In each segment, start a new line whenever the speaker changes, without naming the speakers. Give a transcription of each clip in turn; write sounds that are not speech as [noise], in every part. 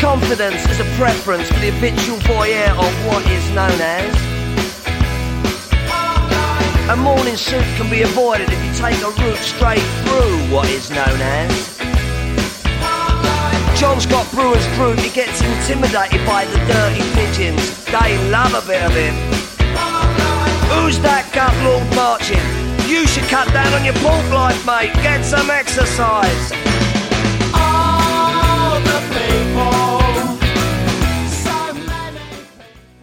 Confidence is a preference for the habitual voyeur of what is known as. A morning suit can be avoided if you take a route straight through what is known as. John Scott Brewer's group, he gets intimidated by the dirty pigeons. They love a bit of him. Who's that gut lord marching? You should cut down on your pork life, mate. Get some exercise.
All the people. Some men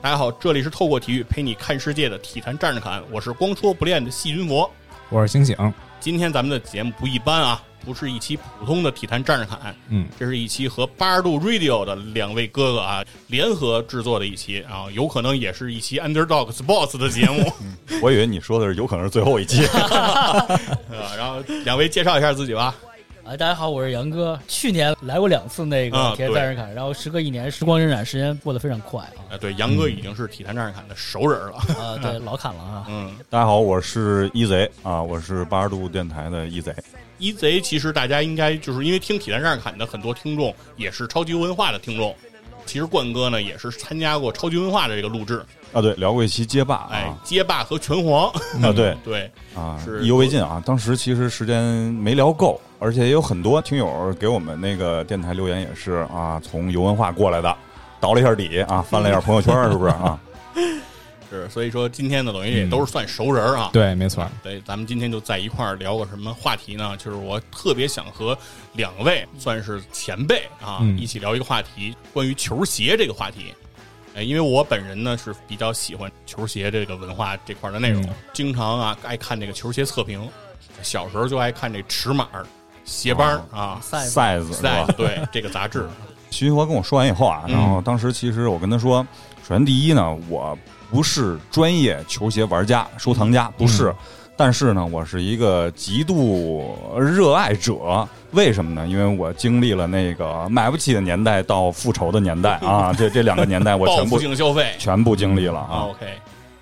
大家好，这里是透过体育陪你看世界的体坛战士侃，我是光说不练的细菌魔。
我是星星，
今天咱们的节目不一般啊，不是一期普通的体坛战士侃，
嗯，
这是一期和八十度 Radio 的两位哥哥啊联合制作的一期啊，有可能也是一期 Underdog Sports 的节目
[laughs] 我以为你说的是有可能是最后一期， [laughs]
啊。然后两位介绍一下自己吧。
啊，大家好，我是杨哥。去年来过两次那
啊
个铁
对
三人卡，然后时隔一年，时光荏苒，时间过得非常快啊。
啊，对，杨哥已经是体坛战士侃的熟人了。
啊，对，老砍了啊。
嗯，
大家好，我是一贼啊，我是八十度电台的一贼。
一贼其实大家应该就是因为听体坛战士侃的很多听众也是超级文化的听众，其实冠哥呢也是参加过超级文化的这个录制，
啊，对，聊过一期街霸
哎
啊，，
街霸和拳皇， [laughs]
啊，对
对，
啊，
是
意犹未尽啊。当时其实时间没聊够，而且也有很多听友给我们那个电台留言，也是啊，从游文化过来的，倒了一下底啊，翻了一下朋友圈，是不是
[laughs]
啊？
是，所以说今天呢，等于也都是算熟人儿啊。
对，没错，
对，咱们今天就在一块儿聊个什么话题呢？就是我特别想和两位算是前辈啊、
嗯
一起聊一个话题，关于球鞋这个话题。哎，因为我本人呢是比较喜欢球鞋这个文化这块儿的内容，
嗯
经常啊爱看这个球鞋测评，小时候就爱看这尺码儿、鞋帮儿啊、 [laughs]
赛子
，size 哦是
赛
吧？
对这个杂志，
徐云华跟我说完以后啊，
嗯
然后当时其实我跟他说，首先第一呢，我不是专业球鞋玩家、收藏家，不是，但是呢，我是一个极度热爱者。为什么呢？因为我经历了那个买不起的年代到复仇的年代啊，这这两个年代我
报
全
复
部
性消嗯哦费
全部经历了啊。
OK，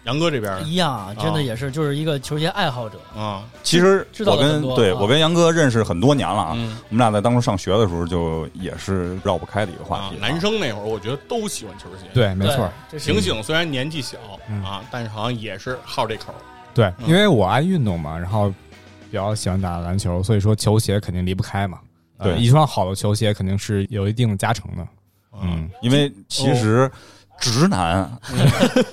杨哥这边儿呢
一样啊，真的也是，就是一个球鞋爱好者。
啊，
其实
知道
我
了很
跟
多
对
啊
我跟杨哥认识很多年了啊，
嗯
我们俩在当初上学的时候就也是绕不开的一个话
啊
题啊。，
男生那会儿我觉得都喜欢球鞋，
对，没
对
错，，
这是
醒醒，虽然年纪小、
嗯
啊，但是好像也是好这口儿。
对，
嗯
因为我爱运动嘛，然后比较喜欢打篮球，所以说球鞋肯定离不开嘛。呃
对
一双好的球鞋肯定是有一定的加成的。
啊
嗯，
因为其实
哦
直男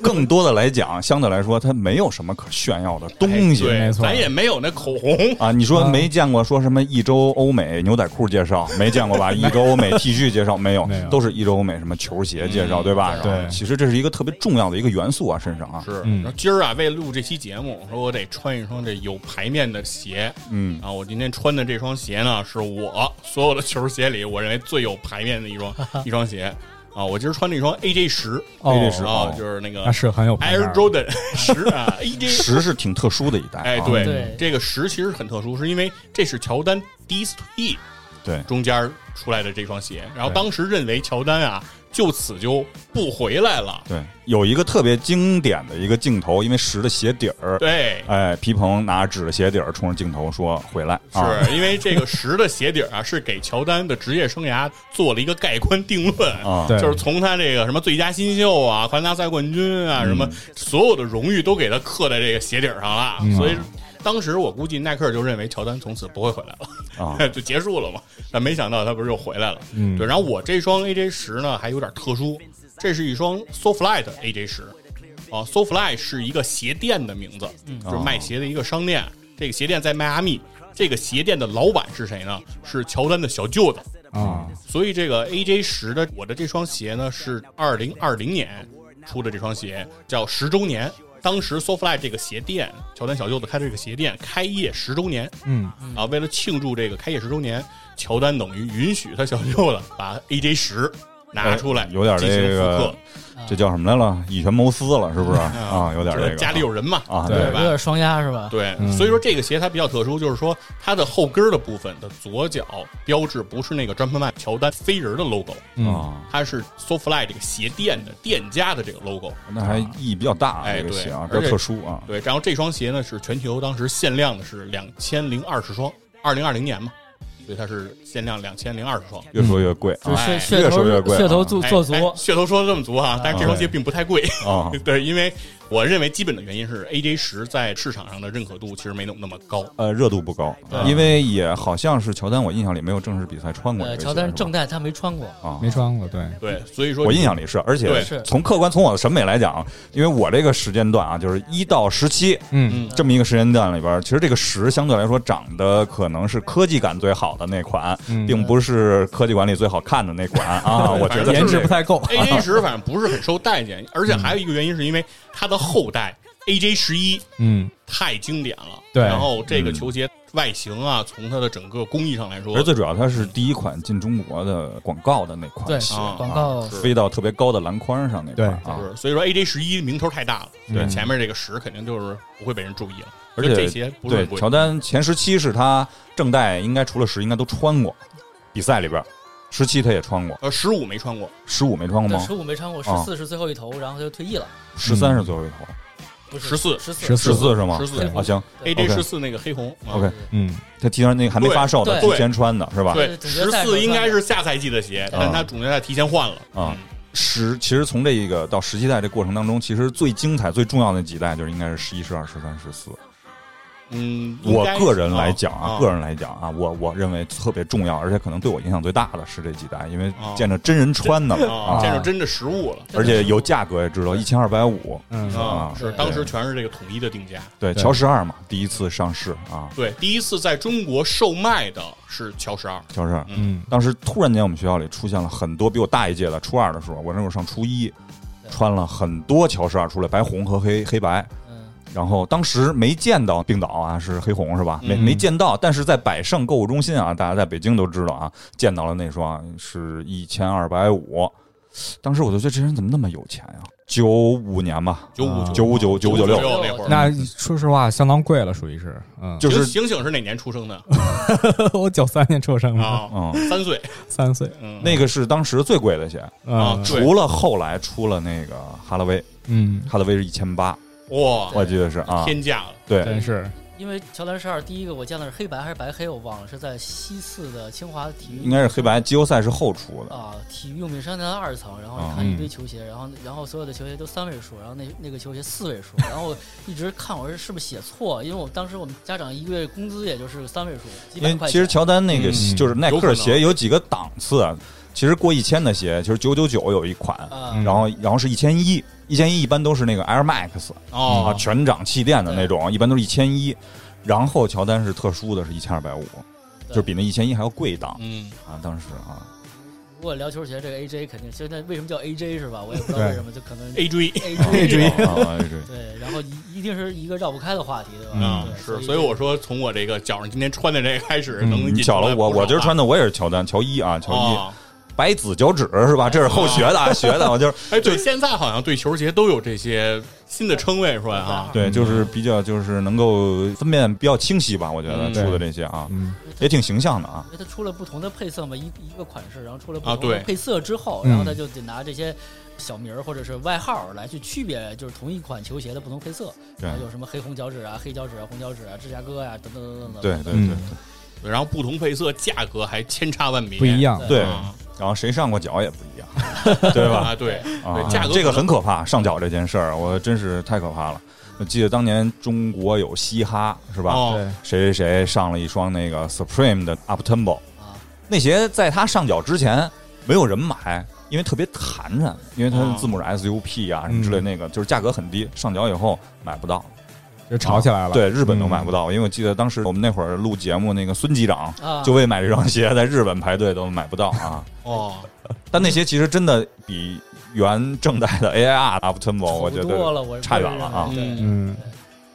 更多的来讲，相对来说他没有什么可炫耀的东西。
哎对
没错
咱也没有那口红，
啊，你说
啊
没见过说什么一周欧美牛仔裤介绍，没见
[laughs]
过吧？一周欧美 T 恤介绍没有
没有，
都是一周欧美什么球鞋介绍，
嗯
对吧？
对
然后其实这是一个特别重要的一个元素啊，身上啊，
是。
嗯
然后今儿啊，为了录这期节目，我说我得穿一双这有牌面的鞋。
嗯，
然后我今天穿的这双鞋呢，是我所有的球鞋里我认为最有牌面的一
[laughs]
双一双鞋啊！我今儿穿了一双 AJ 十
哦
AJ 10
啊
哦，
就是那个
那是很有牌面
Air
儿
Jordan [laughs] 十啊，AJ
十是挺特殊的一代啊，
哎，
哦
对，
对
这个十其实很特殊，是因为这是乔丹第一次退役，
对
中间出来的这双鞋，然后
对
当时认为乔丹啊就此就不回来了，
对，有一个特别经典的一个镜头，因为十的鞋底儿，
对。
哎，皮蓬拿指着鞋底儿冲着镜头说：“回来啊！”
是因为这个十的鞋底儿啊，是给乔丹的职业生涯做了一个盖棺定论
啊
对
就是从他这个什么最佳新秀啊、环大赛冠军啊，什么
嗯
所有的荣誉都给他刻在这个鞋底儿上了，
嗯
所以当时我估计耐克就认为乔丹从此不会回来了。
啊，
[laughs] 就结束了嘛。但没想到他不是又回来了。
嗯
对。然后我这双 AJ 十呢还有点特殊，这是一双 SoFly 的 AJ 十。啊，SoFly 是一个鞋店的名字，就是卖
哦
鞋的一个商店。这个鞋店在迈阿密。这个鞋店的老板是谁呢？是乔丹的小舅子。
啊，
所以这个 AJ 十的我的这双鞋呢是二零二零年出的这双鞋，叫十周年。当时 SoFly 这个鞋店，乔丹小舅子开的这个鞋店开业十周年，
嗯，
啊，为了庆祝这个开业十周年，乔丹等于允许他小舅子把 AJ 十拿出来
哎，有点
进行
这个
复刻
啊
这叫什么来了？以权谋私了，是不是啊？有点
就
这
是
个
家里有人嘛，
啊，
对
对
有
吧？
点双压是吧？
对，
嗯
所以说这个鞋它比较特殊，就是说它的后跟儿的部分的左脚标志不是那个专门卖乔丹飞人的 logo，
嗯，
啊，
它是 SoFly 这个鞋店的店家的这个 logo。
那还
啊
意义比较大，
哎
这个鞋啊，比
对
较特殊啊。
对，然后这双鞋呢是全球当时限量的是两千零二十双，二零二零年嘛，所以它是限量两千零二十双。
越说越贵
就
啊
是
哎
噱
越
头
说越贵
噱头
啊
做
哎
做足，
哎噱头说的这么足哈、但是这双鞋并不太贵。
啊！
[laughs] 对，因为我认为基本的原因是 AJ 十在市场上的认可度其实没有那么高。
呃，热度不高，因为也好像是乔丹，我印象里没有正式比赛穿过这
呃，
个鞋。
乔丹
是吧
正代他没穿过，
啊，
没穿过，对，
对，所以说
我印象里是，而且
对
是
从客观从我的审美来讲，因为我这个时间段啊，就是一到十七
嗯，
这么一个时间段里边，其实这个十相对来说长得可能是科技感最好的那款，
嗯
并不是科技馆里最好看的那款
[laughs]
啊。我觉得
颜
是
值不太够，
AJ 十反正不是很受待见，而且还有一个原因是因为它的后代 AJ 十一
嗯，
太经典了。
对
然后这个球鞋外形啊，从它的整个工艺上来说
嗯而，最主要它是第一款进中国的广告的那
对
款鞋，
啊
广告
是
飞到特别高的篮筐上那款啊。
就是所以说 AJ 十一名头太大了，对前面这个十肯定就是不会被人注意了，
而
就
且
这鞋不是
对
很贵
乔丹前十七是他正代，应该除了十应该都穿过，比赛里边十七他也穿过，
呃，十五没穿过，
十五没穿过
对
吗
十？五没穿过，十
啊
四是最后一头，然后他就退役了，
十三是最后一头，
不是
14
十四
14
十四是吗？
14
对啊，行
对
，AJ
OK
十四那个黑红啊
，OK，
嗯，
他提前那个还没发售呢，
对
提前穿的是吧？
对，
总决
十
赛
四应该是下赛季的鞋，但他总决赛提前换了
啊，十其实从这个到十七代这过程当中，其实最精彩、最重要的几代就是应该是十一、十二、十三、十四。
嗯，应
我
该
个人来讲
啊
啊，，个人来讲啊，我我认为特别重要，而且可能对我影响最大的是这几代，因为
啊
见着真人穿的嘛
啊，
啊，
这是真的实物了。
而且有价格也知道一千二百五，
嗯
啊
啊，
是当时全是这个统一的定价。
对，
对
乔十二嘛，第一次上市啊，
对，第一次在中国售卖的是乔十二，
乔十二。
嗯，
当时突然间，我们学校里出现了很多比我大一届的，初二的时候，我那会儿上初一，穿了很多乔十二出来，白红和黑黑白。
嗯，
然后当时没见到冰岛啊，是黑红是吧？
嗯
没没见到，但是在百盛购物中心啊，大家在北京都知道啊，见到了那双是一千二百五。当时我就觉得这人怎么那么有钱呀、九五年吧，
九五
啊九五九九
五
五九六，
那会儿。
那说实话相当贵了，属于是，嗯，
就
醒
是
醒醒是哪年出生的
[laughs] 我九三年出生的，
啊？
嗯，
三岁，
三岁，
嗯，
那个是当时最贵的鞋，
啊
嗯，
对
除了后来出了那个哈拉威，
嗯，
哈拉威是一千八，
哇，
我记得是啊，
天价了，
对
真是，
因为乔丹十二第一个我见的是黑白还是白黑，我忘了，是在西四的清华体育
应该是黑白季后赛是后出的，
啊体育用品商店的二层，然后
啊
看一堆球鞋，然后然后所有的球鞋都三位数，然后那那个球鞋四位数，然后一直看我是是不是写错，因为我当时我们家长一个月工资也就是三位数，几
因
百
为
块
其实乔丹那个
嗯
就是耐
有可
克
能
鞋有几个档次，啊其实过一千的鞋，其实九九九有一款，
啊
嗯
然后然后是一千一，一千一一般都是那个 Air Max 啊
哦，
全掌气垫的那种，一般都是一千一，然后乔丹是特殊的，是一千二百五，
对
就是比那一千一还要贵一档
嗯，
啊，当时啊，
如果聊球鞋，这个 AJ 肯定现在为什么叫 AJ 是吧？我也不知道为什么，就可能
A 追
AJ
[laughs]
啊 A 追。
对，然后一一定是一个绕不开的话题，对吧？
啊
嗯
对，
是，所以我说从我这个脚上今天穿的这个开始，能
嗯，
引
你巧了，我我今儿穿
的
的我也是乔丹，乔一啊，
不
乔
少
一，
啊。
白子脚趾是吧？这是后学
[laughs]
的，啊，学的，我就是
哎，对，现在好像对球鞋都有这些新的称谓出来啊。
对，就是比较就是能够分辨比较清晰吧，我觉得
嗯
出的这些啊，
嗯，
也挺形象的啊
因。为它出了不同的配色嘛，一一个款式，然后出了不
啊
同
对
的配色之后，
嗯
然后他就得拿这些小名儿或者是外号儿来去区别，就是同一款球鞋的不同配色，
对
然后有什么黑红脚趾啊、黑脚趾啊、红脚趾啊、芝加哥呀、等等等等等。
对对
嗯
对对
啊然后不同配色价格还千差万别，
不一样，
对
啊，
然后谁上过脚也不一样，对吧？
啊，对，
啊，
价格
这个
可能
很可怕，上脚这件事儿，我真是太可怕了。我记得当年中国有嘻哈是吧？
哦，
对，
谁谁谁上了一双那个 Supreme 的 Up Tempo，
啊，
那鞋在他上脚之前没有人买，因为特别寒碜，因为它的字母是 SUP 啊什么之类那个，就是价格很低，上脚以后买不到，
就吵起来了，
对，日本都买不
到，
到，因为我记得当时我们那会儿录节目，那个孙机长
啊
就为买这双鞋在日本排队都买不到啊。
哦，
但那鞋其实真的比原正代的 AIR Up Tempo，我觉
丑多
得
了，我
差远了啊
对对对
嗯，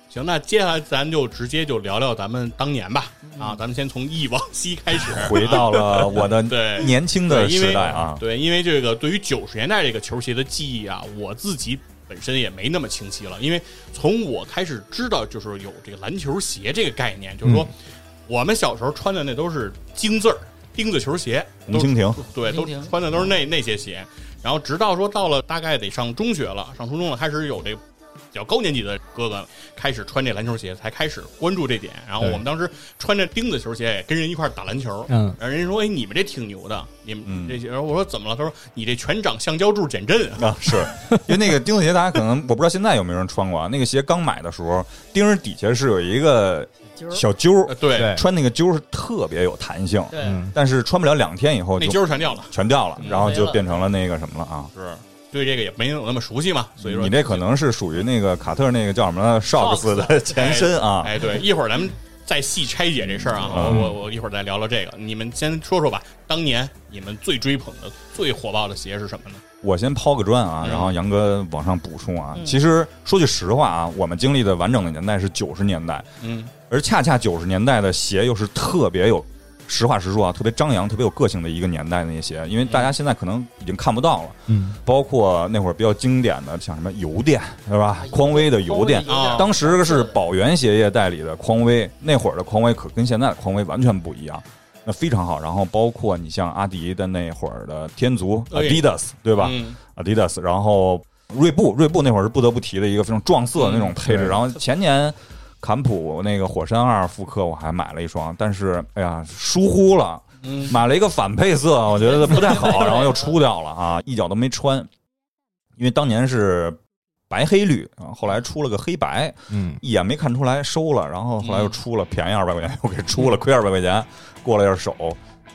行，那接下来咱就直接就聊聊咱们当年吧，
嗯
啊，咱们先从忆往昔开始，
回到了我的
对
年轻的
[laughs] 对，因
时
为
代啊。
对，因为这个对于九十年代这个球鞋的记忆啊，我自己本身也没那么清晰了，因为从我开始知道就是有这个篮球鞋这个概念，就是说、
嗯
我们小时候穿的那都是京字儿钉子球鞋，
红蜻蜓
都是对，都
红蜻蜓
穿的都是那那些鞋，然后直到说到了大概得上中学了，上初中了，开始有这个。较高年级的哥哥开始穿这篮球鞋，才开始关注这点。然后我们当时穿着钉子球鞋，跟人一块儿打篮球，
嗯
然后人家说：“哎，你们这挺牛的，你们
嗯
这些。”然后我说：“怎么了？”他说：“你这全掌橡胶柱减震啊。
啊，是因为那个钉子鞋，大家可能我不知道现在有没有人穿过啊。那个鞋刚买的时候，钉儿底下是有一个
揪
小揪儿
呃”，对，
对
穿那个揪儿是特别有弹性，
对，
嗯
但是穿不了两天以后
那
就
揪儿全掉了，
全掉了，
嗯
然后
没
就
了
变成了那个什么了啊。
是对这个也没有那么熟悉嘛，所以说
你这可能是属于那个卡特那个叫什么 Shox 的 [laughs] 前身啊。
哎，对，一会儿咱们再细拆解这事儿啊，
嗯
我我一会儿再聊聊这个。你们先说说吧，当年你们最追捧的、最火爆的鞋是什么呢？
我先抛个砖啊，
嗯
然后杨哥往上补充啊。
嗯
其实说句实话啊，我们经历的完整的年代是九十年代，
嗯，
而恰恰九十年代的鞋又是特别有，实话实说啊，特别张扬、特别有个性的一个年代的那些鞋，因为大家现在可能已经看不到了。
嗯，
包括那会儿比较经典的，像什么油电，对吧？
哎
匡威的油电，
啊
当时是宝源鞋业代理的匡威，那会儿的匡威可跟现在的匡威完全不一样，那非常好。然后包括你像阿迪的那会儿的天足
哎
Adidas，对吧
嗯
？Adidas，然后锐步，锐步那会儿是不得不提的一个非常撞色的那种配置。
对
然后前年坎普那个火山二复刻，我还买了一双，但是哎呀，疏忽了。
嗯，
买了一个反配色，我觉得不太好，然后又出掉了啊，一脚都没穿，因为当年是白黑绿啊，后来出了个黑白，
嗯，
一眼没看出来收了，然后后来又出了，便宜二百块钱又给出了，亏二百块钱，过了一下手。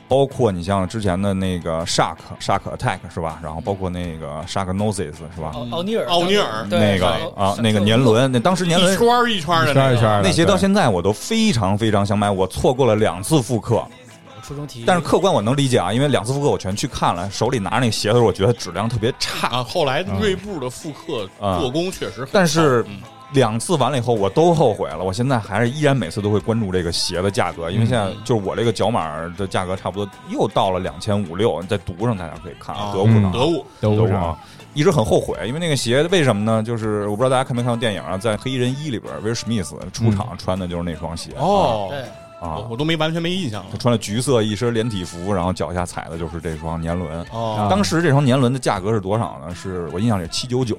包括你像之前的那个 Shark Shark Attack 是吧？然后包括那个 Shark Noses 是吧？
奥奥尼尔，
奥尼尔
哦对
那个
小
啊，
小
那个年轮，那当时年
一
轮
圈儿一圈儿的那
一圈
个，
一圈的，
那鞋到
对
现在我都非常非常想买，我错过了两次复刻。
初中体育，
但是客观我能理解啊，因为两次复刻我全去看了，手里拿着那鞋的时候，我觉得质量特别差。
啊，后来锐步的复刻
啊
做工确实很好，
但是
嗯
两次完了以后，我都后悔了。我现在还是依然每次都会关注这个鞋的价格，因为现
嗯
在就是我这个脚码的价格差不多又到了两千五六，在读上大家可以看
啊
啊，德物
嗯
呢，
得物
都
德
不
物
上
啊，，一直很后悔，因为那个鞋为什么呢？就是我不知道大家看没看过电影啊，在《黑衣人一》里边，威尔史密斯出场穿的就是那双鞋
哦，
对，
啊
我，我都没完全没印象
他
了。
穿了橘色一身连体服，然后脚下踩的就是这双年轮。
哦，
当时这双年轮的价格是多少呢？是我印象里七九九，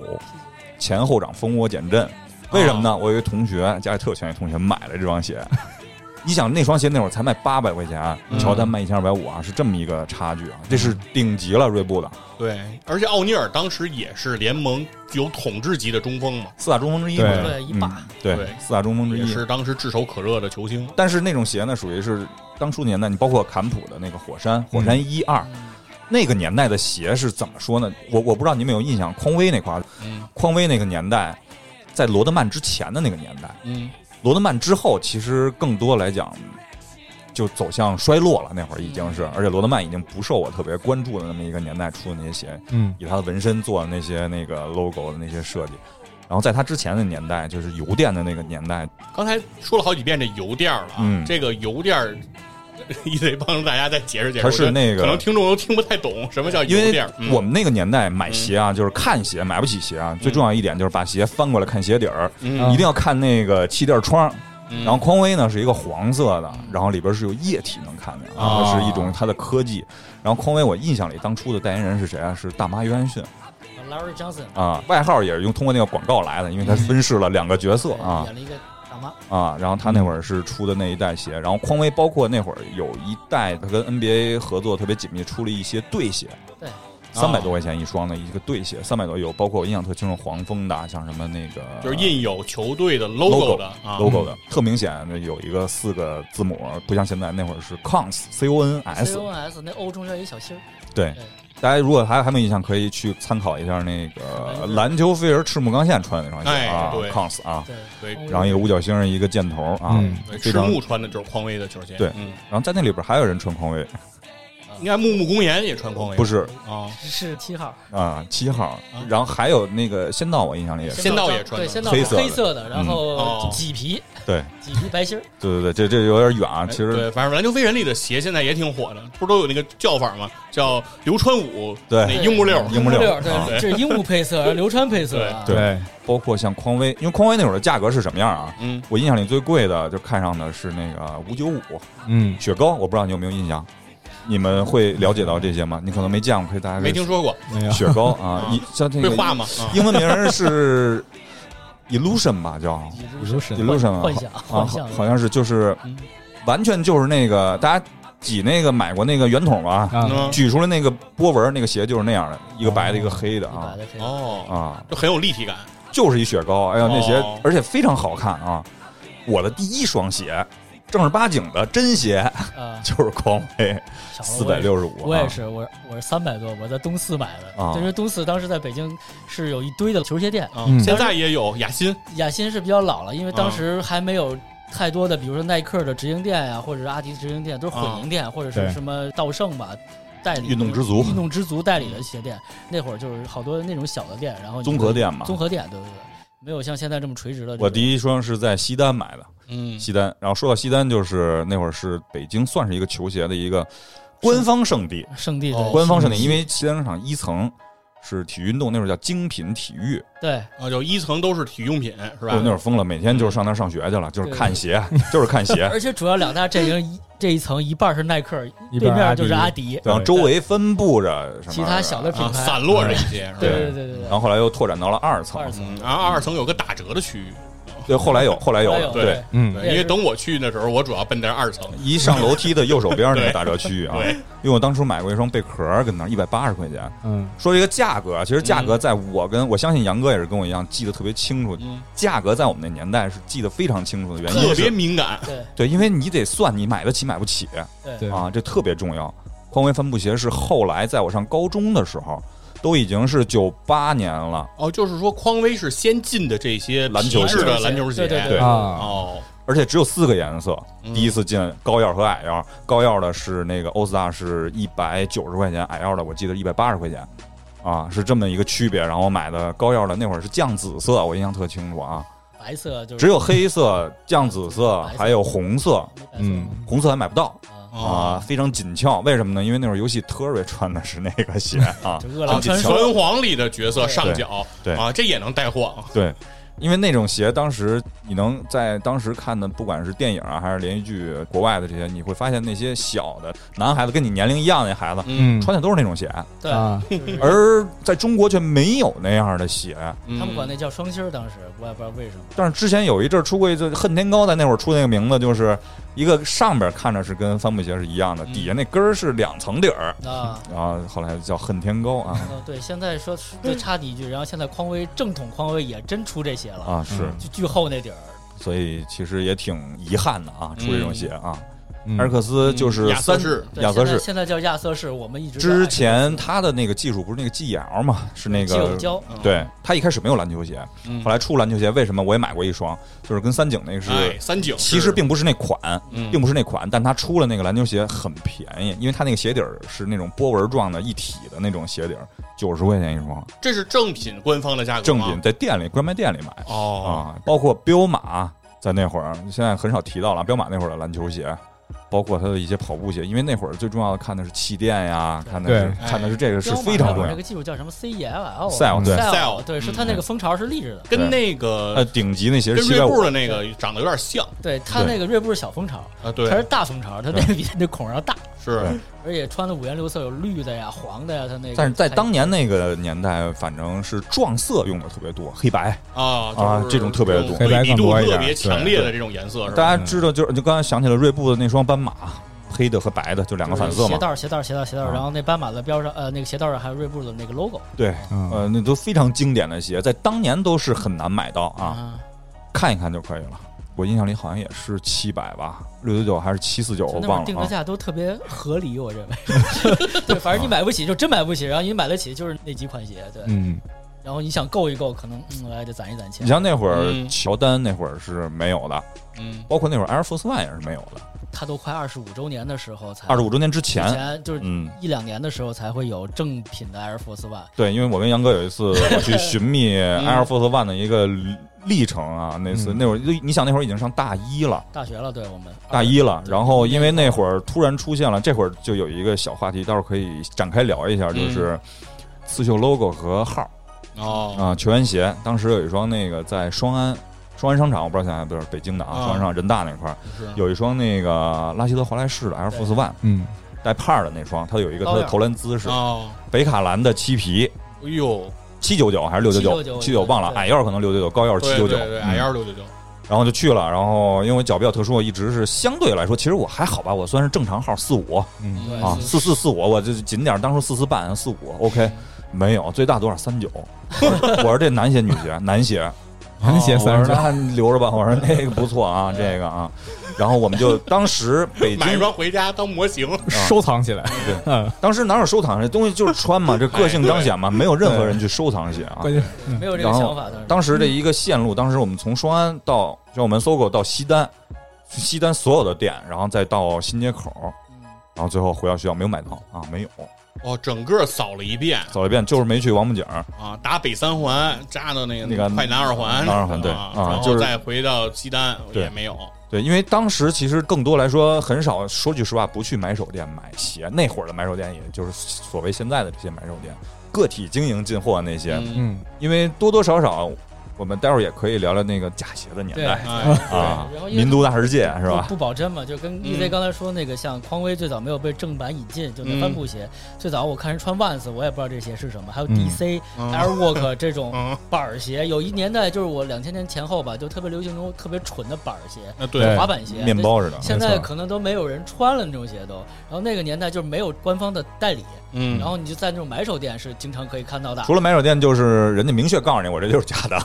前后掌蜂窝减震。为什么呢？我有一个同学，家里特有钱一同学买了这双鞋。 [laughs] 你想那双鞋那会儿才卖八百块钱，
嗯
乔丹卖一千二百五啊，是这么一个差距啊，这是顶级了，锐步的
对，而且奥尼尔当时也是联盟有统治级的中锋嘛，
四大中锋之一嘛，
对
对一霸
嗯对
对
四大中锋之
也
一。
是当时炙手可热的球星。
但是那种鞋呢，属于是当初年代，你包括坎普的那个火山，火山一二、
嗯
那个年代的鞋是怎么说呢？我我不知道你们有印象，匡威那块儿，
嗯
匡威那个年代，在罗德曼之前的那个年代，
嗯，
罗德曼之后，其实更多来讲，就走向衰落了。那会儿已经
嗯
是，而且罗德曼已经不受我特别关注的那么一个年代出的那些鞋，
嗯
以他的纹身做的那些那个 logo 的那些设计。然后在他之前的年代，就是邮电的那个年代，
刚才说了好几遍这油垫儿了啊，
嗯
这个油垫儿也得帮大家再解释解释。
它是
我觉得
那个
可能听众都听不太懂什么叫
因
油
为
垫儿。嗯嗯
我们那个年代买鞋啊，就是看鞋，买不起鞋啊。最重要一点就是把鞋翻过来看鞋底儿，
嗯
一定要看那个气垫窗。
嗯
然后匡威呢是一个黄色的，然后里边是有液体能看见，
啊
它是一种它的科技。然后匡威我印象里当初的代言人是谁啊？是大妈约翰逊
，Larry Johnson
嗯
啊，外号也是用通过那个广告来的，因为他分饰了两个角色
对
啊
嗯
演了一个大妈，
啊。然后他那会儿是出的那一代鞋，然后匡威包括那会儿有一代他跟 NBA 合作特别紧密，出了一些对鞋。
对
三
啊
百多块钱一双的一个对鞋，三百多有，包括我印象特清楚黄蜂的啊，像什么那个
就是印有球队的 logo
logo
的啊
logo 的，特明显那有一个四个字母，不像现在那会儿是 cons c o n s。
CONS 那 O 中间一小心儿，
对
对，
大家如果还还没有印象，可以去参考一下那个篮球飞人赤木刚宪穿的那双鞋
嗯哎
啊
对
，cons 啊，
对
对
欧洲
然后一个五角星，一个箭头啊，
嗯
对
非
赤
常。
木穿的就是匡威的球鞋，
对
嗯，
然后在那里边还有人穿匡威，
应该木木公园也穿匡威，
不是
啊？
是七号，
啊，七号
啊，
然后还有那个仙道，我印象里也是，
仙道也穿的
对，仙道
黑色的
黑色的，然
哦
后麂皮
对
麂皮白心儿，
对对对，这这有点远啊，
哎
其实
对，反正篮球飞人里的鞋现在也挺火的，不是都有那个叫法吗？叫流川舞，
对
那樱木哎六儿，
樱木
六
六
儿，
啊
对，这是樱木配色，然后流川配色啊，
对
对，
包括像匡威，因为匡威那会儿的价格是什么样啊？
嗯，
我印象里最贵的就看上的是那个五九五
嗯
雪糕，我不知道你有没有印象，你们会了解到这些吗？你可能没见过，可以大家可以
没听说过，
没有
雪糕啊
啊，
一像这
会
个
画吗？啊
英文名是 illusion 吧，叫 illusion
幻
啊
幻想
啊，好
幻想
好像是就是
嗯
完全就是那个大家挤那个买过那个圆筒吧，
啊，
嗯
嗯
举出来那个波纹，那个鞋就是那样的，一个白的，
哦
一个黑的
一
啊
百的可以。
哦，
啊，
就很有立体感。
就是一雪糕。哎呀，那鞋
哦
而且非常好看啊！我的第一双鞋，正儿八经的真鞋 [laughs]
啊，
就是匡威
小时
四
候我
百
也
六十五，
我也是，我我是三百多，我在东四买的
啊，
就是东四当时在北京是有一堆的球鞋店，
啊
嗯，
现在也有雅欣，
雅欣是比较老了，因为当
嗯
时还没有太多的，比如说耐克的直营店呀、或者是阿迪的直营店，都是混营店，或者是
对
什么道盛吧代理
嗯运动之足
运动之足代理的鞋店。那会儿就是好多那种小的店，然后你
综合店嘛。
综合店，对对对，没有像现在这么垂直的这种。
我第一双是在西单买的，
嗯，
西单。然后说到西单，就是那会儿是北京算是一个球鞋的一个官方圣地，
圣地
哦
的
官方圣地，因为西单商场一层是体育运动，那会儿叫精品体育，
对
啊，就一层都是体育用品，是吧
我？那会儿疯了，每天就是上那儿上学去了，就是
对
看鞋， [laughs] 就是看鞋。
而且主要两大阵营，一这一层一半是耐克，
一
[laughs] 对
半
面就是阿迪，
然后周围分布着什么
其他小的品
啊，
牌。
散落这些，是吧
对对对对对
然后后来又拓展到了二层
二，层
嗯，然后二层有个打折的区域，
对，后来有，后来有
还
了，
有
对，
嗯，
因为等我去的时候，我主要奔在二层。
一上楼梯的右手边那个打折区域啊，
对
因为我当初买过一双贝壳儿，跟那儿一百八十块钱。
嗯，
说这个价格啊，其实价格在我跟我相信杨哥也是跟我一样记得特别清楚，
嗯，
价格在我们那年代是记得非常清楚的原
特
因
别
是，
敏感，
对
对，因为你得算你买得起买不起
对
对
啊，这特别重要。匡威帆布鞋是后来在我上高中的时候，都已经是九八年了。
哦，就是说匡威是先进的这些
篮球
皮质的
鞋
篮球鞋，
对对
对啊
哦，
而且只有四个颜色。
嗯
第一次进高腰和矮腰，高腰的是那个欧斯大是一百九十块钱，矮腰的我记得一百八十块钱，啊，是这么一个区别。然后我买的高腰的那会儿是酱紫色，我印象特清楚啊，
白色就是
只有黑色、酱紫色
白色
还有红色，
白色
嗯
红色还买不到
啊，
啊，
哦，
非常紧俏。为什么呢？因为那会儿游戏 t u r r y 穿的是那个鞋啊
就，饿
啊
狼
紧俏
传说。
拳皇里的角色上脚，
对对
啊，这也能带货啊，
对。因为那种鞋，当时你能在当时看的，不管是电影啊，还是连续剧，国外的这些，你会发现那些小的男孩子跟你年龄一样的孩子，
嗯
穿的都是那种鞋，
对，
啊
就是
而在中国却没有那样的鞋。
他们管
那
那叫双星儿，当时我也不知道为
[laughs]
什么。
但是之前有一阵儿出过一次，恨天高在那会儿出那个名字，就是一个上边看着是跟帆布鞋是一样的，
嗯
底下那根儿是两层底儿，
啊，
然后后来叫恨天高啊
呃，对，现在说对插你一句，然后现在匡威正统匡威也真出这鞋
嗯
了，
啊是，
就巨厚那底儿，
所以其实也挺遗憾的啊，出这种鞋啊。
嗯
埃尔克斯就是
亚瑟
三
士
对
亚瑟
现在
士。
现在叫亚瑟士，我们一直
之
在
前他的那个技术不是那个 G L 嘛，是那
肌肉
个
胶，
对他一开始没有篮球鞋，
嗯
后来出篮球鞋，为什么我也买过一双，就是跟三井那个是
哎，三井
其实并不是那款，
嗯
并不是那款，但它出了那个篮球鞋很便宜，因为它那个鞋底儿是那种波纹状的一体的那种鞋底儿，九十块钱一双，
这是正品官方的价格
正
吗，
品在店里专卖店里买
哦，
啊，包括彪马在那会儿，现在很少提到了彪马那会儿的篮球鞋。包括它的一些跑步鞋，因为那会儿最重要的看的是气垫呀，看的是
对
看的是这个是
彪马
非常重
那
要
个。技术叫什么 C E L L
Cell 对
Cell
对，是
嗯
他那个风潮是立着的，
跟
对
那
呃，
个
顶级那鞋
跟
是七
锐
百
步
五，
的那个长得有点像
对他那个锐步是小风潮，
啊，对
它，是大风潮，它那个比那孔要大，
是
对
而且穿的五颜六色，有绿的呀、黄的呀，它那个。
但是在当年那个年代，反正是撞色用的特别多，黑白。
啊
啊
就是
这种特别多
对比度特
黑白更多一
别
点
强烈的这种颜色是
大
吧？
家知道就，就刚才想起了锐步的那双斑马，黑的和白的，就两个反色
鞋
嘛。
带儿、鞋带儿、鞋带儿、鞋带儿，
啊
然后那斑马的标上，呃，那个鞋带儿上还有锐步的那个 logo
对，
嗯
呃，那都非常经典的鞋，在当年都是很难买到啊，
啊，
看一看就可以了。我印象里好像也是七百吧，六九九还是七四九，
就
我
那会
忘
儿定
了
的
啊。
价都特别合理，我认为。 [laughs] 对，反正你买不起就真买不起，然后你买得起就是那几款鞋，对。
嗯
然后你想够一够，可能嗯，我还得攒一攒
你
钱。
像那会儿
嗯
乔丹那会儿是没有的，
嗯，
包括那会儿 Air Force One 也是没有的。
他都快二十五周年的时候才
二十五周年之
以
前，
前就是
嗯，
一两年的时候才会有正品的 Air Force One。
对，因为我跟杨哥有一次我去寻觅 Air Force One 的一个历程啊，那次
嗯
那会儿就你想那会儿已经上大一了。
大学了，对我们
大一了，
对
然后因为那会儿突然出现了，这会儿就有一个小话题，到时候可以展开聊一下，就是刺绣 logo 和号
哦，
啊，球员鞋。当时有一双那个在双安双安商场，我不知道现在不是北京的啊，
啊嗯
双安商场人大那块儿
是
有一双那个拉希德华莱士的 Air Force One
嗯，
带帕儿的那双，它有一个它的
高
啊
点儿
投篮姿势，
哦，
北卡蓝的漆皮
哎呦，
七九九还是六九
799
七九忘了，
对
矮腰可能六九九，高腰是七
对
九嗯
对
九，
对，矮腰六九九，
然后就去了。然后因为脚比较特殊，我一直是相对来说，其实我还好吧，我算是正常号四五
嗯
对
啊，
哎是
四四四五，我就紧点儿，当初四四半四五，OK，没有最大多少三九， [laughs] 我是这男鞋女鞋男鞋。
男鞋
啊
三十
我
九
说，那留着吧，我说那个不错啊，这个啊，然后我们就
[laughs]
当时北
买一
京
双回家当模型。
收藏起来。
对
嗯，
当时哪有收藏这东西就是穿嘛，这个
哎
性彰显嘛，没有任何人去收藏鞋啊
关。键
没有这个
然
想
后
法当时。
当
嗯
时这一个线路，当时我们从双安到就我们搜狗到西单，西单所有的店，然后再到新街口，
嗯
然后最后回到学校没有买到啊，没有
哦，整个扫了一遍
走一遍就是没去王府井，
啊，打北三环扎到那个
那个
快南二环，
南二环对
啊，
啊
然
就
后
是
再回到西单
对
也没有。
对，因为当时其实更多来说很少，说句实话，不去买手店买鞋。那会儿的买手店，也就是所谓现在的这些买手店，个体经营进货那些，
嗯，
嗯，
因为多多少少，我们待会儿也可以聊聊那个假鞋的年
对
代 [laughs]
哎，
啊
对然后，因为
民族大世界是吧？
不不保真嘛，就跟一飞刚才说那个，像匡威最早没有被正版引进，就那
嗯
帆布鞋，最早我看人穿 Vans，我也不知道这鞋是什么，还有 DC、Airwalk 这
嗯
种板儿鞋，有一年代就是我两千年前后吧，就特别流行那种特别蠢的板儿鞋，
啊对，
滑板鞋，
哎面包似的
现
没
在
错
可能都没有人穿了那种鞋都，然后那个年代就是没有官方的代理，
嗯
然后你就在那种买手店是经常可以看到的，
除了买手店，就是人家明确告诉你，我这就是假的。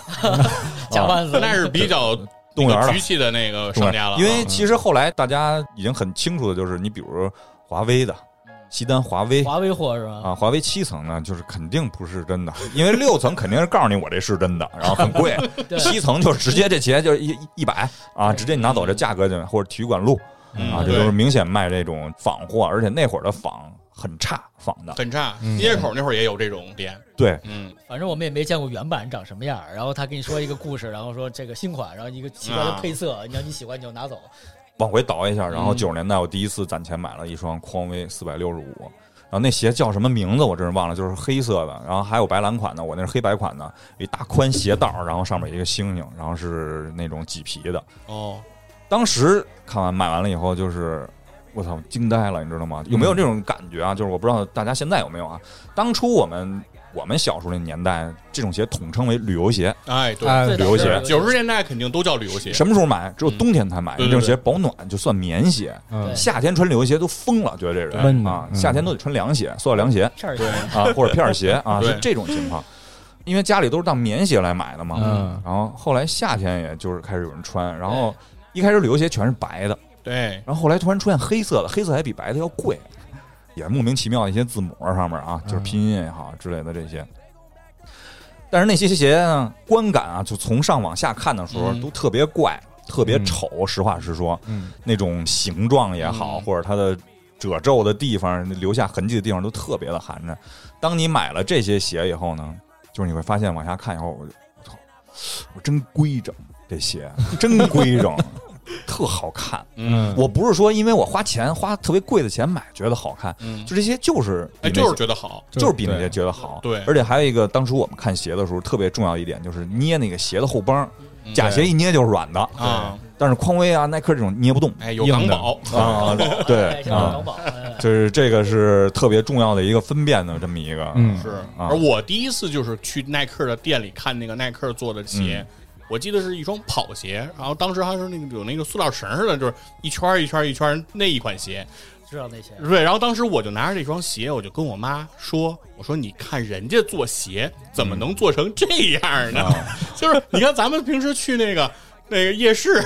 假
啊
万斯，
那
[laughs]
是比较
动物园了
局气的那个商家了啊，
因为其实后来大家已经很清楚的就是，你比如华为的
嗯
西单华威
哦
华为货是吧？
啊，华为七层呢，就是肯定不是真的，因为六层肯定是告诉你我这是真的，然后很贵，
对
七层就是直接这鞋就是一一一百啊，直接你拿走这价格就或者体育馆路
嗯
啊，这
对
都是明显卖这种仿货，而且那会儿的仿很差仿的，
很差。新街口那会儿也有这种店，
对，
嗯，
反正我们也没见过原版长什么样儿，然后他跟你说一个故事，然后说这个新款，然后一个奇怪的配色，你要你喜欢你就
[laughs]
拿走。
往回倒一下，然后
嗯
九十年代我第一次攒钱买了一双匡威四百六十五，然后那鞋叫什么名字我真是忘了，就是黑色的，然后还有白蓝款的，我那是黑白款的，一大宽鞋带儿，然后上面有一个星星，然后是那种麂皮的。
哦，
当时看完买完了以后，就是我操惊呆了，你知道吗？有没有这种感觉啊？就是我不知道大家现在有没有啊？当初我们我们小时候那年代，这种鞋统称为旅游鞋，
哎，对，
哎
最早
旅游
就是
鞋
有一个
九十年代肯定都叫旅游鞋，
什么时候买？只有冬天才买，
嗯对
这
对
种鞋保暖，就算棉鞋。
嗯
对
夏天穿旅游鞋都疯了，觉得这人
闷
啊，
嗯
夏天都得穿凉鞋，塑料凉鞋
片儿
对
鞋，
啊，或者片儿鞋啊，
对
是这种情况。因为家里都是当棉鞋来买的嘛，
嗯
然后后来夏天也就是开始有人穿，然后一开始旅游鞋全是白的，
对，
然后后来突然出现黑色的，黑色还比白的要贵，也是莫名其妙的一些字母上面啊，
嗯
就是拼音也好之类的这些。但是那些鞋呢，观感啊，就从上往下看的时候
嗯
都特别怪，特别丑。实话实说，
嗯
那种形状也好，
嗯
或者它的褶皱的地方、留下痕迹的地方都特别的寒碜。当你买了这些鞋以后呢，就是你会发现往下看以后，我就我操，我真规整，这鞋真规
[laughs]
整，特好看。
嗯，
我不是说因为我花钱花特别贵的钱买觉得好看，
嗯
就这些就是
哎，
比那
就是
些
觉得好，
就是比那些觉得好。
对
而且还有一个，当初我们看鞋的时候特别重要一点就是捏那个鞋的后帮，
嗯
假鞋一捏就是软的
啊。
但是匡威啊、耐克这种捏不动
哎，有港宝，
[laughs] 啊，对
哎像
啊
淘，宝，哎
就是这个是特别重要的一个分辨的这么一个，
[laughs]
嗯
是。
啊
而我第一次就是去耐克的店里看那个耐克做的鞋，
嗯
我记得是一双跑鞋，然后当时还是那个有那个塑料绳似的，就是一圈儿一圈儿一圈儿那一款鞋。
知道那些。
对，然后当时我就拿着这双鞋，我就跟我妈说：“我说你看人家做鞋怎
嗯
么能做成这样呢？
啊
[laughs] 就是你看咱们平时去那个那个夜市，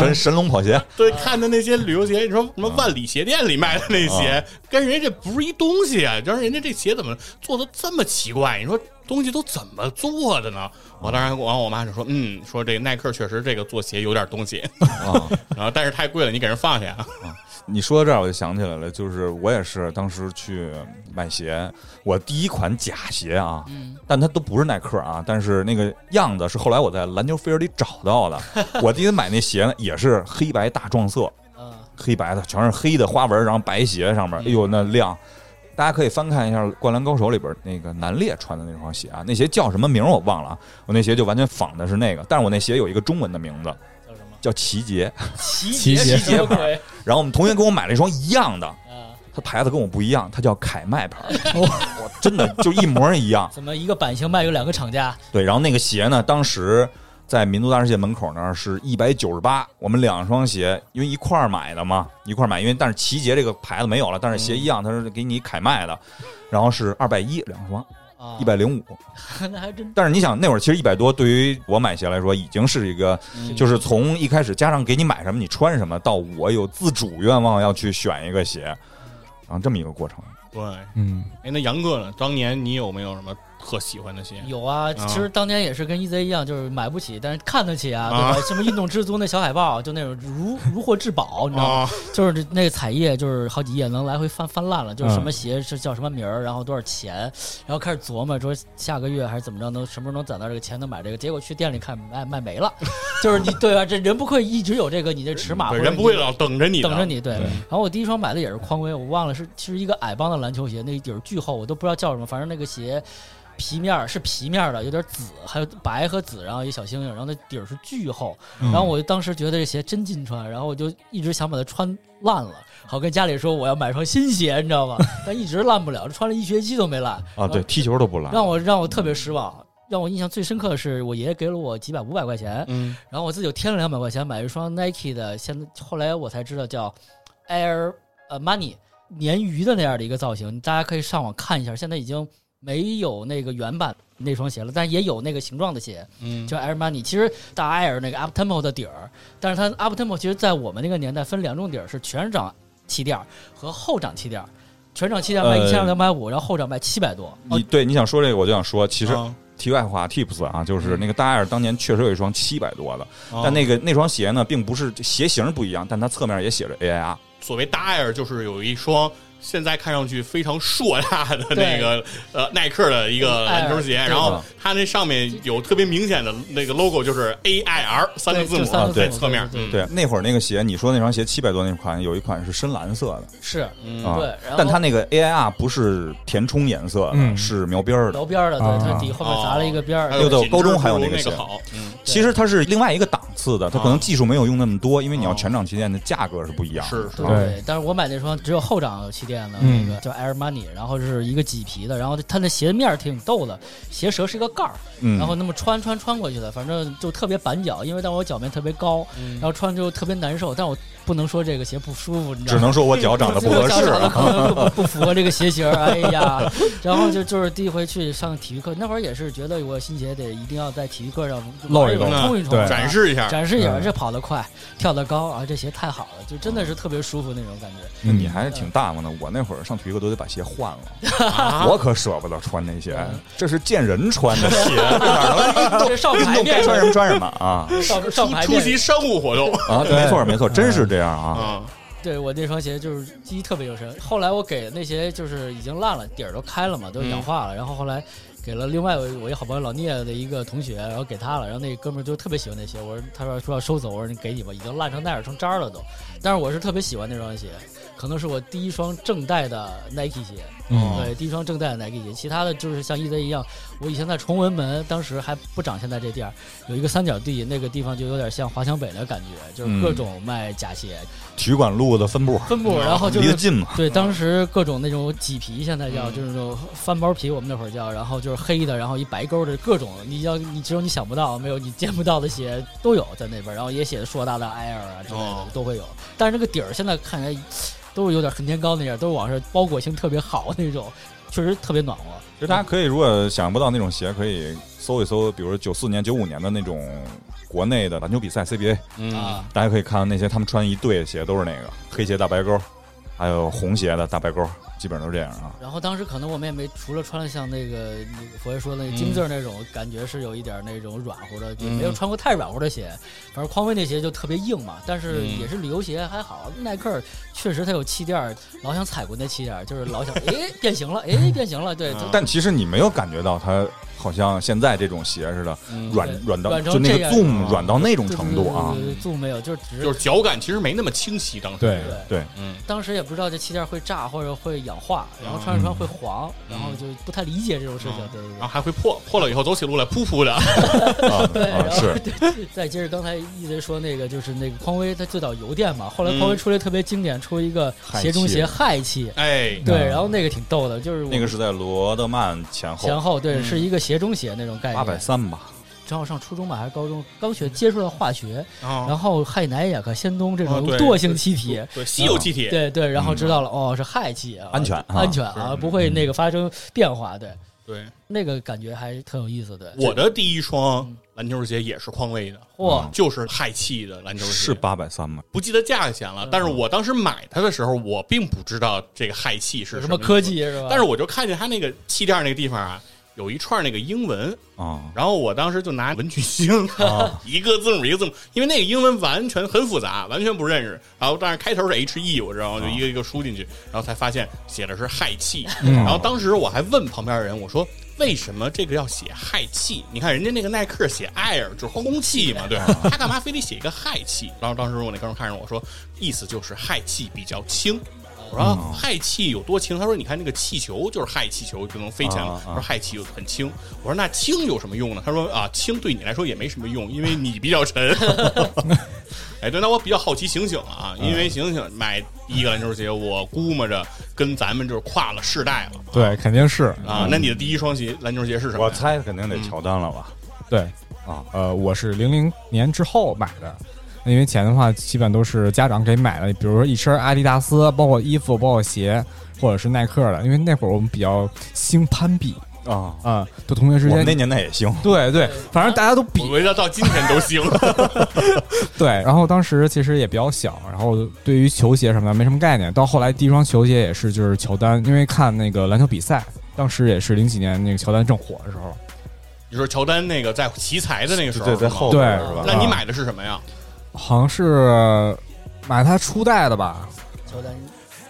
神神龙跑鞋，
对，看的那些旅游鞋，你说什
啊
么万里鞋店里卖的那鞋，跟人家这不是一东西啊！就是人家这鞋怎么做的这么奇怪？你说东西都怎么做的呢？我当然，然后我妈就说，嗯，说这耐克确实这个做鞋有点东西，
啊，
[laughs] 然后但是太贵了，你给人放下。啊
你说到这儿，我就想起来了，就是我也是当时去买鞋，我第一款假鞋啊，但它都不是耐克啊，但是那个样子是后来我在篮球飞儿里找到的。我第一次买那鞋呢，也是黑白大撞色，
嗯，
黑白的，全是黑的花纹，然后白鞋上面，哎呦那亮！大家可以翻看一下《灌篮高手》里边那个南烈穿的那双鞋啊，那鞋叫什么名儿我忘了啊，我那鞋就完全仿的是那个，但是我那鞋有一个中文的名字
叫什么？
叫齐杰，
奇
奇
杰
杰
什么鬼？
然后我们同学给我买了一双一样的，
啊，
它牌子跟我不一样，它叫凯迈牌儿。我 [laughs] 我真的就一模一样。
怎么一个版型卖有两个厂家？
对，然后那个鞋呢，当时在民族大世界门口那儿是一百九十八，我们两双鞋因为一块儿买的嘛，一块儿买，因为但是齐杰这个牌子没有了，但是鞋一样，它是给你凯卖的，然后是二百一两双，
啊，
一百零五。
[laughs] 那还真
但是你想那会儿其实一百多对于我买鞋来说已经是一个，就是从一开始家长给你买什么你穿什么，到我有自主愿望要去选一个鞋，然后这么一个过程。
[laughs] 对，
嗯，
哎，那杨哥呢？当年你有没有什么特喜欢的鞋？
有啊，其实当年也是跟 EZ 一样，就是买不起，但是看得起啊，对
啊
吧？什么运动之足那小
[laughs]
海报，就那种如如获至宝，你知道吗？
啊，
就是那个彩页，就是好几页能来回翻翻烂了，就是什么鞋是叫什么名儿，然后多
[laughs]
少钱，然后开始琢磨说下个月还是怎么着，能什么时候能攒到这个钱能买这个？结果去店里看卖卖
[laughs]
没了，就是你对吧？这人不会一直有这个你这尺
嗯
码，
对
或者
人
你
不会老等着你的，
啊等着你对。然后我第一双买的也是匡威，我忘了是是一个矮帮的篮球鞋，那底儿巨厚，我都不知道叫什么，反正那个鞋。皮面儿是皮面儿的，有点紫，还有白和紫，然后一小星星，然后那底儿是巨厚，
嗯
然后我就当时觉得这鞋真劲穿，然后我就一直想把它穿烂了，好跟家里说我要买双新鞋，你知
[laughs]
道吗？但一直烂不了，穿了一学期都没烂
啊，对，，踢球都不来，
让我让我特别失望。让我印象最深刻的是，我爷爷给了我几百五百块钱，
嗯
然后我自己又添了两百块钱买一双 Nike 的，现在后来我才知道叫 Air 呃 Money 鲶鱼的那样的一个造型，大家可以上网看一下，现在已经没有那个原版那双鞋了，但也有那个形状的鞋，
嗯，
叫 Air Money。其实大 Air 那个 Up Tempo 的底儿，但是它 Up Tempo 其实在我们那个年代分两种底儿，是全掌气垫儿和后掌气垫儿。全掌气垫儿卖一
呃
千两百五，然后后掌卖七百多。哦
你对你想说这个，我就想说，其实
啊
题外话 tips 啊，
嗯
就是那个大艾尔当年确实有一双七百多的，
啊
哦
但那个那双鞋呢，并不是鞋型不一样，但它侧面也写着 AIR。
嗯
所谓大 Air 就是有一双现在看上去非常硕大的那
对嗯哎
个呃耐克的一个篮球鞋，
Air，对
然后它那上面有特别明显的那个 logo，就是 A I R 三个
对
字母
就三
个字
在
母
侧面，
对对
对，那会儿那个鞋，你说那双鞋七百多那款，有一款是深蓝色的
是，
啊
嗯对然后，
但它那个 AIR 不是填充颜色的，
嗯
是描边儿的。
聊边儿的，对，它
啊
底后面砸了一个边儿
哦嗯还，
有
有
的
品质
高中还有
不如那
那个鞋
好，嗯，
其实它是另外一个档次的，它
哦
可能技术没有用那么多，因为你要
啊
全掌旗舰的价格是不一样的。啊
是是
对，
对
哦但是我买那双只有后掌有气垫的，
嗯
那个叫 Air Money，然后是一个麂皮的，然后它那鞋面儿挺逗的，鞋舌是一个盖儿，
嗯，
然后那么穿穿穿过去的，反正就特别板脚，因为当时我脚面特别高，然后穿就特别难受，但我不能说这个鞋不舒服，你知道
只
吗？
能说我脚长得不合
这
适
[laughs] 个脚
[laughs] 啊。
可能不不符合这个鞋型儿，哎呀，然后就就是第一回去上体育课，那会儿也是觉得我新鞋得一定要在体育课上
露一
玩
露
冲一冲，
对
展示一
啊
下，
展示一下，
嗯
这跑得快，跳得高啊，这鞋太好了，就真的是特别舒服那种感觉。
[laughs] 那你还是挺大方的，我那会儿上体育课都得把鞋换 [laughs] 了，我可舍不得穿那鞋，这是见人穿的鞋，哪 [laughs] 能
这上
运
牌
动该
面
穿什么穿什么啊
上上牌
出出
面，
席商务活动
啊！对没错没错，真是这样啊。
啊，
对我那双鞋就是记忆特别有深。后来我给那些就是已经烂了，底儿都开了嘛，都氧化了。然后后来给了另外我一好朋友老聂的一个同学，然后给他了。然后那哥们儿就特别喜欢那鞋，我说他说说要收走，我说你给你吧，已经烂成那样成渣儿了都。但是我是特别喜欢那双鞋，可能是我第一双正代的 Nike 鞋。
嗯
对，第一双正代的 Nike 鞋，其他的就是像 EZ 一样，我以前在崇文门，当时还不长现在这店儿，有一个三角地，那个地方就有点像华强北的感觉，就是各种卖假鞋、
体育馆路的分部
分布，然后就
离得
是。
近嘛，
对，当时各种那种麂皮，现在叫就是那种翻包皮，我们那会儿叫，然后就是黑的，然后一白勾的，各种你要你只有你想不到，没有你见不到的鞋都有在那边，然后也写的硕大的 Air 啊之类的
哦
都会有，但是这个底儿现在看起来都是有点恨天高那样，都是往上包裹性特别好那种，确实特别暖和。
其实大家可以如果想不到那种鞋，可以搜一搜，比如九四年、九五年的那种国内的篮球比赛 CBA，
嗯，
啊，
大家可以看看那些他们穿一对的鞋都是那个黑鞋大白勾，还有红鞋的大白勾，基本上都是这样啊。
然后当时可能我们也没，除了穿了像那个那个佛爷说的那个金字儿那种，感觉是有一点那种软乎的，就没有
嗯
穿过太软乎的鞋。反正匡威那鞋就特别硬嘛，但是
嗯
也是旅游鞋，还好。耐克儿确实它有气垫儿，老想踩过那气垫儿，就是老想 [laughs] 诶变形了，
嗯
诶变形了，对，就
但其实你没有感觉到它好像现在这种鞋似的
嗯
软
嗯对
软到
软成
就那
这
个
样啊
zoom 软到那种程度啊，
就没有，就是只是
就是脚感其实没那么清晰，当时
对
对。
对，
嗯
当时也不知道这气垫儿会炸或者会氧化，
嗯
然后穿着穿会黄，然后就不太理解这种事情，对对对
然后。还会破，破了以后走起路来噗噗的，
啊
对，
啊
然后
是
对再接着刚才一直说那个，就是那个匡威，它最早油电嘛，后来匡威出来特别经典，出一个
氦
鞋中
气
鞋氦气，
哎，
对，
嗯
然后那个挺逗的，就是我
那个是在罗德曼前
前
后
后对，
嗯
是一个鞋中鞋那种概念。
八百，三吧，
正好上初中吧还是高中，刚学接触到化学，
然
然后氦氖氩氪氙氡这
哦
种
对
惰性气体，
哦对稀有气体，
对对，然后知道了、哦是氦气啊，
安全啊
安全啊，不会那个发生变化，对，
对，
那个感觉还挺有意思的。
我的第一双篮球鞋也是匡威的，嗯
嗯嚯，
就是氦气的篮球鞋，
是八百三吗？
不记得价钱了，但是
嗯
我当时买它的时候，我并不知道这个氦气是
有
什
什
么
么
意思
科，技是吧？
但是我就看见它那个气垫那个地方啊，有一串那个英文，
啊，
然后我当时就拿文曲星， [laughs] 一个字母一个字母，因为那个英文完全很复杂，完全不认识。然后但是开头是 H E，我知道，我就一个一个输进去，然后才发现写的是氦气。然后当时我还问旁边的人，我说。为什么这个要写氦气？你看人家那个耐克写 air 就是空气嘛，对吧？他干嘛非得写一个氦气？然后当时我那哥们看着我说，意思就是氦气比较轻。我说
嗯
氦气有多轻？他说你看那个气球就是氦气球就能飞起来了
啊。啊
我说氦气就很轻。我说那轻有什么用呢？他说啊，轻对你来说也没什么用，因为你比较沉。 [laughs] 哎，对，那我比较好奇醒醒了啊，因
嗯
为醒醒买第一个篮球鞋，我估摸着跟咱们就是跨了世代了
对，肯定是
啊。那你的第一双鞋篮球鞋是什么呀？
嗯我猜肯
嗯
定得乔丹了吧？
对
啊，
呃，我是零零年之后买的，那因为钱的话，基本都是家长给买的，比如说一身阿迪达斯，包括衣服，包括鞋，或者是耐克的，因为那会儿我们比较兴攀比
啊，
啊，就同学之
我
间
们那。年代也行，
对对，反正大家都比
我觉得到今天都行。
对，然后当时其实也比较小，然后对于球鞋什么的没什么概念。到后来第一双球鞋也是就是乔丹，因为看那个篮球比赛，当时也是零几年那个乔丹正火的时候。
[laughs] 你说乔丹那个在奇才的那个时候，
对，在
是吗
后
对
边是吧？啊
那你买的是什么呀？
好像是买它初代的吧？
乔丹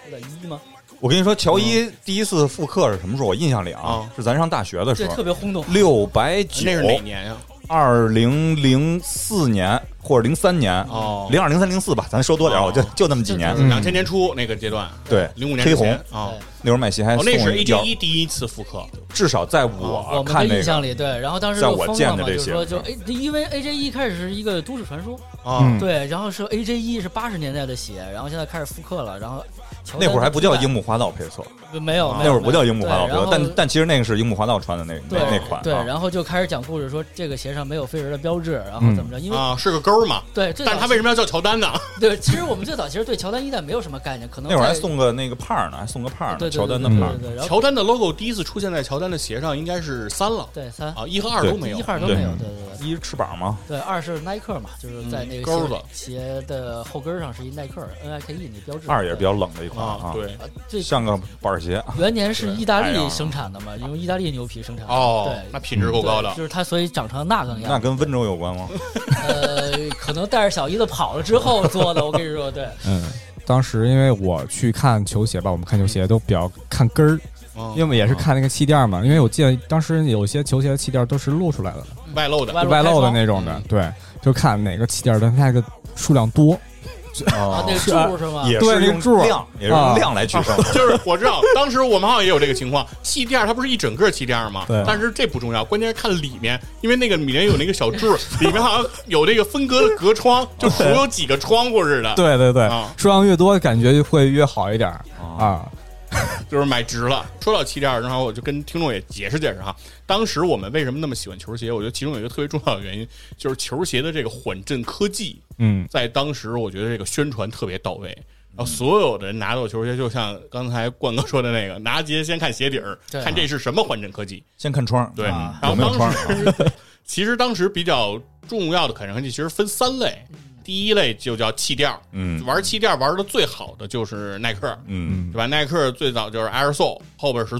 乔丹一吗？
我跟你说，乔伊
嗯
第一次复刻是什么时候？我印象里啊
啊，
是咱上大学的
对
时，
特
候，
别轰动。
六百九
那，是哪年呀？
二零零四年或者零三年，
哦
零二零三零四吧，咱说多点儿，
哦
我就就那么几年
就。嗯
两千年初那个阶段，
对，
零五年
黑
之
红
前啊。
对
那会儿买鞋还
哦，
送
那是
一
A
件
G，E 第一次复刻，
至少在
哦我
我
们的
啊看那
印
个
象里，对，然后当时
在
就
我
疯
见
了
的
嘛，
这
就是
些嗯
说，就 A，因为 AJ 一开始是一个都市传说，
啊
嗯
对，然后是 AJ 一是八十年代的鞋，然后现在开始复刻了，然后乔丹
那会儿还不叫
出来
樱木花道配色，
没有，没有
那会儿不叫樱木花道
对
配
然
色
后，
但但其实那个是樱木花道穿的那
对
那那款
对，
啊。
然后就开始讲故事，说这个鞋上没有飞人的标志，然后
嗯
怎么着？因为
啊，是个勾儿嘛。
对，最
但是他
早
为什么要叫乔丹呢？
对，其实我们最早其实对乔丹一代没有什么概念，可能
那会儿还
在
送个那个帕儿呢，还送个帕儿呢，
对对对
乔丹的
对
帕
对
儿
对。对，然后
乔丹的 logo 第一次出现在乔丹的鞋上，应该是三了
对三
啊，一和二都没有
一。二都
对
没有，对对对。
一是翅膀吗？
对，二是耐克嘛，就是在那
嗯
个
钩
鞋
子
鞋的后跟上是一耐克 N I K E 那标志。
二也是比
对
较冷的一款
啊，对，
呃最
像个板儿鞋。啊
元年是意大
哎
利
呀
生产的嘛，用意大利牛皮生产的。
哦
对，，
那品质够高的
对就。是它，所以长成那个
那
样。
跟温州有关吗？
呃，可能带着小姨子跑了之后做的，我跟你说，对。
嗯，当时因为我去看球鞋吧，我们看球鞋都比较看跟儿，
嗯
因为也是看那个气垫嘛。因为我记得当时有些球鞋的气垫都是露出来的，
外露的
外
就
露嗯
外露
开
的
窗
那种的。对，就看哪个气垫的它那个数量多。
啊，那个
是啊
柱是吗？
也
对
是
那
用
柱儿
量，也是用
啊
量来区分。
就是我知道，当时我们好像也有这个情况，气垫儿它不是一整个气垫儿吗？
对
但是这不重要，关键是看里面，因为那个里面有那个小柱儿，里面好像有这个分隔的隔窗，
[laughs]
就总有几个窗户似的。，
对对对
啊，
数量越多，感觉会越好一点儿
啊
啊。
就是买直了。说到气垫儿，然后我就跟听众也解释解释哈，当时我们为什么那么喜欢球鞋？我觉得其中有一个特别重要的原因，就是球鞋的这个缓震科技，
嗯，
在当时我觉得这个宣传特别到位。然后所有的人拿到球鞋，就像刚才冠哥说的那个，拿鞋先看鞋底儿，
对
看这是什么缓震科技。
先看窗，
对，
啊
然
有没有
后
窗
当
啊？
时
[laughs]
其实当时比较重要的肯定科技其实分三类，
嗯
第一类就叫气垫儿，
嗯
玩气垫儿玩的最好的就是耐克，
嗯，啊
对吧？耐克最早就是 Air Zoom，后边是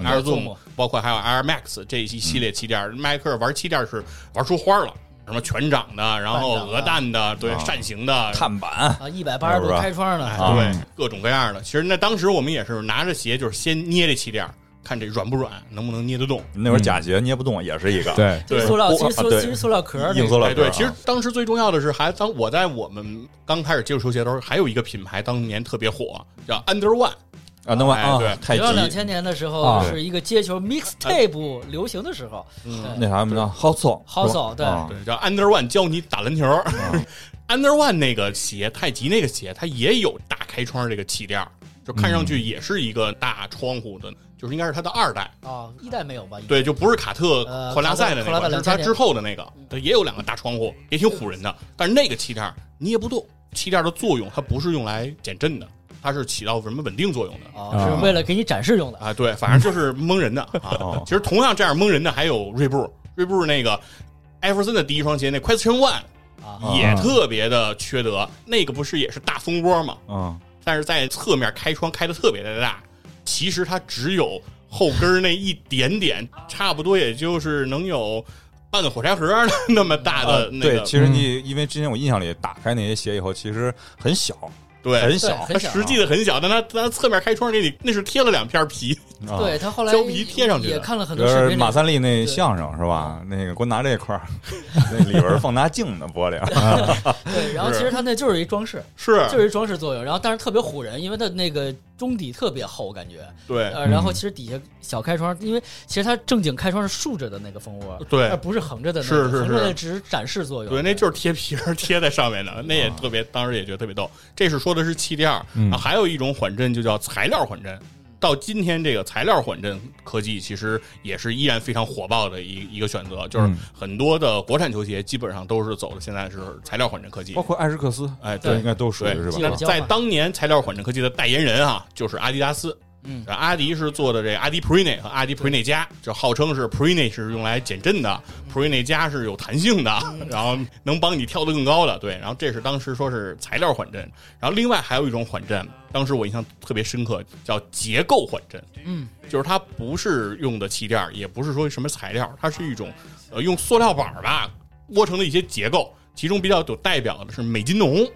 Zoom，Air Zoom，
Zoom
包括还有 Air Max 这一系
嗯
列气垫儿，耐克玩气垫儿是玩出花儿了。什么全掌的，然后
半掌的
鹅蛋的，对，扇形的，
碳板
啊，一百八十
是
度
吧
开窗呢，
哎
啊
对，各种各样的。其实那当时我们也是拿着鞋，就是先捏这气垫儿，看这软不软，能不能捏得动。
那会儿假鞋捏不动，也是一个
对，
[laughs] 就是
对
塑料，
我
其实
啊
塑
对
其实塑料壳儿那
硬塑
个，
料
哎，
壳儿
对，
啊。
其实当时最重要的是还，当我在我们刚开始接触球鞋的时候，还有一个品牌当年特别火，叫 Under One。
啊，能玩
哎
啊
对，
太
到两
极
千年的时候
啊
是一个街球 mixtape 流行的时候，
那啥名叫 Hustle
Hustle，对
啊
对，叫 Under One 教你打篮球。Under [laughs] One 那个鞋，太极那个鞋，它也有大开窗这个气垫儿，就看上去也是一个大窗户的，就是应该是它的二代。
啊，一代没有吧？一代
对，就不是卡特
呃
扩拉塞的
卡特
那个，
扩拉
是
塞
它
2000年嗯
之后的那个，它也有两个大窗户，也挺唬人的。但是那个气垫儿捏不动，气垫儿的作用它不是用来减震的，它是起到什么稳定作用的。
啊，是为了给你展示用的。
啊，对，反正就是蒙
[laughs]
人的啊
哦。
其实同样这样蒙人的还有锐步，锐步那个艾弗森的第一双鞋那 Question One
啊
哦
也特别的缺德，那个不是也是大蜂窝嘛，
嗯，
但是在侧面开窗开的特别的大，其实它只有后跟儿那一点点，差不多也就是能有半个火柴盒儿那么大的那
呃对，
个，
其实你因为之前我印象里打开那些鞋以后，其实很小，
对
很。小，
对
它实际的很小，但它它侧面开窗那里那是贴了两片皮，
啊
对他后来
胶皮贴上去的
也看了很
比
多
如
视
说
频，嗯
马三立那相声是吧？那个光拿这块儿， [laughs] 那里边儿放大镜的玻璃啊，
[laughs] 对，然后其实他那就是一装饰，
是
就是一装饰作用，然后但是特别唬人，因为它那个中底特别厚，感觉，
对
呃，然后其实底下小开窗，因为其实它正经开窗是竖着的那个蜂窝，
对
而不是横着的那
是
个，
是是
横着的只是展示作用，
对，那就是贴皮儿贴在上面的，那也特别，当时也觉得特别逗。这是说的是气垫儿，
嗯
然后还有一种缓震就叫材料缓震。到今天，这个材料缓震科技其实也是依然非常火爆的一一个选择，就是
嗯
很多的国产球鞋基本上都是走的现在是材料缓震科技
包。括艾什克斯，
哎，
这
对
应，该都属于
对
是
基本
吧
上？
在当年材料缓震科技的代言人啊，就是阿迪达斯。
嗯
阿迪是做的这个阿迪 Prene 和阿迪 Prene 加，就号称是 Prene 是用来减震的，Prene 加是有弹性的， [laughs] 然后能帮你跳得更高的。对，然后这是当时说是材料缓震，然后另外还有一种缓震，当时我印象特别深刻，叫结构缓震。
嗯，
就是它不是用的气垫儿，也不是说什么材料，它是一种呃用塑料板儿吧窝成的一些结构，其中比较有代表的是美津浓。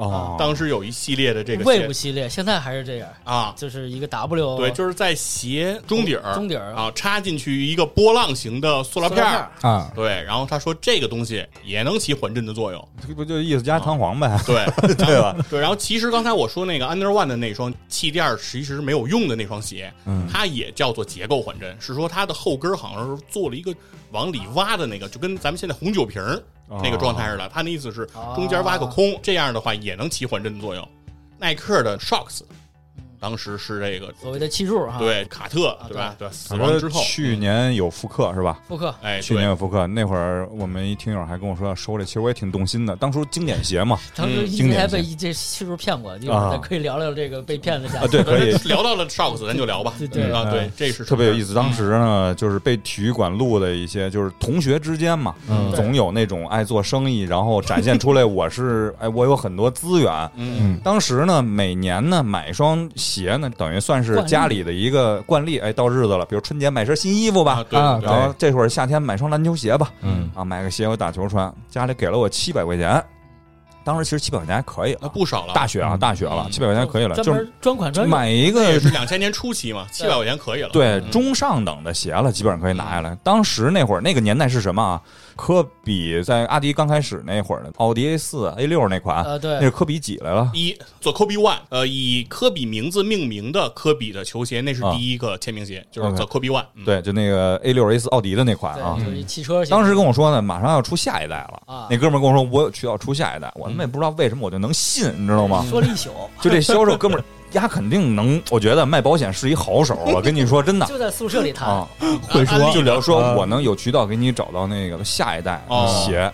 哦，
当时有一系列的这个鞋
Wave 系列现在还是这样，
啊，
就是一个 W，
对，就是在鞋中底儿
哦中底儿
啊插进去一个波浪形的塑料
塑
片
料
儿
儿，
啊，
对，然后他说这个东西也能起缓震的作用，
这不就意思
啊
加弹簧 [laughs] 呗？
对
对吧？
对，然后其实刚才我说那个 Under One 的那双气垫儿其实是没有用的那双鞋，
嗯
它也叫做结构缓震，是说它的后跟儿好像是做了一个往里挖的那个，就跟咱们现在红酒瓶儿
哦
那个状态似的，它那意思是
哦
中间挖个空，这样的话也能起缓震的作用。耐克的 Shocks
嗯
当时是这个
所谓的气柱哈，，
对卡特
啊
对吧？对，死亡之后，
去年有复刻是吧？
复刻
哎，
去年
对
有复刻，那会儿我们一听友还跟我说要收这，其实我也挺动心的。当初经典鞋嘛，
当时
嗯
一
经
直
典
还
性
被一这气柱骗过，一会儿
啊
咱可以聊聊这个被骗的价
啊，对，可以，
聊到了 Shocks，咱就聊吧。
对对
啊，对
嗯，
这是
特别有意
思。
思。当时呢，就是被体育馆录的一些，就是同学之间嘛，
嗯
总有那种爱做生意，然后展现出来我是哎，我有很多资源。
嗯，
当时呢，每年呢买一双鞋呢，等于算是家里的一个惯例。哎，到日子了，比如春节买身新衣服吧
啊，，对
啊
对
然后这会儿夏天买双篮球鞋吧，
嗯
啊，买个鞋我打球穿。家里给了我七百块钱，当时其实七百块钱还可以
那
了，
不少了，
大学啊，
嗯
大学了，七百块钱可以了，
专
就是
门专款专用，
买一个
也是两千年初期嘛，七百块钱可以了。
对
嗯
中上等的鞋了，基本上可以拿下来。当时那会儿那个年代是什么啊？科比在阿迪刚开始那会儿的奥迪 A 四、A 六那款，
呃，
那是
对，
科比几来了？
一做 Kobe One，呃，以科比名字命名的科比的球鞋，那是第一个签名鞋，就是
啊 OK
做 Kobe One。嗯，
对，就那个 A 六 A 四奥迪的那款啊
对，。就是一汽车型，
当时跟我说呢，马上要出下一代了。
啊嗯
那哥们儿跟我说，我需要出下一代，我他妈也不知道为什么我就能信，你知道吗？
说了一宿，
就这销售哥们儿，丫肯定能，我觉得卖保险是一好手，我跟你说真的
[laughs] 就在宿舍里谈
啊。
会说
就聊说
啊
我能有渠道给你找到那个下一代
嗯哦
鞋。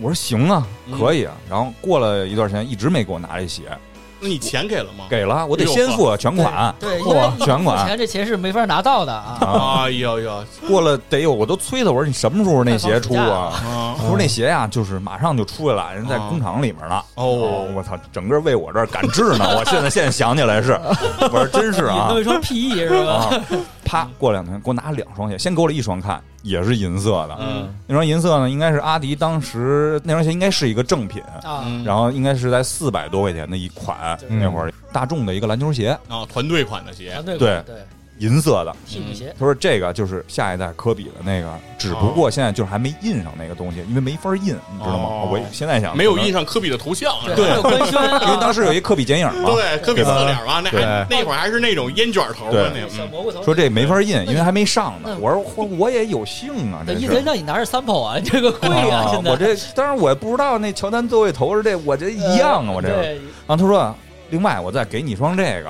我说行啊，
嗯
可以啊。然后过了一段时间，一直没给我拿这鞋，
那你钱给了吗？
给了我得
哎呦
先付啊全款，
对，因为
嚯，全
目
款
前这钱是没法拿到的啊。
啊！
哎呦呦，
过了得有，我都催他，我说你什么时候那鞋出啊？
啊
我说那鞋呀，就是马上就出来了，人在工厂里面了。
哦，
我操，整个为我这儿赶制呢！我现在现在想起来是，我说真是啊
弄一双 PE E 是
[laughs]
吧？
啊！啪，过两天给我拿两双鞋，先给我了一双看，也是银色的，
嗯
那双银色呢，应该是阿迪当时那双鞋应该是一个正品，
啊，
嗯，
然后应该是在四百多块钱的一款，
对
那会儿大众的一个篮球鞋。
啊，团队款的鞋
团，队
对
对，
银色的。
替补鞋，
他说这个就是下一代科比的那个，只不过现在就是还没印上那个东西，因为没法印，你知道吗？
哦
我现在想
没有印
上，
上科比的头像，是吧
还有官宣啊，
嗯因为当时有一科比剪影
[laughs]
嘛。
对，科比侧脸嘛，那
对
还那会儿还是那种烟卷头的那
对
种
小。蘑菇头
说这没法印，因为还没上呢
嗯
那。
我说我我也有幸啊，
那
这
一
是
人让你拿着 sample 啊， [laughs] 这个贵啊，现在
哦我这当然我也不知道那乔丹座位头是这，我这
呃
一样啊，我这个。然后他说，另外我再给你一双这个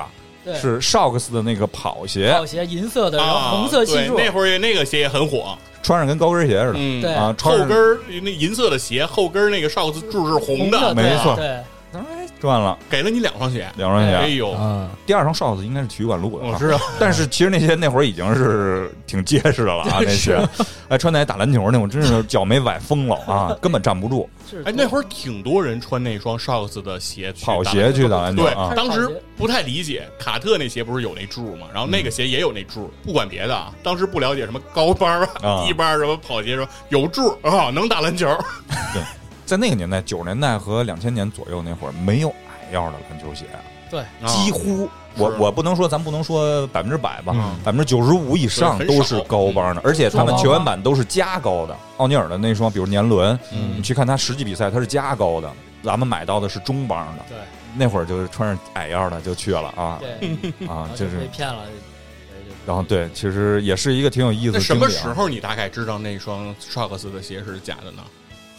对哦对
是 Shocks 的那个跑鞋
跑，鞋银色的，然
啊，
后红色系
对，
数，
那会儿那个鞋也很火，
穿上跟高跟鞋似的。
嗯，
对
啊，
后
穿上
跟儿那银色的鞋，后跟儿那个哨子柱是红的，
没
对
错
对，
当然哎赚了
给了你两双鞋，
两双
哎
鞋。
呦，
嗯，
第二双 Shocks 应该是体育馆录的，
我知道。
[laughs] 但是其实那些那会儿已经是挺结实的了啊，那鞋，哎，穿的还打篮球呢，我真是脚没崴疯了啊，根本站不住，
是
哎，那会儿挺多人穿那双 Shocks 的鞋去
跑
打
鞋
篮球
去打篮球
对
啊，
当时不太理解，卡特那鞋不是有那柱吗？然后
嗯
那个鞋也有那柱，不管别的啊，当时不了解什么高帮儿
啊
啊、低帮儿什么跑鞋什么，有柱啊，能打篮球。
在那个年代，九十年代和两千年左右那会儿，没有矮腰的篮球鞋，
对
[laughs] 几
啊
乎啊我
是
我不能说，咱不能说百分之百吧
嗯，
百分之九十五以上
对很
都
少
是高帮
嗯
的，而且他们球员版都是加高的。奥尼尔的那双，比如年轮，你去看他实际比赛，他是加高的，咱们买到的是中帮的。
对
那会儿就是穿上矮腰的就去了啊 [laughs]
对，
啊
[laughs] 然后，
就
就是被骗了，
然后对，其实也是一个挺有意思
那
的
什
经历啊。
么时候你大概知道那双 Shocks 的鞋是假的呢？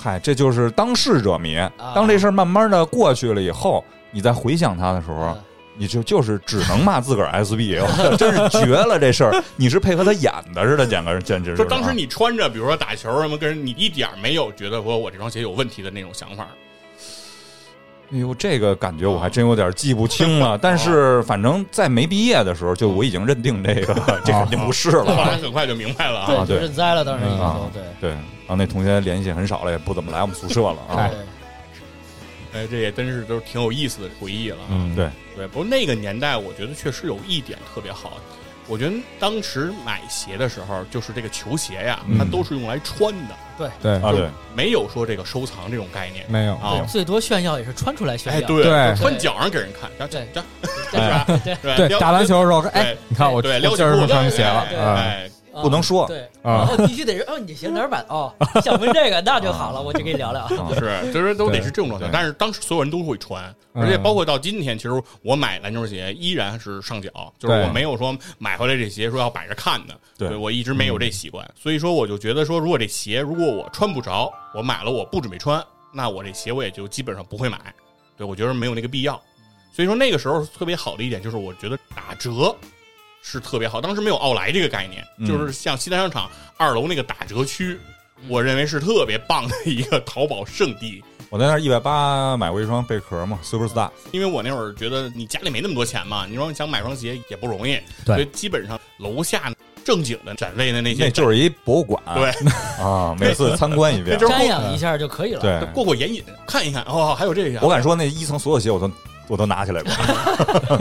嗨，这就是当事者迷。
啊
当这事儿慢慢的过去了以后，你再回想他的时候
啊
嗯，
你就就是只能骂自个儿 SB，我 [laughs] 真是绝了这事儿。你是配合他演的似的，简直简直。
就是当时你穿着，比如说打球什么，跟人你一点儿没有觉得说我这双鞋有问题的那种想法。
哎呦，这个感觉我
啊
还真有点记不清
[laughs]
了。但是反正在没毕业的时候，就我已经认定这
[laughs]
个这肯定不是
后
了。
来很快就明白了啊，
对，就
对
认栽了，当时已经
啊
都对。
[laughs] 对，然后那同学联系很少了，也不怎么来我们宿舍了啊
哎。
对
哎，这也真是都是挺有意思的回忆了啊。
嗯，对，
对，不过那个年代，我觉得确实有一点特别好。我觉得当时买鞋的时候，就是这个球鞋呀，它
嗯
都是用来穿的，
对，
啊对，
没有说这个收藏这种概念
没有，
啊。
最多炫耀也是穿出来炫
哎，
耀，
对，
对
就穿脚上给人看，然后这
对
这，
对
是吧
吧？对，
对
对
撩，
打篮球的时候，哎
对，
你看我
对
我
撩
今儿
起裤
不
子
穿鞋了
哎
啊，
哎，
啊
不能说
对
啊
然后必须得是哦，你这鞋哪儿买的？哦，想问这个，那就好了，我就跟你聊聊啊。
啊
是，就是都得
对
是这种状态
对。
但是当时所有人都会穿，
嗯
而且包括到今天，其实我买篮球鞋依然是上脚，就是
对
我没有说买回来这鞋说要摆着看的，
对嗯
我一直没有这习惯。所以说，我就觉得说，如果这鞋如果我穿不着，我买了我不准备穿，那我这鞋我也就基本上不会买。对我觉得没有那个必要。所以说那个时候特别好的一点就是，我觉得打折。是特别好，当时没有奥莱这个概念，
嗯
就是像西单商场二楼那个打折区，我认为是特别棒的一个淘宝圣地。
我在那一百八买过一双贝壳嘛，Superstar。
因为我那会儿觉得你家里没那么多钱嘛，你说想买双鞋也不容易，
对
所以基本上楼下正经的展位的那些，
那就是一博物馆，
[laughs] 对
啊，每次参观一遍
那，就是
瞻仰一下就可以了。
对，
过过眼瘾，看一看哦，还有这个，
我敢说那一层所有鞋我都我都拿
[laughs]
起来过，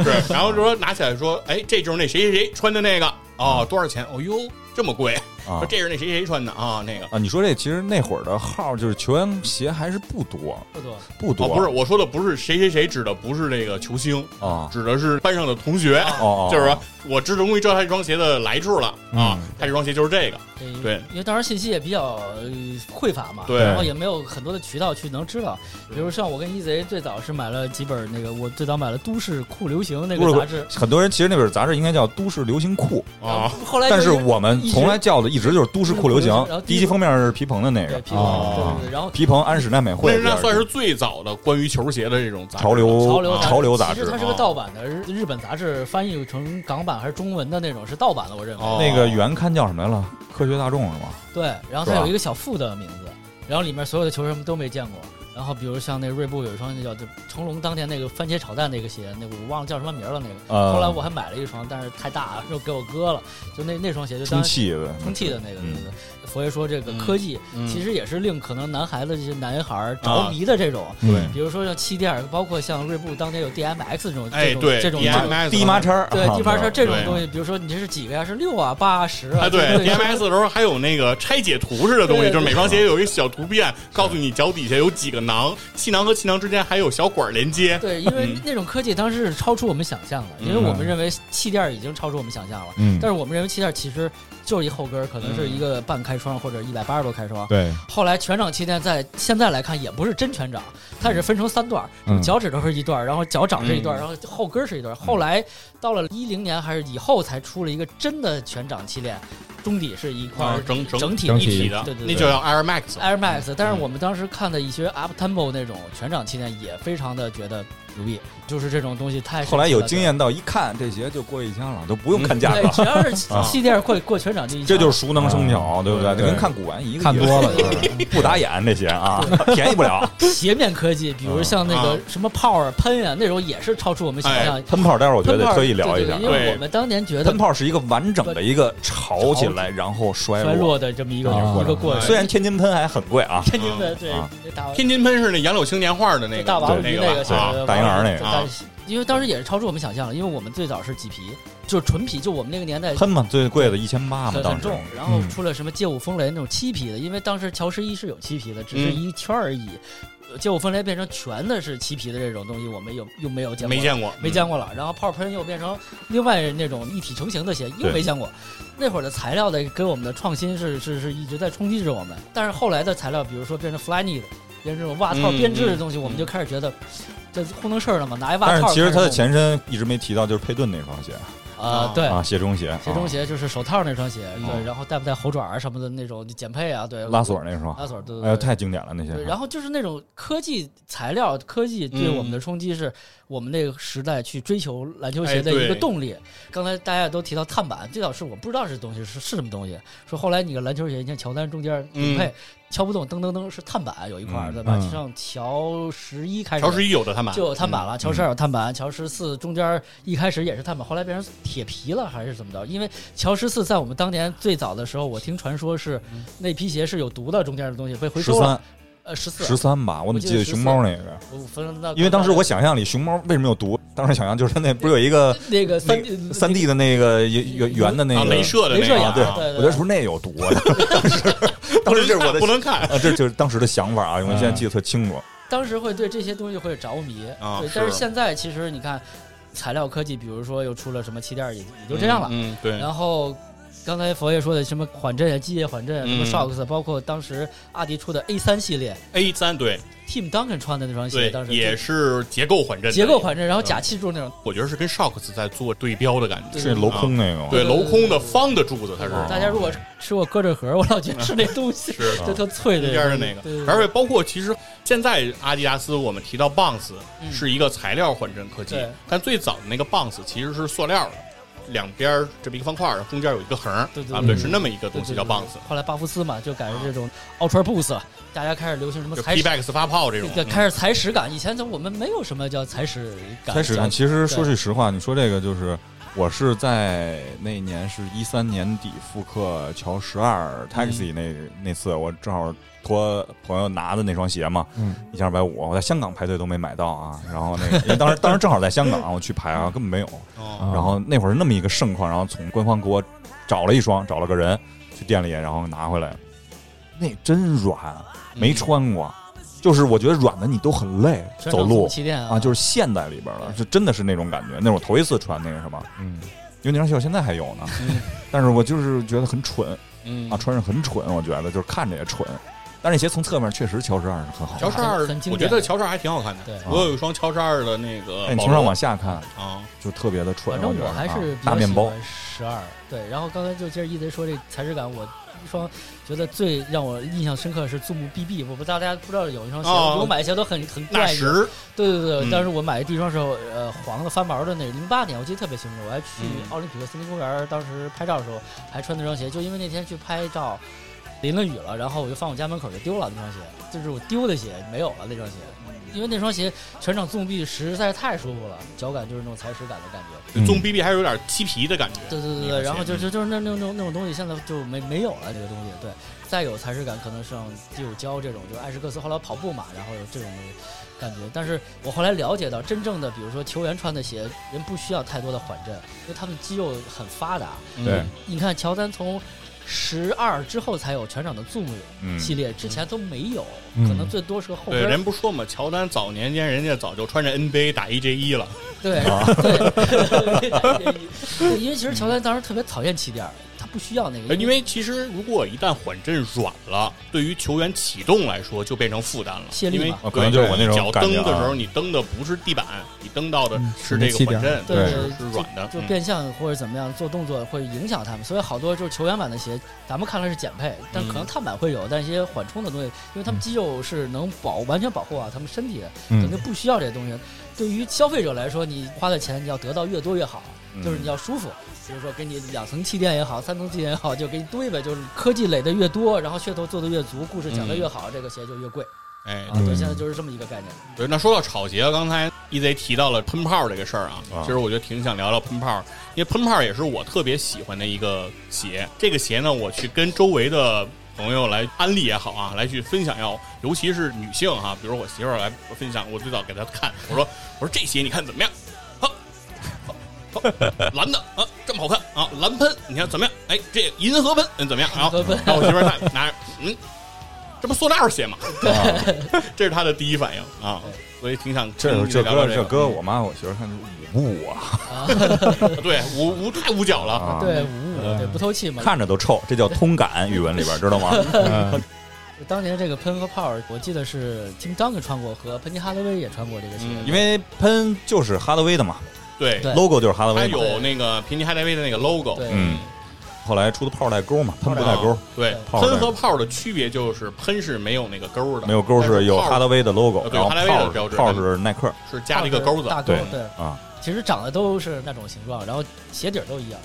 是，然后就说拿起来说，哎，这就是那谁谁谁穿的那个哦，多少钱？哦哟，这么贵，
嗯啊
说这是那谁谁谁穿的啊、那个
啊！你说这其实那会儿的号就是球员鞋还是不多，
不多，
不多，
哦，不是，我说的不是谁谁谁，指的不是那个球星，
啊，
指的是班上的同学，[laughs]
哦，
就是说我知终于知道他这双鞋的来处了啊
嗯，
他这双鞋就是这个，
对
对
因为当时信息也比较呃匮乏嘛，
对
然后也没有很多的渠道去能知道。比如像我跟一贼最早是买了几本那个，我最早买了《都市酷流行》那
都
个
市酷
杂志，
很多人其实那本杂志应该叫《都市流行酷
然
啊，
后后》，来
但是
哎就是
我们从来叫的一直就是《都市酷流行
然后》，
第一期封面是皮鹏的那
对
个，啊
皮肤，
哦
对对对，然后
皮鹏安史奈美惠
那
第二
那
期，
算是最早的关于球鞋的这种杂志
潮流
潮流啊
潮流杂
其实
志
它，是个盗版的，日日本杂志翻译成港版还是中文的那种是盗版的，我认为。
哦
啊那个原刊叫什么来了？科学大众是吗？
对，然后
是
它
吧
有一个小副的名字，然后里面所有的球什么都没见过。然后比如像那锐步有一双那叫就成龙当年那个番茄炒蛋那个鞋，那个我忘了叫什么名儿了那个。
呃
后来我还买了一双，但是太大了，又给我哥了。就那那双鞋就
充
当时
气的，
充气的那个。
嗯
对对对所以说这个科技其实也是令可能男孩子这些男孩儿
啊
着迷的这种。
对
比如说像气垫儿，包括像锐步当年有 DMX 这种，
哎
这种
对
这种这种
DMX
低麻叉儿，
对
啊
地盘车这种
对
东西，比如说你这是几个呀？是六啊、八啊、十啊？
啊，对
对
，DMS 的时候还有那个拆解图似的东西，
对
就是每双鞋有一个小图片，告诉你脚底下有几个囊，气囊和气囊之间还有小管儿连接。
对，因
嗯
为那种科技当时是超出我们想象的，因为我们认为气垫已经超出我们想象了，
嗯
但是我们认为气垫其实就是一后跟儿，可能
嗯
是一个半开窗或者一百八十度开窗。
对，
后来全掌气垫在现在来看也不是真全掌，它也是分成三段儿，
嗯
脚趾头是一段儿，然后脚掌是一段
嗯
儿，然后后跟儿是一段儿。后来到了一零年还是以后才出了一个真的全掌气垫，中底是一块
啊
儿，
整
整体
一
整
体
体
的
对，对
那
对哎
就叫 Air Max。
Air
嗯
Max，但是我们当时看的一些 Up Tempo 那种全掌气垫也非常的觉得牛逼，就是这种东西太神奇了
后来有经验到一看这鞋就过一千了，都不用看价格
对，，只要是
啊
气垫过过全掌就一
这就是
是
熟能生巧，对不对？
对
就跟看古玩一个意思
看多了就是
不打眼这鞋啊，便宜不了。
斜面科技，比如像那个
啊
什么泡儿喷啊那种也是超出我们想象。
喷炮，待哎会儿我觉得
喷
得
泡儿
特意聊一下
对。对对因
对
为我们当年觉得
喷炮是一个完整的一个潮起来然后衰
衰
落，
落的这么一个
啊
一个过程。
虽然天津喷还很贵啊，
天津的对
啊
大
天津喷是那杨柳青年画的那个
大王
那
鱼
个
个
吧
是
啊，
大婴儿那个
啊，
因为当时也是超出我们想象了，因为我们最早是麂皮，就是纯皮，就我们那个年代
喷嘛最贵的一千八嘛，
很
当
很
时嗯
重，然后出了什么街舞风雷那种漆皮的，因为当时乔十一是有漆皮的，
嗯
只是一圈儿而已。呃街舞风雷变成全的是漆皮的这种东西，我们又又没有见过，
没见过，
没见过了。然后泡喷又变成另外那种一体成型的鞋，又
对
没见过。那会儿的材料的给我们的创新是是是一直在冲击着我们，但是后来的材料，比如说变成 Flyknit，变成这种袜套
嗯
编织的
嗯
东西，我们
嗯
就开始觉得这糊弄事儿了嘛，拿一袜
但是
套。
其实它的前身一直没提到，就是佩顿那双鞋
啊，对，
啊，鞋中鞋，
鞋中
啊
鞋就是手套那双鞋，对，然后带不带猴爪啊什么的那种减配啊，对，
拉锁那双，
拉锁，对对
哎呦，
对。
太经典了那
呃
些。
对，然后就是那种科技材料、科技对我们的冲击，是我们那个时代去追求篮球鞋的一
哎
个
对
动力。刚才大家都提到碳板，最早是我不知道这东西是是什么东西，说后来你个篮球鞋，你看乔丹中间顶配敲不动，噔噔噔是碳板有一块儿，
嗯
对吧？
嗯
像乔十一开始，
乔十一有的他买，嗯
就有碳板
嗯
了，乔十二有碳板，乔十四中间一开始也是碳板，后来变成铁皮了还是怎么着？因为乔十四在我们当年最早的时候，我听传说是那皮鞋是有毒的，中间的东西被回
嗯十
收了
三。
呃，十四，
十三吧，我怎么记得熊猫那个？
我分了那，
因为当时我想象里熊猫为什么有毒？当时想象就是它那不是有一个
那个
那
三呃
个三 D 的那个圆圆圆的那
啊，
嗯
个
镭射的
镭
那
射
个
眼
啊，
啊，
对，
对对
我觉得是不是那有毒啊？
[laughs]
当时当时这是我的
不能看，
啊，这就是当时的想法啊，因为我现在记得特清楚。
当时会对这些东西会着迷，
啊
对
是，
但是现在其实你看，材料科技，比如说又出了什么气垫儿，也也就这样了。
嗯，嗯对，
然后刚才佛爷说的什么缓震啊、机械缓震啊、什么
嗯
Shocks，包括当时阿迪出的 A 三系列
A 三对
，Team Duncan 穿的那双鞋，
对
当时
也是结构缓震，
结构，缓震，然后
嗯
假气柱那种，
我觉得是跟 Shocks 在做对标的感觉，啊
是镂空那个吗？
对
对
镂空的方的柱子，它是
大家如果吃过胳肢核，我老觉得是那东西，
是
啊
就特脆的
嗯中间的那
对对
个，
对
而且包括其实现在阿迪达斯我们提到 Bounce
嗯
是一个材料缓震科技
对，
但最早的那个 Bounce 其实是塑料的，两边儿这么一个方块儿，然后中间有一个横儿
对对
啊，
对
对，
对
是那么一个东西叫 Bounce，
对后来巴夫斯嘛，就改成这种 Ultra Boost，了大家开始流行什么
嗯就
踩屎，
P-Bax 发泡这种，嗯
对，开始踩屎感。以前就我们没有什么叫踩屎感，
开始看，
叫
其实说句实话，你说这个就是，我是在那年是一三年底复刻乔十二 Taxi 那、那次，我正好托朋友拿的那双鞋嘛，
嗯，
一千二百五，我在香港排队都没买到啊。然后那个，因为当时当时正好在香港，我去排啊，根本没有。
哦，
啊
然后那会儿那么一个盛况，然后从官方给我找了一双，找了个人去店里，然后拿回来，那真软，没穿过，就是我觉得软的你都很累，
全
走
场
路
送气垫
啊，就是现代里边了，是真的是那种感觉。那是我头一次穿那个什么，
嗯，
因为那双鞋我现在还有呢， [laughs] 但是我就是觉得很蠢
嗯
啊，，穿上很蠢，我觉得就是看着也蠢。但是那鞋从侧面确实乔十二是很好
乔
看，
十二
很很，经典
我觉得乔十二还挺好看的，
对
我有一双乔十二的那个
但哎你
保
从上
罗
往下看
啊，
就特别的蠢，
反正
觉
我
得
还是
啊大面包。
十二对，然后刚才就接着一贼说这踩屎感，我一双觉得最让我印象深刻的是 Zoom BB，我不大家不知道有一双鞋，
哦
我买鞋都很很
纳
怪异。
什，
对对对，
嗯
当时我买的第一双是呃黄的翻毛的那零八年，我记得特别清楚，我还去
嗯
奥林匹克森林公园，当时拍照的时候还穿那双鞋，就因为那天去拍照。淋了雨了，然后我就放我家门口就丢了那双鞋，就是我丢的鞋没有了那双鞋，因为那双鞋全场纵臂实在太舒服了，脚感就是那种踩屎感的感觉。
嗯
棕 BB 还是有点漆皮的感觉，
对对对
那个
对，然后
鞋
就
嗯
就就是那那那种那种东西，现在就没没有了这个东西。对，再有才是感，可能像第五胶这种，就是艾什克斯后来跑步嘛，然后有这种东西。感觉。但是我后来了解到，真正的比如说球员穿的鞋，人不需要太多的缓震，因为他们肌肉很发达。
嗯
对，
你看乔丹从十二之后才有全场的 Zoom
嗯
系列，之前都没有，
嗯
可能最多是个后
对，
跟儿
人。不说嘛，乔丹早年间人家早就穿着 NBA 打 EJ 一了，
对
啊
对， [laughs] 对因为其实乔丹当时特别讨厌气垫儿，他不需要那
嗯
个，
呃因为其实如果一旦缓震软了，对于球员启动来说就变成负担了，
泄力
因为
嘛
啊可能就是我那种
脚
感
蹬
觉啊
的时候，你蹬的不是地板，你蹬到的是这
是那气
个
垫
缓震，
对
是是
就
软的，
就
嗯
变相或者怎么样做动作会影响他们，所以好多就是球员版的鞋，咱们看来是减配，但可能碳板会有，但一些缓冲的东西，因为他们肌肉是能保完全保护好他们身体的，
嗯
可能就不需要这些东西。对于消费者来说，你花的钱你要得到越多越好，
嗯
嗯
就是你要舒服。比如说给你两层气垫也好，三层气垫也好，就给你堆呗，就是科技垒得越多，然后噱头做得越足，故事讲得越好，这个鞋就越贵
哎，
嗯
啊。对，现在就是这么一个概念。
对，那说到炒鞋，刚才 EZ 提到了喷泡这个事儿啊，
啊
其实我就挺想聊聊喷泡，因为喷泡也是我特别喜欢的一个鞋。这个鞋呢，我去跟周围的朋友来安利也好啊，来去分享要，尤其是女性哈、比如我媳妇儿来分享，我最早给她看，我说我说这鞋你看怎么样？好，好好蓝的啊，这么好看啊，蓝喷，你看怎么样？哎，这银河喷嗯怎么样？然后
银河喷
然后我媳妇儿看拿着，嗯，这不塑料鞋吗？这是她的第一反应啊。所以挺想
这
跟你
这
聊聊
歌
这
这
个
歌，我妈我媳妇看就五步啊，
[laughs] 对无无太无脚了。
啊嗯
对，五五对不透 [laughs] 气嘛，
看着都臭，这叫通感，语文里边知道吗？嗯
当年这个喷和泡，我记得是 Tim Duncan 穿过和喷尼哈德威也穿过这个鞋，
嗯
因为喷就是哈德威的嘛
对，
对
，logo 就是哈德
它
威嘛。
有那个平尼哈戴维的那个 logo，
对，
嗯，后来出的泡带钩嘛，喷不带
啊
钩，
对，
泡带
喷和泡的区别就是喷是没有那个钩的，
没有钩
但
是有
泡啊
哈德威的 logo，
对
然后
哈德威的
泡
标志
泡是耐克
是加了一个钩子
大。钩
对
对。
啊，
其实长得都是那种形状，然后鞋底儿都一样，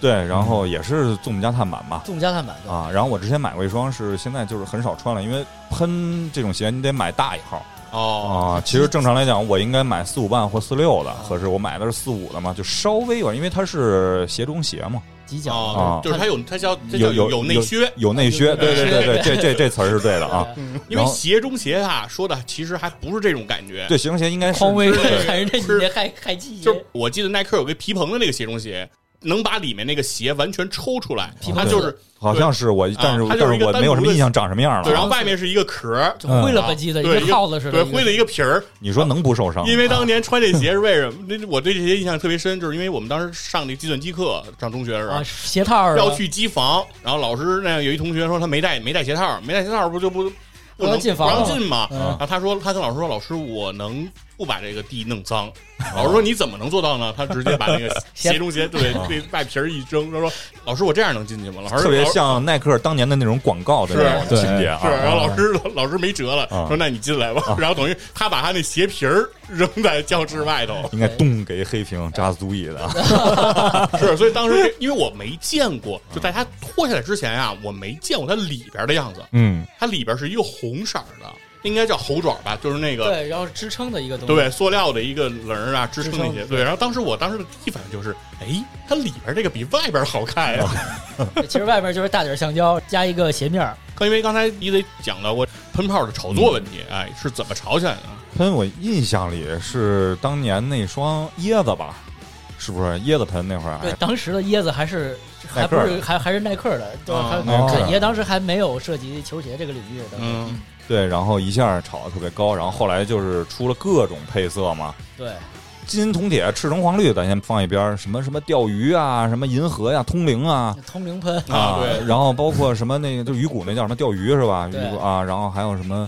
对，然
嗯
后也是纵加碳板嘛。
纵加碳板对
啊，然后我之前买过一双，是现在就是很少穿了，因为喷这种鞋你得买大一号
哦，
啊。其实正常来讲，我应该买四五半或四六的，可是我买的是四五的嘛，就稍微有，因为它是鞋中鞋嘛，
几角
哦
对
就
啊
是它有它叫这叫
有有
有内靴，
有内靴，对对对对，这这这词儿是对的啊。
因为鞋中鞋啊说的其实还不是这种感觉。
对，，鞋中鞋应该是
匡威
是是
看人家
是
你还还记
就是我记得耐克有个皮蓬的那个鞋中鞋，能把里面那个鞋完全抽出来，它就是
好像是我，但是
啊它就是一
但是
个
我没有什么印象长什么样
对，然后
了。啊
外面是一个壳儿。啊
就灰了吧唧的
对
一个套子似的，
对，
一个哦
灰了一个皮儿，
你说能不受伤吗？啊
因为当年穿这鞋是为什么？ [laughs] 那我对这些印象特别深，就是因为我们当时上那计算机课，上中学的时候
啊，鞋套儿啊
要去机房，然后老师那有一同学说他没带没带鞋套，没带鞋套不就不不
让
能
进房
不让
了
进嘛？
嗯
然后他说他跟老师说老师我能不把这个地弄脏？老师说你怎么能做到呢？他直接把那
[laughs]
个
鞋
鞋中鞋
[laughs]
对
哦
对外皮儿一扔，他说老师我这样能进去吗？老师
特别
老师
像耐克当年的那种广告的那种
是
情节
是，然
啊。
后老师老老师没辙了，
啊
说那你进来吧。 [laughs] 然后等于他把他那鞋皮儿扔在教室外
[laughs]
头，
应该冻给黑屏扎足矣的啊，
是，所以当时这因为我没见过，就在他脱下来之前啊，我没见过它里边的样子。
嗯，
它里边是一个红色儿的，应该叫猴爪吧，就是那个
对，然后支撑的一个东西，
对，塑料的一个棱儿啊，支撑那些。对，然后当时我当时的第一反应就是，哎，它里边这个比外边好看呀、
啊
对，其实外面就是大底儿橡胶加一个鞋面儿，
[laughs] 刚因为刚才 EZ 讲到过喷泡的炒作问题，哎，是怎么炒起来的？
喷我印象里是当年那双椰子吧，是不是椰子喷那会儿
对，
还？
当时的椰子还是
哎
还
耐
不
克
是还还是耐克的，对，
啊
耐克
还肯爷当时还没有涉及球鞋这个领域的，
嗯，
对，然后一下炒的特别高，然后后来就是出了各种配色嘛，
对，
金银铜铁、赤橙黄绿，咱先放一边儿，什么什么钓鱼啊，什么银河呀、通灵啊，
通灵喷，
啊对
然后包括什么那个就鱼骨那叫什么钓鱼是吧？鱼
对
骨啊，然后还有什么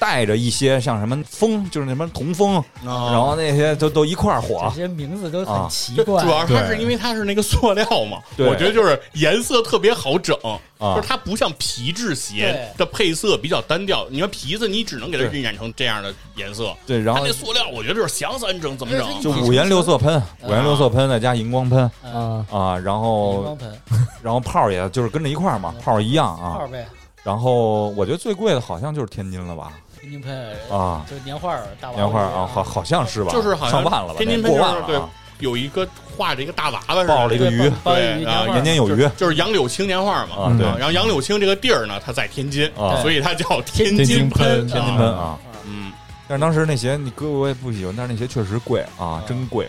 带着一些像什么风，就是那什么铜风，
啊
嗯然后那些都都一块儿
这
火。
些名字都
啊
很奇
就
怪，
主要是它是
对
因为它是那个塑料嘛，
对
我觉得就是颜色特别好整，
啊
就是它不像皮质鞋
对
的配色比较单调。你看皮子，你只能给它晕染成这样的颜色，
对，然
它
后
那塑料，我觉得就是想怎么整怎么整。
就五颜六色喷，
啊
五颜六色喷，再加荧光喷
啊，
啊，然
荧光
后
喷
然后泡儿也就是跟着一块儿嘛，泡儿一样
泡
啊
儿。呗，
然后我觉得最贵的好像就是天津了吧？
天津喷
啊，
就是年画儿大娃娃
年画儿啊，
啊
好好像是吧？
哦就是好像
上万了吧？
天津喷
过
就
万
是对
了啊，
有一个画着一个大娃娃似
抱
的
了一个鱼，
鲍鱼
对
年
啊
画儿
年年有余。
就是杨柳青年画嘛。
啊对
然后杨柳青这个地儿呢，它在天津，
啊
所以它叫
天
津
津喷
天
天津喷，啊，
嗯，
但是当时那鞋你哥我也不喜欢，但是那鞋确实贵啊，真贵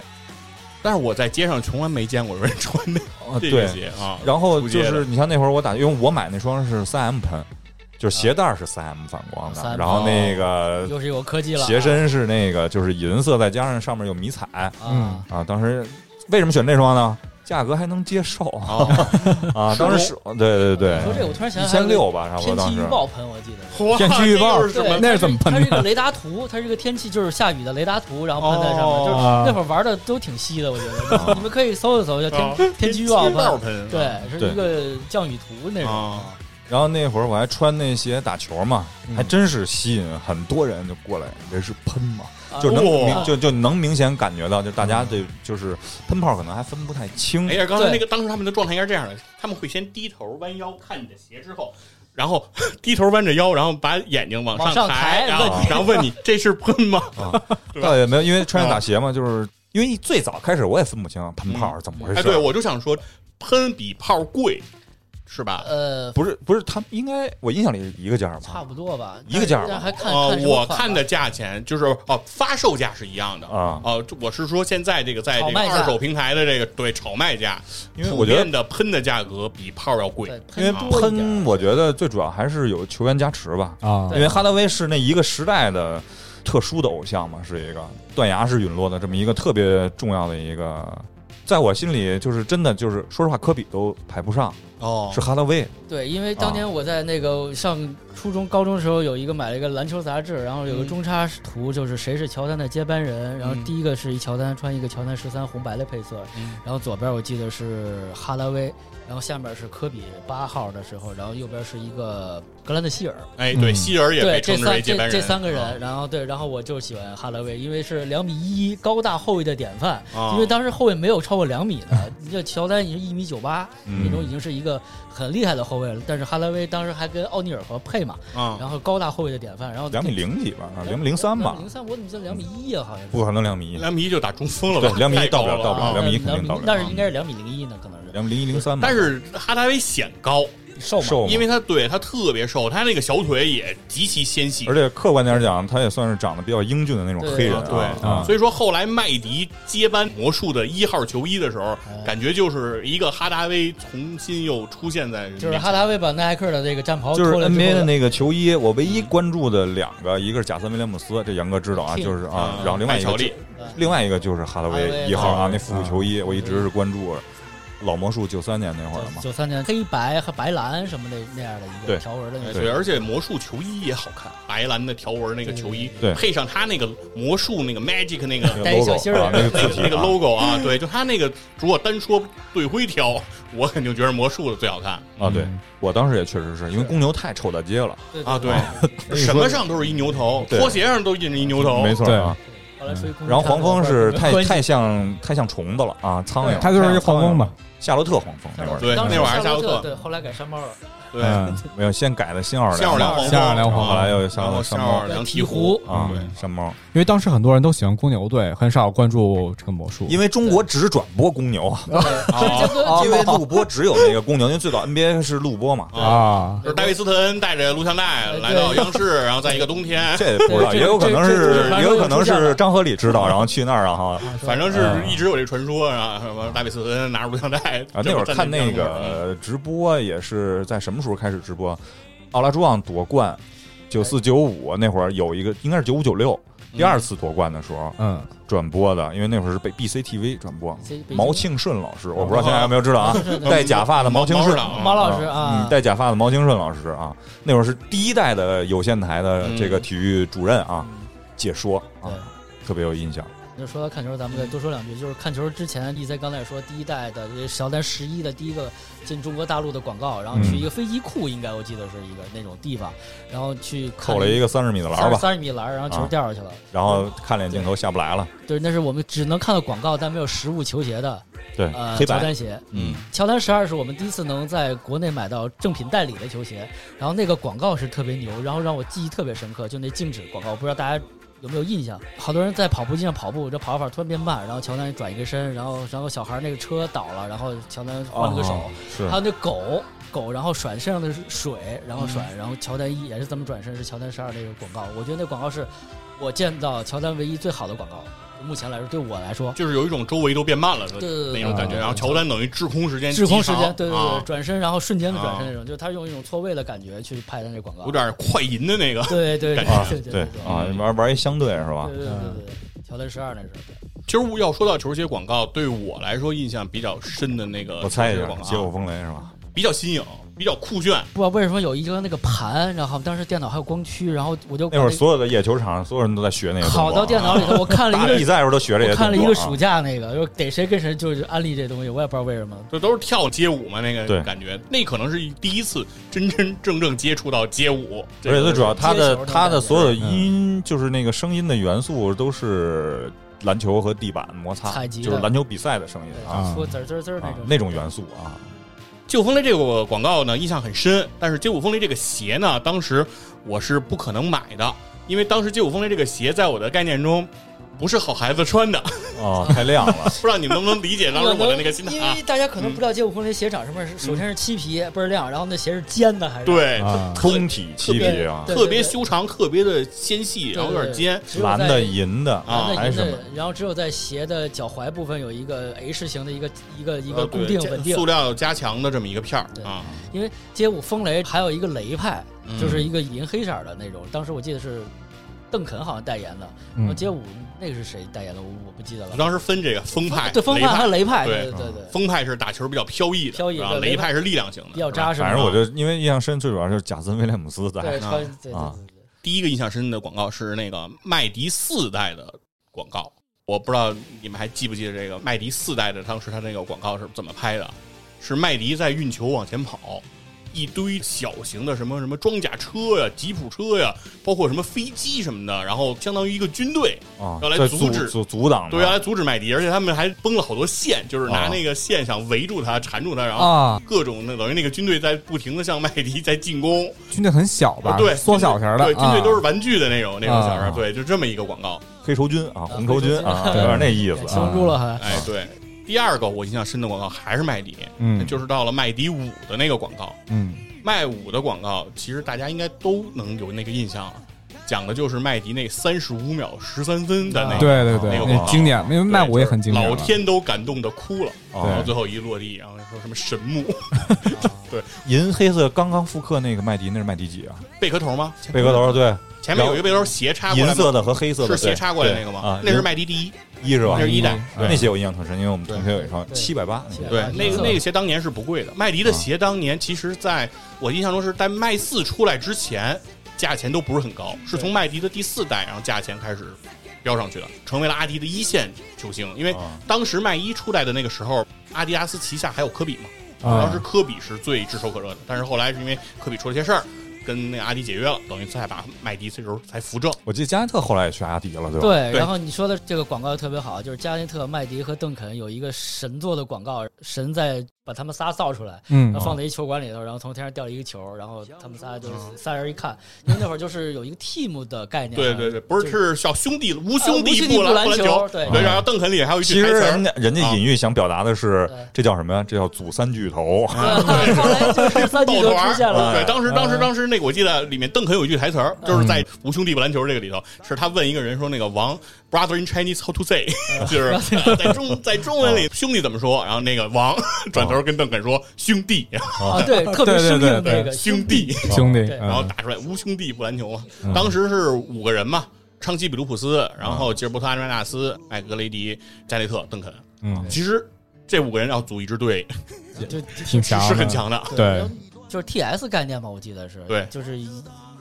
但是我在街上从来没见过有人穿那
啊，
这个
对。
鞋啊。
然后就
出街
是
的
你像那会儿我打，因为我买那双是三 M 喷，就是鞋带是三 M 反光的，
3M
然后那个
又是有科技了啊，
鞋身是那个就是银色，再加上上面有迷彩
啊，
啊。当时为什么选这双呢？价格还能接受
啊，
啊！当时是，对对
你说这
对，
个我突然想
一
起来还
千
有一个
六吧，差不多
天
当
气
时
预。报喷，我记得是。
哇
天气预报
这又是什么
对，
那是怎么喷的
它是一个雷达图，它是一个天气，就是下雨的雷达图，然后喷在上面。
哦
就是
啊
那会儿玩的都挺稀的，我觉
啊
得。你们可以搜一搜，叫
啊
天天气预报喷。
喷，
对，是
对
一个降雨图那
哦
种。
啊，
然后那会儿我还穿那鞋打球嘛，
嗯
还真是吸引很多人就过来，以为是喷嘛，就能
啊哇嗯
明就就能明显感觉到，就大家对就是喷泡可能还分不太清
哎。呀，刚才
对
那个当时他们的状态应该是这样的：他们会先低头弯腰看你的鞋，之后，然后 [laughs] 低头弯着腰，然后把眼睛往
往上
抬，
抬
然后
问你
然后问
[laughs]
你这是喷吗？对吧啊
倒也没有，因为穿着打鞋嘛，就是因为最早开始我也分不清啊喷泡是怎么回事。
哎，对，我就想说，喷比炮贵，是吧？
呃，
不是不是，他们应该我印象里是一个价吧？
差不多吧，
一个价儿吧
但还看
呃，
看什么
我
款
看
吧
的价钱就是哦，发售价是一样的
啊
哦，这我是说现在这个在这
炒
个
卖价
二手平台的这个对炒卖价，
因为
普
我觉得
遍的喷的价格比炮要贵
因
对，
为
喷多一点
喷，我觉得最主要还是有球员加持吧。
啊
因为哈达威是那一个时代的特殊的偶像嘛，是一个断崖式陨落的这么一个特别重要的一个。在我心里，就是真的，就是说实话，科比都排不上，
哦
是哈达威。
对，因为当年我在那个上初中、高中的时候，有一个买了一个篮球杂志，然后有个中插图，就是谁是乔丹的接班人。然后第一个是一乔丹穿一个乔丹十三红白的配色，
嗯
然后左边我记得是哈达威，然后下面是科比八号的时候，然后右边是一个格兰特希尔。
哎，对，
嗯
希尔也
对，
被
这
称之为
三
接班
这
人，
这三个
啊
人，然后对，然后我就喜欢哈达威，因为是两米一高大后卫的典范，
啊
因为当时后卫没有超过两米的，你这乔丹已经一米九八
嗯
那种，已经是一个很厉害的后卫了。但是哈达威当时还跟奥尼尔和配嘛，
啊
然后高大后卫的典范，然后
两米零几吧，两米零三吧
两米，零三，我怎么记得两米一啊？好像是
不可能两米一，
两米一就打中锋了吧？
对两米一
太高
到不了到不了
啊
两米一
那
肯定到不了
那是应该是两米零一呢，可能是
两米零一零三吧。
但是哈达威显高，
瘦嘛。
瘦嘛，
因为他对他特别瘦，他那个小腿也极其纤细
而，且客观点讲，他也算是长得比较英俊的那种
对
黑人
啊
啊。
对
啊
所以说后来麦迪接班魔术的一号球衣的时候，
哦
感觉就是一个哈达威重新又出现在人面
就
前
是哈达威把耐克的这个战袍
就是
啊脱了之后
NBA 的那个球衣，我唯一关注的两个，一个是贾森威廉姆斯，这杨哥知道啊，
King
就是啊
啊，
然后另外一
麦
个
乔利
就另外一个就是哈达
哈达
威
威
一号
哈达
啊，
威
那复古球衣，我一直是关注老魔术九三年那会儿嘛
九，九三年黑白和白蓝什么的那样的一
对
个条纹的那
哎
种。
对，而且魔术球衣也好看，白蓝的条纹那个球衣，
对
配上他那个魔术那个 Magic 那个
那个
带一小
logo
心儿
啊，那个
那
字
个
体
那个
啊
logo 啊，对，就他那个，如果单说队徽挑，我肯定觉得魔术的最好看
啊，对
嗯
我当时也确实是因为公牛太臭大街了，
对
啊，对，
跟你
什
说
么上都是一牛头，
对
拖鞋上都印着一牛头，
没错
对
啊。
后来说一公
然后黄蜂是
关
太
系
太像太像虫子了啊，苍蝇，
他就是一
太像
黄蜂嘛，
夏洛特黄蜂那会儿，
对
当时
那会儿还是夏
夏
洛特
对，后来改山猫了。
对，
嗯，没有先改的新奥尔
夏尔良
良嘛，
黄蜂，
夏尔良黄蜂
后来又夏
然
洛
后
特
夏
山
尔
猫
良
鹈
鹕
鹕
啊
对，
山猫，
因为当时很多人都喜欢公牛队，很少关注这个魔术，
因为中国只转播公牛啊，
啊，
[laughs]
[laughs]
因为录播只有那个公牛，因为最早 NBA 是录播嘛，
啊
就是戴维斯特恩带着录像
哎
带来到央视，然后在一个冬天，
[laughs] 这不知道，
对这
也有可能
这这
是
这
也有可能
这这
是张合理知道，然后去那儿然后
啊
反正是一直有这传说，然后什么戴维斯特恩拿着录像带
啊，那会儿看那
嗯
个直播也是在什么时候开始直播？奥拉朱旺夺冠，九四九五那会儿有一个，应该是九五九六
嗯
第二次夺冠的时候
嗯
转播的，因为那会儿是被 BCTV 转播。
这
毛庆顺老师，我不知道现在有没有知道
[laughs]
啊
是，
戴假发的毛庆
毛
顺
嗯毛老师
毛哦老师
嗯
啊，
戴假发的毛庆顺老师啊，那会儿是第一代的有线台
嗯
的这个体育主任啊，解说啊
对，
特别有印象。
就说到看球，咱们再多说两句。就是看球之前，E C 刚才也说，第一代的这乔丹十一的第一个进中国大陆的广告，然后
嗯
去一个飞机库，应该我记得是一个那种地方，然后去看
扣了一个三十米的篮儿吧，啊
三十米篮儿，然后球掉下去了。
然后看脸镜头下不来了。
对，那是我们只能看到广告，但没有实物球鞋的
对，
呃
黑
乔
白
丹鞋。
嗯，
乔丹十二是我们第一次能在国内买到正品代理的球鞋，然后那个广告是特别牛，然后让我记忆特别深刻，就那静止广告，不知道大家。有没有印象？好多人在跑步机上跑步，这跑着跑着突然变慢，然后乔丹转一个身，然后然后小孩那个车倒了，然后乔丹换了个手，
哦是
还有那狗狗，然后甩身上的水，然后甩，然后乔丹一也是这么转身，是乔丹十二那个广告。我觉得那广告是我见到乔丹唯一最好的广告，目前来说对我来说，
就是有一种周围都变慢了的
对对对
那种
啊
感觉，
对
然后乔丹等于滞空时间
滞空
极
时
长
间，对对对，
啊
转身然后瞬间的转身那种，就是他用一种错位的感觉去拍他那广告，
有点快银的那个，
对对对
啊
对对
对
对
啊，玩玩一相对是吧
对？对对对，乔丹十二那是，
其实要说到球鞋广告，对我来说印象比较深的那个
我猜一
球
下
鞋广，
街口
告，啊
风雷是吧？
比较新颖，比较酷炫。
不知道为什么有一个那个盘，然后当时电脑还有光驱，然后我就
那会儿所有的野球场，所有人都在学那个动作啊。
拷到电脑里头，我看了
[laughs] 打
一
比
个。
赛的时候都学这些动
我
作啊。
看了一个暑假，那个就是逮谁跟谁就是安利这东西，我也不知道为什么。
这都是跳街舞嘛，那个
对
感觉，那可能是第一次真真正正接触到街舞。
而且最主要，它
接球那嗯
的它
种
的
感觉
所有的音，就是那个声音的元素都是篮球和地板摩擦，
采集
就是
的
篮球比赛的声音啊
说滋儿滋儿滋儿那
啊
种
那种元素
[laughs]
啊。
旧风雷这个广告呢，印象很深。但是街舞风雷这个鞋呢，当时我是不可能买的，因为当时街舞风雷这个鞋在我的概念中不是好孩子穿的，
哦，太亮了，
不知道你们能不能理解当时我的那个心态
因
啊
为？大家可能不知道街舞风那鞋长什么样，是首先是漆皮倍儿亮，然后那鞋是尖的还是
对，
啊，
通体漆皮啊，
[laughs] 对
特别修长，特别的纤细，然后有点尖。
只有
蓝
在
的、银的
啊
蓝的、
还
银
是什么
的，然后只有在鞋的脚踝部分有一个 H 型的一个一个一
呃
个
对
固定
这
稳定
塑。料加强的这么一个片儿
对
啊，
因为街舞风雷还有一个雷派，
嗯
就是一个银黑色的那种，当时我记得是邓肯好像代言的，然后
嗯，
街舞那个是谁代言的，我我不记得了。
当时分这个风派、
对，风
雷
派还有雷派，
对嗯
对对对，
风派是打球比较飘逸的，
飘逸
是吧
对
雷
雷派
派是力量型的，啊
比较
是吧
扎实嘛。
反正我就因为印象深，最主要就是贾森威廉姆斯在
对穿对对对
啊
对。
第一个印象深的广告是那个麦迪四代的广告，我不知道你们还记不记得这个麦迪四代的当时它那个广告是怎么拍的？是麦迪在运球往前跑，一堆小型的什么什么装甲车呀、吉普车呀，包括什么飞机什么的，然后相当于一个军队
啊
要，来
在
阻
阻
止
阻阻挡
对，啊要
的
来阻止麦迪，而且他们还崩了好多线，就是拿
哦
啊
那个线想围住他、缠住他，然后
啊，
各种那等于那个军队在不停的向麦迪在进
[laughs]
攻。
军队很小
哦
吧？
对，
缩小型的，
对，军队
啊
都是玩具的那种那种小孩，
啊
对，就这么一个广告。
黑仇军啊，红仇
黑
军
仇军
啊，
对
有点那意
对
思
形
啊。
容住了还。
哎，对。第二个我印象深的广告还是麦迪，
哦嗯
就是到了麦迪五的那个广告，
嗯
麦五的广告其实大家应该都能有那个印象了，讲的就是麦迪那三十五秒十三分的那个，
对对对，
那个广
那
告
经典，因为卖我也很经啊典了。
老天都感动的哭了，
哦
然后最后一落地，然后说什么神木，
银黑色刚刚复刻那个麦迪，那是麦迪几啊？
贝壳头吗？
贝壳头对，
前面有一个贝壳头斜插过
银
来吗
色的和黑色的
是斜
对
插过来
对
那个吗
啊，？
那
银
是麦迪第一，
一是吧？
那是一代。
啊那鞋我印象很深，因为我们同学有一双
对
七百八，
780
对
啊，
那
银
个
色
那个鞋当年是不贵的。麦
啊
迪的鞋当年其实在我印象中是在麦四出来之前，价钱都不是很高，是从麦迪的第四代，然后价钱开始飙上去的，成为了阿迪的一线球星。因为
啊
当时麦一出来的那个时候，阿迪达斯旗下还有科比嘛，
啊
当时科比是最炙手可热的。但是后来是因为科比出了些事儿，跟那个阿迪解约了，等于才把麦迪这时候才扶正。
我记得加内特后来也去阿迪了，对吧？
对，
对
然后你说的这个广告特别好，就是加内特、麦迪和邓肯有一个神做的广告，神在把他们仨造出来，
嗯
然后放在一球馆里头，然后从天上掉了一个球，然后他们仨就是仨人一看，因为那会儿就是有一个 team 的概念，
嗯对
啊
对对，不是
就是啊
小兄弟无
无
兄弟
弟
不
篮
篮球，
对
对，然后邓肯里还有一
其
句
实
台词
人
儿，啊
家人家隐喻想表达的是
对，
这叫什么呀？这叫组三巨头，
[laughs]
啊
对，后来就是
[laughs]
三
抱团
季都
儿
出现了，
嗯
嗯
对，当时当时当时那个我记得里面邓肯有一句台词儿，就是在《无兄弟不篮球》这个里头，是他问一个人说那个王 brother in Chinese how to say，就是
嗯
呃在中在中文里兄弟怎么说，然后那个王
嗯
[laughs] 转头跟邓肯说兄弟，然后
啊，对，特别
对对
生
对
硬
对
那个
兄弟，
兄弟，
对
嗯
然后打出来无兄弟不篮球嘛，
嗯
当时是五个人嘛。昌西·比卢普斯，然后吉尔伯特·阿德曼纳斯、麦格雷迪、加内特、邓肯。
嗯，
其实这五个人要组一支队
就是
挺
是
啊
强，
是很。强的。
对，
就是 TS 概念吧，我记得是，
对
就是一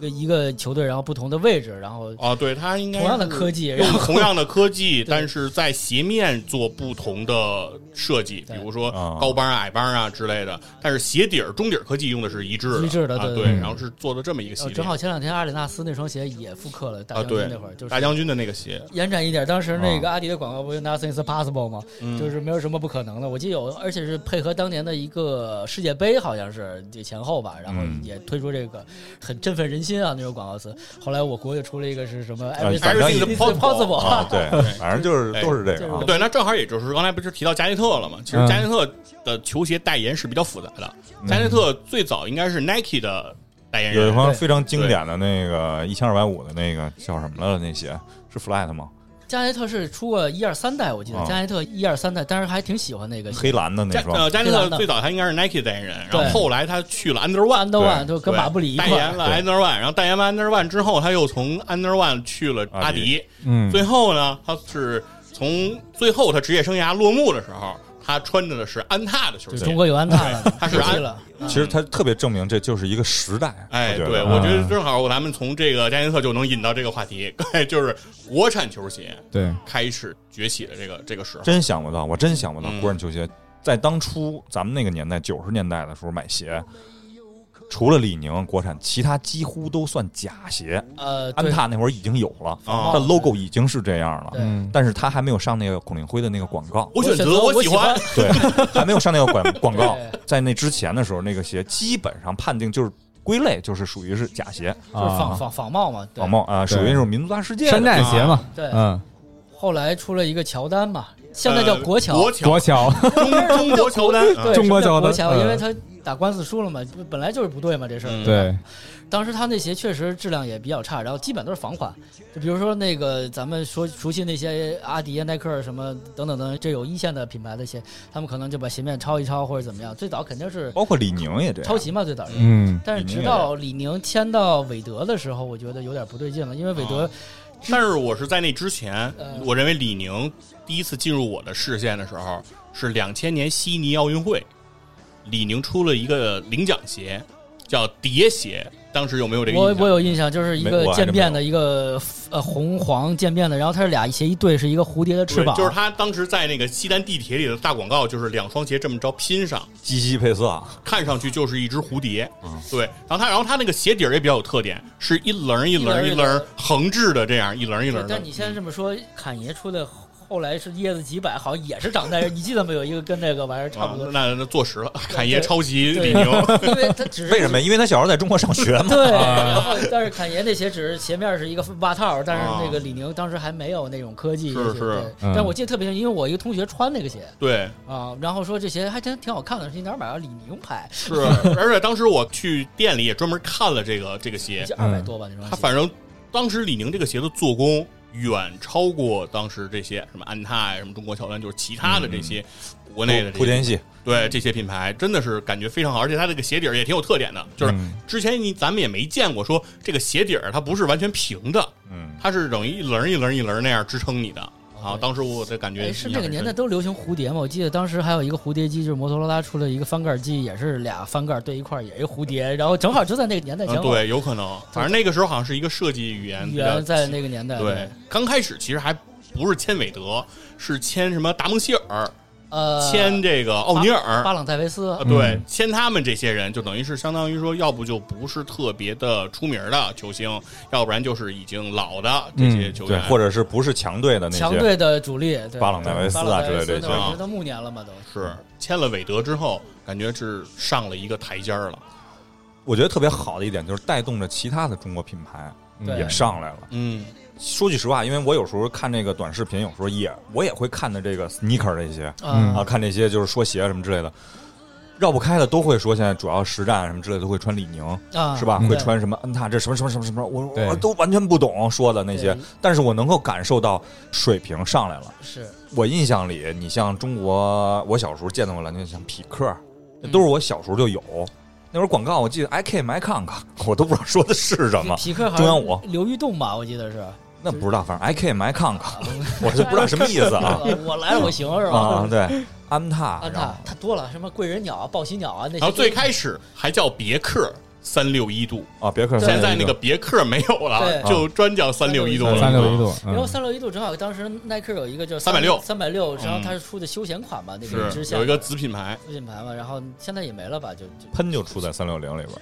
个一个球队，然后不同的位置，然后
啊，对，他应该
同样
是
的科技，
用
然后
同样的科
[laughs]
技，但是在鞋面做不同的设计，比
对
如说
啊
高帮啊、矮帮啊之类的。但是鞋底儿、中底儿科技用的是一致的，
一致的
啊，
对
对
对，
然后是做的这么一个系
呃，
列，
正好前两天阿里纳斯那双鞋也复刻了大
啊，
将
对
军那会儿，，就是
大将军的那个鞋，
延展一点，当时那个阿迪的广告不是 “Nothing is possible” 吗？就是没有什么不可能的。我记得有，而且是配合当年的一个世界杯，好像是就前后吧，然后也推出这个很振奋人心啊那种广告词。后来我国就出了一个是什么
呃
“Everything
反正
is possible”，
啊，对，反正就是
对
都是这个啊
对。
对，那正好也就是刚才不是提到加内特了吗？其实
嗯
加内特的球鞋代言是比较复杂的，加内特最早应该是 Nike 的代言
嗯有一
人。
双非常经典的那个一千二百五的那个叫什么了？那鞋是 Flat 吗？
加内特是出过一二三代，我记得
啊
加内特一二三代，当时还挺喜欢那个
黑蓝的那
加
双
哎呃，加内特最早他应该是 Nike 代言人，然后
对
后来他去了 Under One，
Under
对
One，就跟马布里一
代
块
言
儿。
了 Under One，然后代言完 Under One 之后，他又从 Under One 去了阿
阿
迪，
嗯，
最后呢，他是从最后他职业生涯落幕的时候，他穿着的是安踏的球
就
鞋。
中国有安踏了，
他是
可惜
安
了。
其实它特别证明这就是一个时代。
嗯哎，
我觉
对，
得啊
我觉得正好咱们从这个加内特就能引到这个话题， [laughs] 对，就是国产球鞋
对，
开始崛起的这个这个时候。
真想不到，我真想不到
嗯
国产球鞋在当初咱们那个年代九十年代的时候买鞋，除了李宁国产，其他几乎都算假鞋。
呃，
安
对
踏那会儿已经有了，
啊
它 logo 已经是这样了，
对
嗯
但是它还没有上那个孔令辉的那个广告。
我选
选
择
择
我
我
喜
喜欢
欢，
[laughs]
对，还没有上那个广广告
对，
在那之前的时候，那个鞋基本上判定就是归类，就是属于是假鞋，
就是
啊
仿仿仿冒嘛，对
仿。冒啊，
对
属于那种民族大世界的
山寨鞋嘛，
对，
嗯，
后来出了一个乔丹嘛，现在叫
呃
国乔，
国
[laughs]
乔，
国桥，
中中国乔丹，啊
对，
中国
什
乔
么叫
丹
国乔，因为
嗯
他打官司输了嘛，不本来就是不对嘛，这事儿。
嗯
对，
当时他那鞋确实质量也比较差，然后基本都是仿款。就比如说那个咱们说熟悉那些阿迪、耐克什么等等等，这有一线的品牌的鞋，他们可能就把鞋面抄一抄或者怎么样。最早肯定是
包括李宁也这样
抄。袭嘛，最早是。
啊嗯，
但是直到李宁签到韦德的时候，我觉得有点不对劲了，因为韦德
但是我是在那之前
呃，
我认为李宁第一次进入我的视线的时候是两千年悉尼奥运会，李宁出了一个领奖鞋，叫蝶鞋，当时有没有这个
我
印
我
象？
有印象，就是一
没
个
我还真
渐变
没
的一个呃红黄渐变的，然后它是俩鞋一对是一个蝴蝶的翅
对
膀，
就是他当时在那个西单地铁里的大广告，就是两双鞋这么着拼上，
鸡鸡配色，
看上去就是一只蝴蝶。对，然后他，然后他那个鞋底儿也比较有特点，是一棱一棱
一棱一
棱
棱
横置的这样一棱一
对
棱的
但。你现在这么说，侃爷出的后来是椰子几百，好像也是长在，你记得没有？一个跟那个玩意儿差
啊
不多，，
那那坐实了，侃爷
对
抄袭
对
李
[laughs]
宁，
因为他只是
为什么？？因为他小时候在中国上学嘛。
对，然后但是侃爷那鞋只是鞋面是一个袜套，但
啊
是那个李宁当时还没有那种科技
是
这些。
是
对
嗯
但是我记得特别清，因为我一个同学穿那个鞋
对，
啊，然后说这鞋还真挺好看的，是哪儿买的？李宁牌，
是。而且当时我去店里也专门看了这个这个鞋，
就二百多吧那双
它
鞋。
嗯反正当时李宁这个鞋的做工远超过当时这些什么安踏呀、什么中国乔丹，就是其他
嗯
的这些国内的这
莆
些
田系，
对这些品牌真的是感觉非常好，而且它这个鞋底儿也挺有特点的，就是
嗯
嗯
之前你咱们也没见过说这个鞋底儿它不是完全平的，
嗯，它
它是等于一棱儿一棱儿一棱儿那样支撑你的啊。
对
当时我的感觉
哦哎，
印
是
象
那个
很
年代
深
都流行蝴蝶嘛？我记得当时还有一个蝴蝶机，就是摩托罗拉出了一个翻盖机，也是俩翻盖对一块儿，也是蝴蝶，然后正好就在那个年代前
嗯，
后。
对，有可能，反正那个时候好像是一个设计语言
语
比较
言在那个年代，
对，，刚开始其实还不是签韦德，是签什么达蒙希尔，
呃，
签这个奥尼尔
巴。朗戴维斯
呃
啊，对，签他们这些人就等于是相当于说，要不就不是特别的出名的球星，要不然就是已经老的这些球
对
员，，
或者是不是强队的那
强
些，
队的主力，对
巴朗戴维斯啊
巴朗戴维
之类这
那
些
会儿都暮年了嘛，都
是签了韦德之后，感觉是上了一个台阶儿了。
我觉得特别好的一点就是带动着其他的中国品牌
对
也上来了。
嗯，
说句实话，因为我有时候看这个短视频，有时候也我也会看的这个 sneaker 这些
嗯
啊，看这些就是说鞋什么之类的，绕不开的都会说现在主要实战什么之类的都会穿李宁
啊
是吧？
对
会穿什么恩踏这什么什么什么什么，我
对
我都完全不懂说的那些
对，
但是我能够感受到水平上来了。
是
我印象里，你像中国，我小时候见到过篮球，像匹克，
嗯
那都是我小时候就有。那会儿广告，我记得 I K 买看看， [laughs] 我都不知道说的是什么，
匹克好像
啊中央五啊
刘玉栋吧，我记得是，
那不知道，反正 I K 买看
哦
看，我就不知道什么意思
[laughs]
啊
呃我来了我行是
啊！
吧？
对，安踏，
安
然
踏
后
太多了，什么贵人鸟啊、报喜鸟啊那些都。
然后最开始还叫别克三六一度，
啊，别克，
现在那个别克没有了，
对
就专叫三六一度了。
三六一度，
然后
嗯
三六一度正好当时耐克有一个就是
360
三百六，然后
嗯
它是出的休闲款嘛，那个
是
之下
有一个子品牌，
出品牌嘛，然后现在也没了吧，就就
喷就出在三六零里边，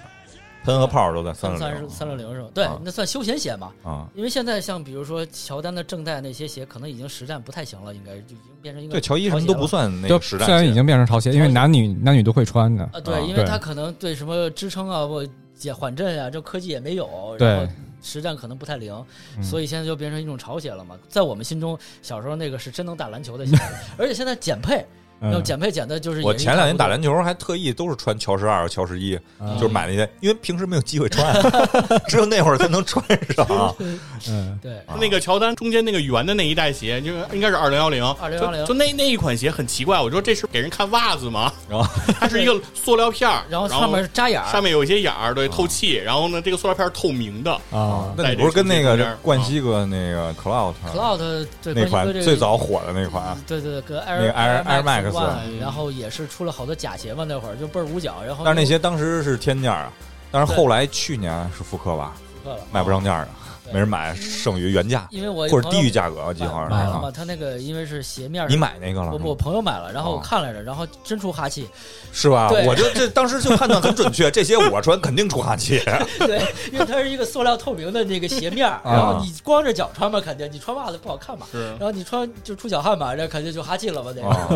喷和炮都在三
三
六
三
零
三六零嗯是吧？对
啊，
那算休闲鞋嘛。
啊。
因为现在像比如说乔丹的正代那些鞋，可能已经实战不太行了，应该就已经变成一个
对，乔伊什么
潮
都
鞋
不
了
算那
就
个实
虽
战
然已
鞋，
经变成潮鞋，因为
潮鞋
男女男女都会穿的，
啊，
啊
对，因为
对
它可能对什么支撑啊或减缓震啊，这科技也没有，然
对
后实战可能不太灵，
嗯
所以现在
[laughs]
就变成一种潮鞋了嘛。在我们心中，小时候那个是真能打篮球的鞋，而且现在减配。
嗯
然后减配减的就是
我
也是
前两年
差
打
不多
篮球还特意都是穿乔十二、乔十一，
嗯
就是买那些，因为平时没有机会穿，啊 [laughs] 只有那会儿才能穿上。啊 [laughs]
嗯，
对
啊那个乔丹中间那个圆的那一代鞋，就是应该是二零幺零，
2010
就那那一款鞋很奇怪，我说这是给人看袜子吗？
然后
它是一个塑料片儿，
然
后
后上面扎眼儿，
上面有一些眼儿，对，透气，然后呢，这个塑料片儿是透明的，
啊，
那你不是跟那
在这个中
个
间
冠希哥那个 Cloud
Cloud 对
那
关
款
于这个
最早火的那款，啊
对对对，跟
那个
Air
Air- Air Max 啊
One，然后也是出了好多假鞋嘛，那会儿就倍儿捂脚，然后
但是那些当时是天价啊，但是后来去年是复刻吧，
又饿了
卖不上价儿啊，
对
没人买，剩于原价
因为我
或者低于
价
价格，我记得好像是
买了嘛，
啊。
他那个因为是鞋面儿，
你买那个
啊
了
我
是
我
吗
朋友买了，然后我
哦
看来着，然后真出哈
[laughs]
气，
是吧？
对
我就这当时就判断很准确，这些我穿肯定出汗气。
对，因为它是一个塑料透明的那个鞋面儿，
啊
然后你光着脚穿嘛，肯定你穿袜子不好看嘛，
是
然后你穿就出脚汗嘛，这肯定就哈气了吧，得
啊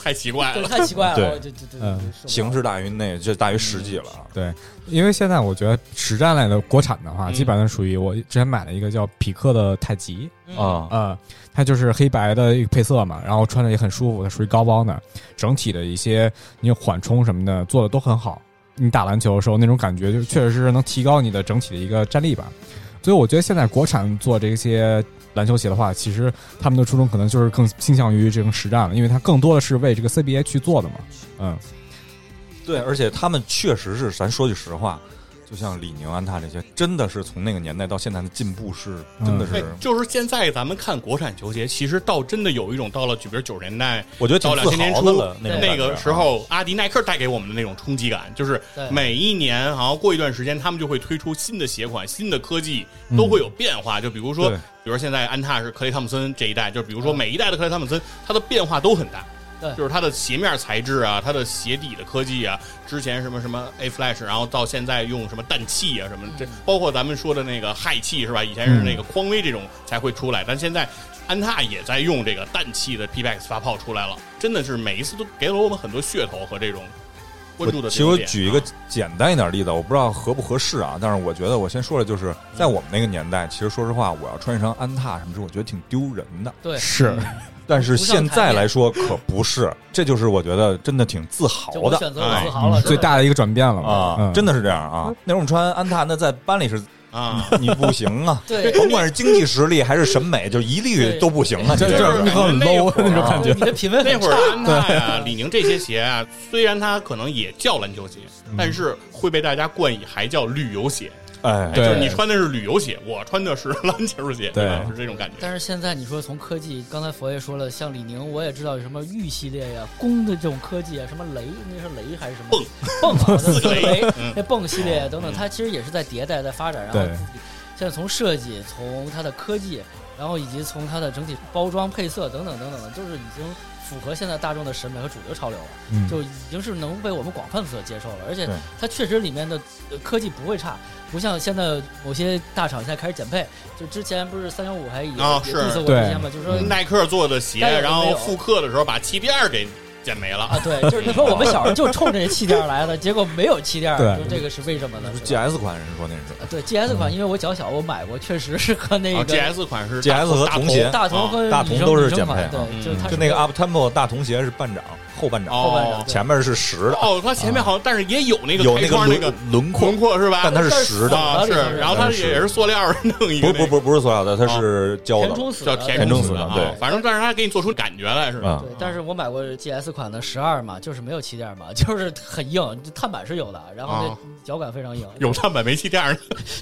太奇怪
对，
了。
太奇怪
对
了， [laughs] 我就就就
嗯
形式大于内，就大于实际了啊。
对，因为现在我觉得实战类的国产的话，
嗯
基本上属于我之前买了一个叫匹克的太极，
啊，
啊，
呃，它就是黑白的一个配色嘛，然后穿着也很舒服，它属于高帮的，整体的一些你缓冲什么的做的都很好。你打篮球的时候那种感觉，就确实是能提高你的整体的一个战力吧。所以我觉得现在国产做这些篮球鞋的话，其实他们的初衷可能就是更倾向于这种实战了，因为它更多的是为这个 CBA 去做的嘛。嗯，
对，而且他们确实是，咱说句实话，就像李宁、安踏这些，真的是从那个年代到现在的进步是，
嗯
真的
对
是，，
哎就是现在咱们看国产球鞋，其实倒真的有一种到了，比如九十年代
我觉得挺
到两
自
千年
豪
初
的了。种
那
感觉
个
啊
时，候，阿迪、耐克带给我们的那种冲击感，就是
对
每一年好像过一段时间，他们就会推出新的鞋款、新的科技，都会有变化。就比如说，
嗯对嗯
比如说现在安踏是克雷汤普森这一代，就比如说每一代的克雷汤普森，它的变化都很大。
对
就是它的鞋面材质啊，它的鞋底的科技啊，之前什么什么 A Flash，然后到现在用什么氮气啊什么，这包括咱们说的那个氦气是吧？以前是那个匡威这种才会出来，但现在安踏也在用这个氮气的 PBX 发泡出来了，真的是每一次都给了我们很多噱头和这种关
我
注的点。
其实我举
啊
一个简单一点的例子，我不知道合不合适啊，但是我觉得我先说了，就是
嗯
在我们那个年代，其实说实话，我要穿一双安踏什么之类，我觉得挺丢人的。
对，
是，
但是现在来说可不是，这就是我觉得真的挺自豪
就我
的
选择
哎
了自豪了，
嗯最大的一个转变了嘛
啊，
嗯、
真的是这样啊。那时候我们穿安踏，那在班
[laughs]
里是
啊，
你不行啊，
对
甭管是经济实力还是审美，就一律都不行啊。
这
你
这
这
这
是
很 low 那种感觉
对啊你。的品味
那
很 [laughs]
会儿安踏呀、李宁这些鞋啊，虽然它可能也叫篮球鞋，但是会被大家冠以还叫旅游鞋，
哎，
对
就是你穿的是旅游鞋，我穿的是 [laughs] 篮球鞋，
对
吧？是这种感觉。
但是现在你说从科技，刚才佛爷说了，像李宁，我也知道有什么玉系列呀、弓的这种科技啊，什么雷，那是雷还是什么
蹦
蹦啊，
四个雷
雷
嗯，
那蹦系列等等，它其实也是在迭代、在发展，然后
对
自己现在从设计、从它的科技，然后以及从它的整体包装配色等等等等的，就是已经符合现在大众的审美和主流潮流了。
嗯
就已经是能被我们广泛所接受了，而且
对
它确实里面的呃科技不会差，不像现在某些大厂现在开始减配，就之前不是三幺五还也
啊
也
是嗯
diss 过
对
一些嘛，就说
耐克做的鞋，
但是没有
然后复刻的时候把气垫儿给剪没了。
啊，对，就是你说我们小时候就冲着这气垫儿来的，结果没有气垫儿，
对
就这个是为什么呢？是吧
GS 款人说那是
啊对 GS
嗯
款，因为我脚小，我买过，确实是和那
啊
个
，GS 款是
GS 和
大头
童鞋
大同和
啊大
女
同
生
都是
女生
减
款
配啊
对，就
嗯
它
就是那个 Up Tempo 大童鞋是半掌后半掌，
后半
哦
掌，对
前面是实的，啊
哦，它前面好像但是也有那个
有
开
那
框
个
那个
轮轮廓
轮，廓是吧？
但它是实的，
啊是，然后它
但是
也是塑料儿弄一
不
个那
是不
个，
是不是不是塑
啊
料的，它是胶
填
的。
充死
叫
的
填
填充
死
死
的
的
啊
对
反正但是它给你做出感觉来是吧？
嗯
对，但是我买过 GS 款的十二嘛，就是没有气垫嘛， [laughs] 就是很硬，就碳板是有的，然后
啊
那脚感非常硬，
有碳板没气垫儿，。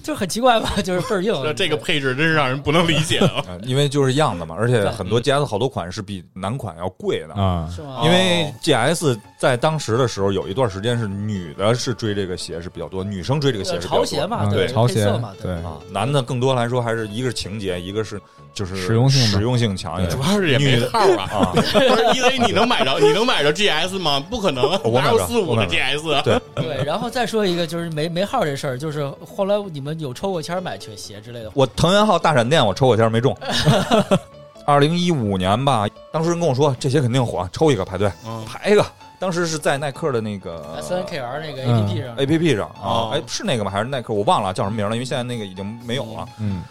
就是很奇怪吧，就是倍儿硬
[laughs] 这个配置真是让人不能理解啊！
啊因为就是样子嘛，而且很多 GS 好多款是比男款要贵的，
啊，
是吗？
因为 GS 在当时的时候有一段时间是女的是追这个鞋是比较多，女生追这个鞋是比较多
呃潮鞋嘛，
嗯
对，
潮
配
鞋
色嘛，
对
啊，男的更多来说还是一个是情节，一个是就是
实用性吧
实用性强一点
主。要是也没
女的
号儿
[laughs]
啊，
啊，
不是因为你能买着，你能买着 GS 吗？不可能，
我
哪
买不着
有四五
我
个啊
买不着
GS？
对
对，然后再说一个就是没没号这事儿，就是后来你们有抽过签儿买球鞋之类的吗，
我藤原浩大闪电，我抽过签儿没中。 [laughs] 二零一五年吧，当时人跟我说这鞋肯定火，抽一个排队
嗯
排一个。当时是在耐克的那个
S N K R 那个
嗯
A P P 上
A P P 上啊
哦，
哎，是那个吗？还是耐克？我忘了叫什么名了，因为现在那个已经没有了。
嗯，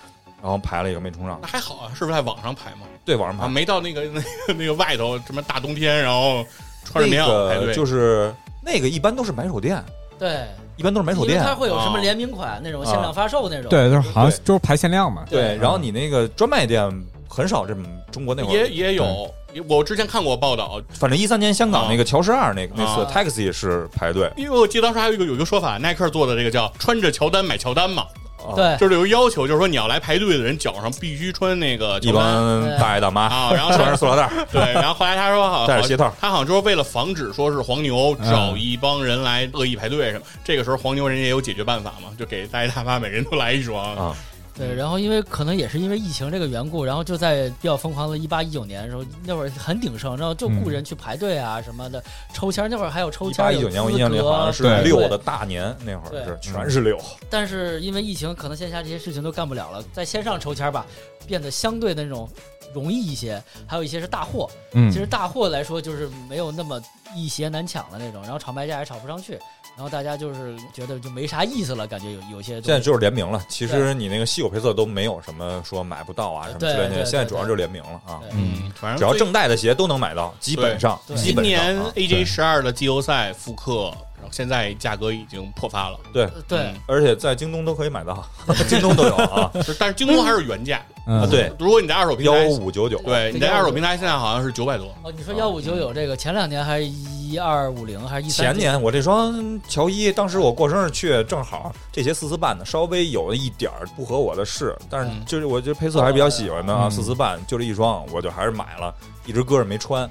然后排了一个没冲上
那，还好啊，是不是在网上排嘛？
对，网上
啊，
排。
没到那个 [laughs] 那个那个外头什么大冬天，然后穿着棉
那
袄排
个
队，
就是那个一般都是买手店，
对，
一般都是买手
因为
店。
它会有什么
哦
啊
联名款那种限量发售那种，
哦对，就是好像就是排限量嘛。
对，
对
然后你那个专卖店很少这么中国那会儿嗯
也也有。也我之前看过报道，
反正一三年香港
啊
那个乔十二那个那次
啊
taxi 是排队，
因为我记得当时还有一个有一个说法，耐克做的这个叫“穿着乔丹买乔丹”嘛，
哎
哦
对
就是有个要求，就是说你要来排队的人脚上必须穿那个
一
乔丹
帮大爷大妈
啊，然啊后
穿着塑料袋儿，
对，然后后来他说好，
戴着鞋套嗯
他好像说为了防止说是黄牛找一帮人来恶意排队什么，这个时候黄牛人家也有解决办法嘛，就给大爷大妈每人都来一双
啊
对，然后因为可能也是因为疫情这个缘故，然后就在比较疯狂的一八一九年的时候，那会儿很鼎盛，然后就
嗯
雇人去排队啊什么的，抽签儿，那会儿还有抽
一
签
八
儿，
一九年我印
有
象
资
里
格
好像是
对
六的大年那会儿
对
是嗯全是六，
但是因为疫情，可能线下这些事情都干不了了，在线上抽签儿吧，变得相对那种容易一些，还有一些是大货，
嗯
其实大货来说就是没有那么易携难抢的那种，然后炒卖价也炒不上去，然后大家就是觉得就没啥意思了，感觉有有些东西
现在就是联名了。其实你那个稀有配色都没有什么说买不到啊什么之类
对对
的，
对
现在主要就是联名了啊。
对
嗯，
反正
只要
最
正代的鞋都能买到，基本上，
对
基
今
本
年
上啊
AJ 十二的季后赛复刻，然后现在价格已经破发了，
对，
呃对。
嗯
而且在京东都可以买
[laughs]
到，京东都有啊，
就是但是京东还是原价
啊
嗯，
对，
如果你在二手平
幺
台，
五九九，
对你在二手平台现在好像是九百多，
哦，你说幺五九九这个，前两年还一二五零还是一三？
前年我这双乔伊，当时我过生日去，正好这鞋四四半的，稍微有一点儿不合我的试，但是
嗯
就是我觉得配色还是比较喜欢的啊，
嗯
四四半就这一双，我就还是买了，一直搁着没穿，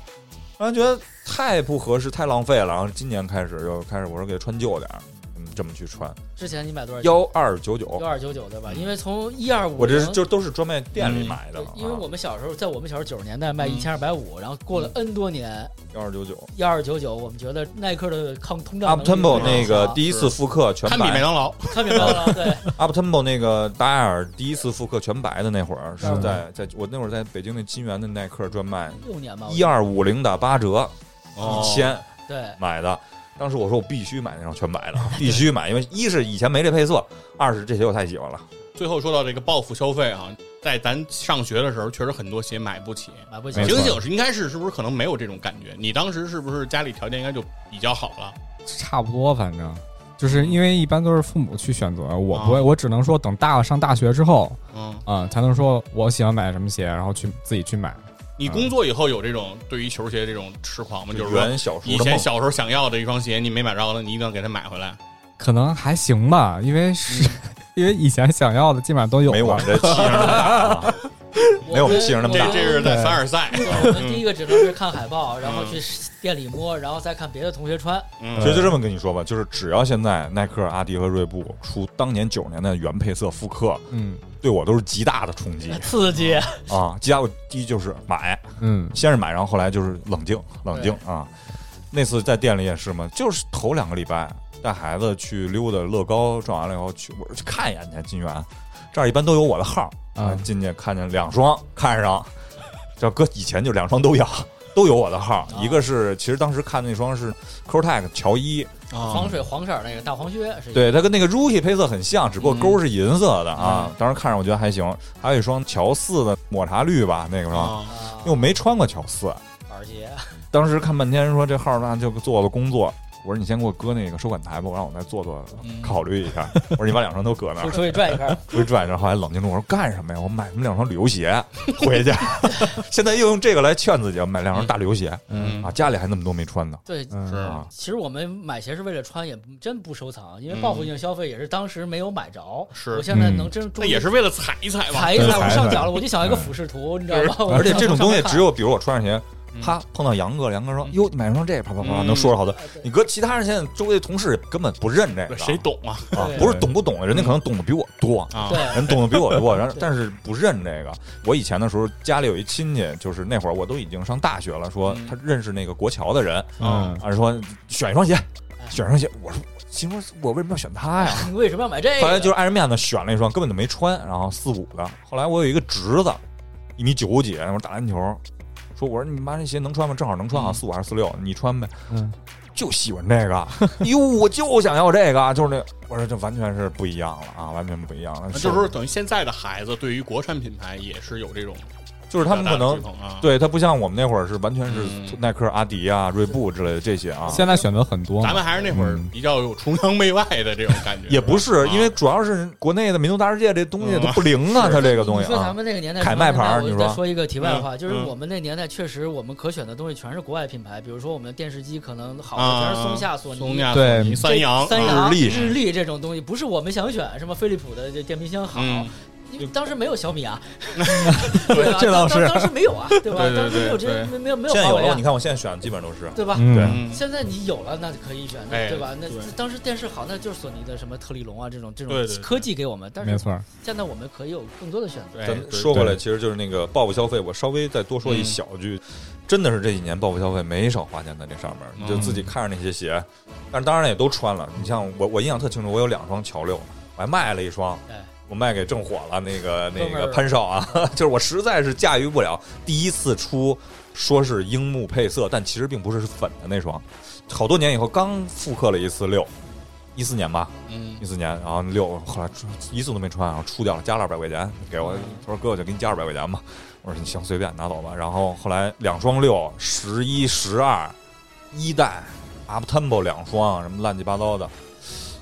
然后觉得太不合适，太浪费了，然后今年开始就开始我说给它穿旧点儿，嗯，这么去穿
之前你买多少钱？
幺二九九
幺，二九九对吧？因为从一二五，
我这是就都是专卖店里买的
嗯对
啊，
因为我们小时候，在我们小时候九十年代卖
嗯
一千二百五，然后过了
嗯
N 多年
幺二九九。
幺二九九，我们觉得耐克的抗通胀
Up
能力
Tempo
非常
那个
强
第一次复刻全
堪比麦
白
当劳，
看明白了，对，
，Up Tempo 那个达雅尔第一次复刻全白的那会儿是
嗯
在在我那会儿在北京那金源的耐克专卖，
六年吧，我
一二五零打八折，
哦
一千
对
买的。当时我说我必须买那双全白
[laughs]
的，必须买，因为一是以前没这配色，二是这鞋我太喜欢了。
最后说到这个报复消费啊，在咱上学的时候，确实很多鞋买不起。
买不起
没，错
醒醒是应该是是不是可能没有这种感觉？你当时是不是家里条件应该就比较好了？
差不多，反正就是因为一般都是父母去选择，我
啊
不会，我只能说等大了上大学之后
嗯，
啊、才能说我喜欢买什么鞋，然后去自己去买。
你工作以后有这种对于球鞋这种痴狂吗？就是说
嗯原小
以
时候的
前
梦，
小时候想要的一双鞋，你没买着了，你一定要给它买回来。
可能还行吧，因为是、 [laughs] 因为以前想要的基本上都有
没我
了
们。这气势
[laughs]
那么大啊。没有我们
跟
信任那么
这
大
我
这是嗯在凡尔赛，
对我们第一个只能是看海报，然
嗯
后去店里摸，然后再看别的同学穿。
嗯
其，实就这么跟你说吧，就是只要现在耐克、阿迪和锐步出当年九十年代的原配色复刻，
嗯
对我都是极大的
[laughs]
冲击
刺激，
啊！极大，我第一就是买，
嗯，
先是买，然后后来就是冷静，冷静啊。那次在店里也是嘛，就是头两个礼拜带孩子去溜达乐高，转完了以后去我说去看一眼去金源，这儿一般都有我的号
啊
进去看见两双看上，这搁以前就两双都有。都有我的号，一个是其实当时看那双是 c o r t e c 乔伊，
啊
防水黄色儿那个大黄靴是一个。
对它跟那个 Rookie 配色很像，只不过勾是银色的啊。当时看着我觉得还行，还有一双乔四的抹茶绿吧，那个双，
啊，
啊
因为我没穿过乔四，
板鞋，
当时看半天，说这号那就做了工作。我说你先给我搁那个收款台吧，我让我再做做
嗯
考虑
[laughs]
一下。我说你把两双都搁那
出
儿，
出去转一圈儿，
我一转一转，后来冷静住，我说干什么呀？我买什么两双旅游
[laughs]
鞋回去？现在又用这个来劝自己买两双大旅游鞋、
嗯
啊，家里还那么多没穿呢
对，
嗯
是
啊。
其实我们买鞋是为了穿，也不真不收藏，因为报复性消费也是当时没有买着。
是
我现在能
嗯
真
那
终于
也是为了踩一踩吧
踩。一踩，
对踩
我
一
上
踩
脚了，我就想一个俯视图，你知道吧？
嗯
我
而且这种东西只
有
有，比如我穿上鞋，
嗯
啪碰到杨哥，杨哥说：“
嗯
哟，你买双这，啪啪啪，
嗯
能说出好多。” [laughs] 你搁其他人现在周围的同事根本不认这个，
谁懂啊？
啊？
对
不是懂不懂的，人家可能懂得比我多
啊，
对
人懂得比我多，然后
对
但是不认这个。我以前的时候，家里有一亲戚，就是那会儿我都已经上大学了，说
嗯
他认识那个国桥的人，
嗯
啊，说选一双鞋，选一双鞋。我说，心说我为什么要选他呀？
你为什么要买这个？
后来就是碍着面子选了一双，根本就没穿，然后四五的。后来我有一个侄子，一米九几，那会儿打篮球，说我说你妈这鞋能穿吗？正好能穿啊，
嗯
四五还是四六，你穿呗。
嗯，
就喜欢这个，哟，我就想要这个，就是那，我说这完全是不一样了啊，完全不一样了。
那就是说等于现在的孩子对于国产品牌也是有这种
就是他们可
大大的
能
追捧啊，
对它不像我们那会儿是完全是
嗯
耐克、阿迪啊、锐步之类的这些啊。
现在选择很多嘛
咱，们还是那会儿比较有崇洋媚外的这种感 [laughs] 觉，啊
也不是，
吧
因为主要是国内的民族大世界这东西它不灵啊，它这个东
嗯你
西
说咱
啊，
们那个年代，
凯迈牌儿
什么年
你
代我
说
再说一个题外话，就是
嗯
我们那年代确实我们可选的东西全是国外品牌，比如说我们的电视机可能好
啊
的全是松下、索
松
尼、
下
对
索尼三
这
洋、
三
啊
洋、
日立
日立这种东西，不是我们想选什么飞利浦的这电冰箱好。
嗯
因为当时没有小米啊，对吧？
这倒是
当当时没有啊，对吧？
对对
当时没有这
对
没没有没
现在
华
有
为
了，
啊
你，看我现在选的基本上都是
对吧？
嗯，
嗯
现在你有了，那就可以选，
哎
那对吧？那
对
当时电视好，那就是索尼的什么特立龙啊这种这
对对对
种科技给我们，但
没
是
错儿，
现在我们可以有更多的选择。
哎
咱
对
们说回来，
对
其实就是那个报复消费，我稍微再多说一小句，真的是这几年报复消费没少花钱在这上面，你就自己看着那些鞋，但是当然也都穿了。你像我，我印象特清楚，我有两双乔六，我还卖了一双
哎。
我卖给正火了，那个那
哥们
个
儿
潘少啊， [laughs] 就是我实在是驾驭不了。第一次出说是樱木配色，但其实并不是是粉的那双，好多年以后刚复刻了一次六，一四年吧，
嗯
一四年，然后六后来出一次都没穿，然后出掉了，加了二百块钱给我，他说哥我就给你加二百块钱吧，我说你行随便拿走吧。然后后来两双六，十一、十二，一代 Up Tempo 两双，什么乱七八糟的，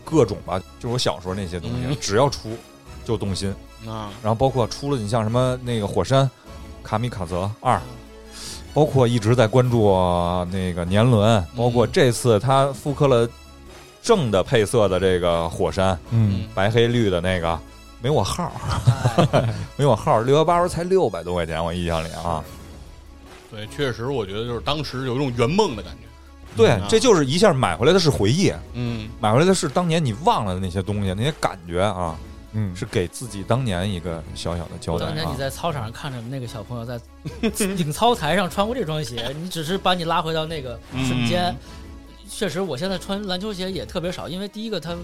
各种吧，就是我小时候那些东西，
嗯
只要出就动心。
啊，
然后包括出了你像什么那个火山、卡米卡泽二，包括一直在关注那个年轮，包括这次他复刻了正的配色的这个火山，
嗯，
白黑绿的那个，没我号儿，
哎
[laughs] 没我号儿，六幺八时候才六百多块钱，我印象里啊，
对，确实我觉得就是当时有一种圆梦的感觉，
对
嗯，
这就是一下买回来的是回忆，
嗯，
买回来的是当年你忘了的那些东西，那些感觉啊，
嗯，
是给自己当年一个小小的交代
当年
啊
你。在操场上看着那个小朋友在 [laughs] 领操台上穿过这双鞋，你只是把你拉回到那个瞬间。确实，我现在穿篮球鞋也特别少，因为第一个它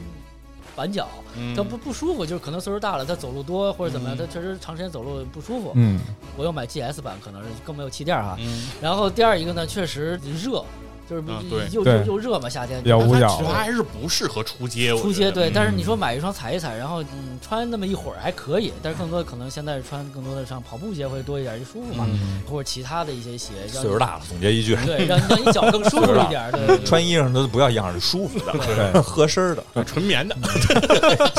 板脚，
嗯
它不不舒服，就是可能岁数大了，它走路多或者怎么样，
嗯
它确实长时间走路不舒服。
嗯，
我又买 GS 版，可能是更没有气垫儿哈。
嗯，
然后第二一个呢，确实热，就是
啊对
又
对
又又热嘛，夏天
比较
那它
无聊
其实还是不适合出街，我
出
觉
街
得
对，但是你说买一双踩一踩，然后嗯穿那么一会儿还可以，但是更多可能现在穿更多的像跑步鞋会多一点，就舒服嘛，
嗯
或者其他的一些鞋，让
岁数大了，总结一句，
[laughs] 你，对，让让你脚更舒服一点，对对对，
穿衣裳都不要样式舒服的，对，合身儿的，
纯棉的，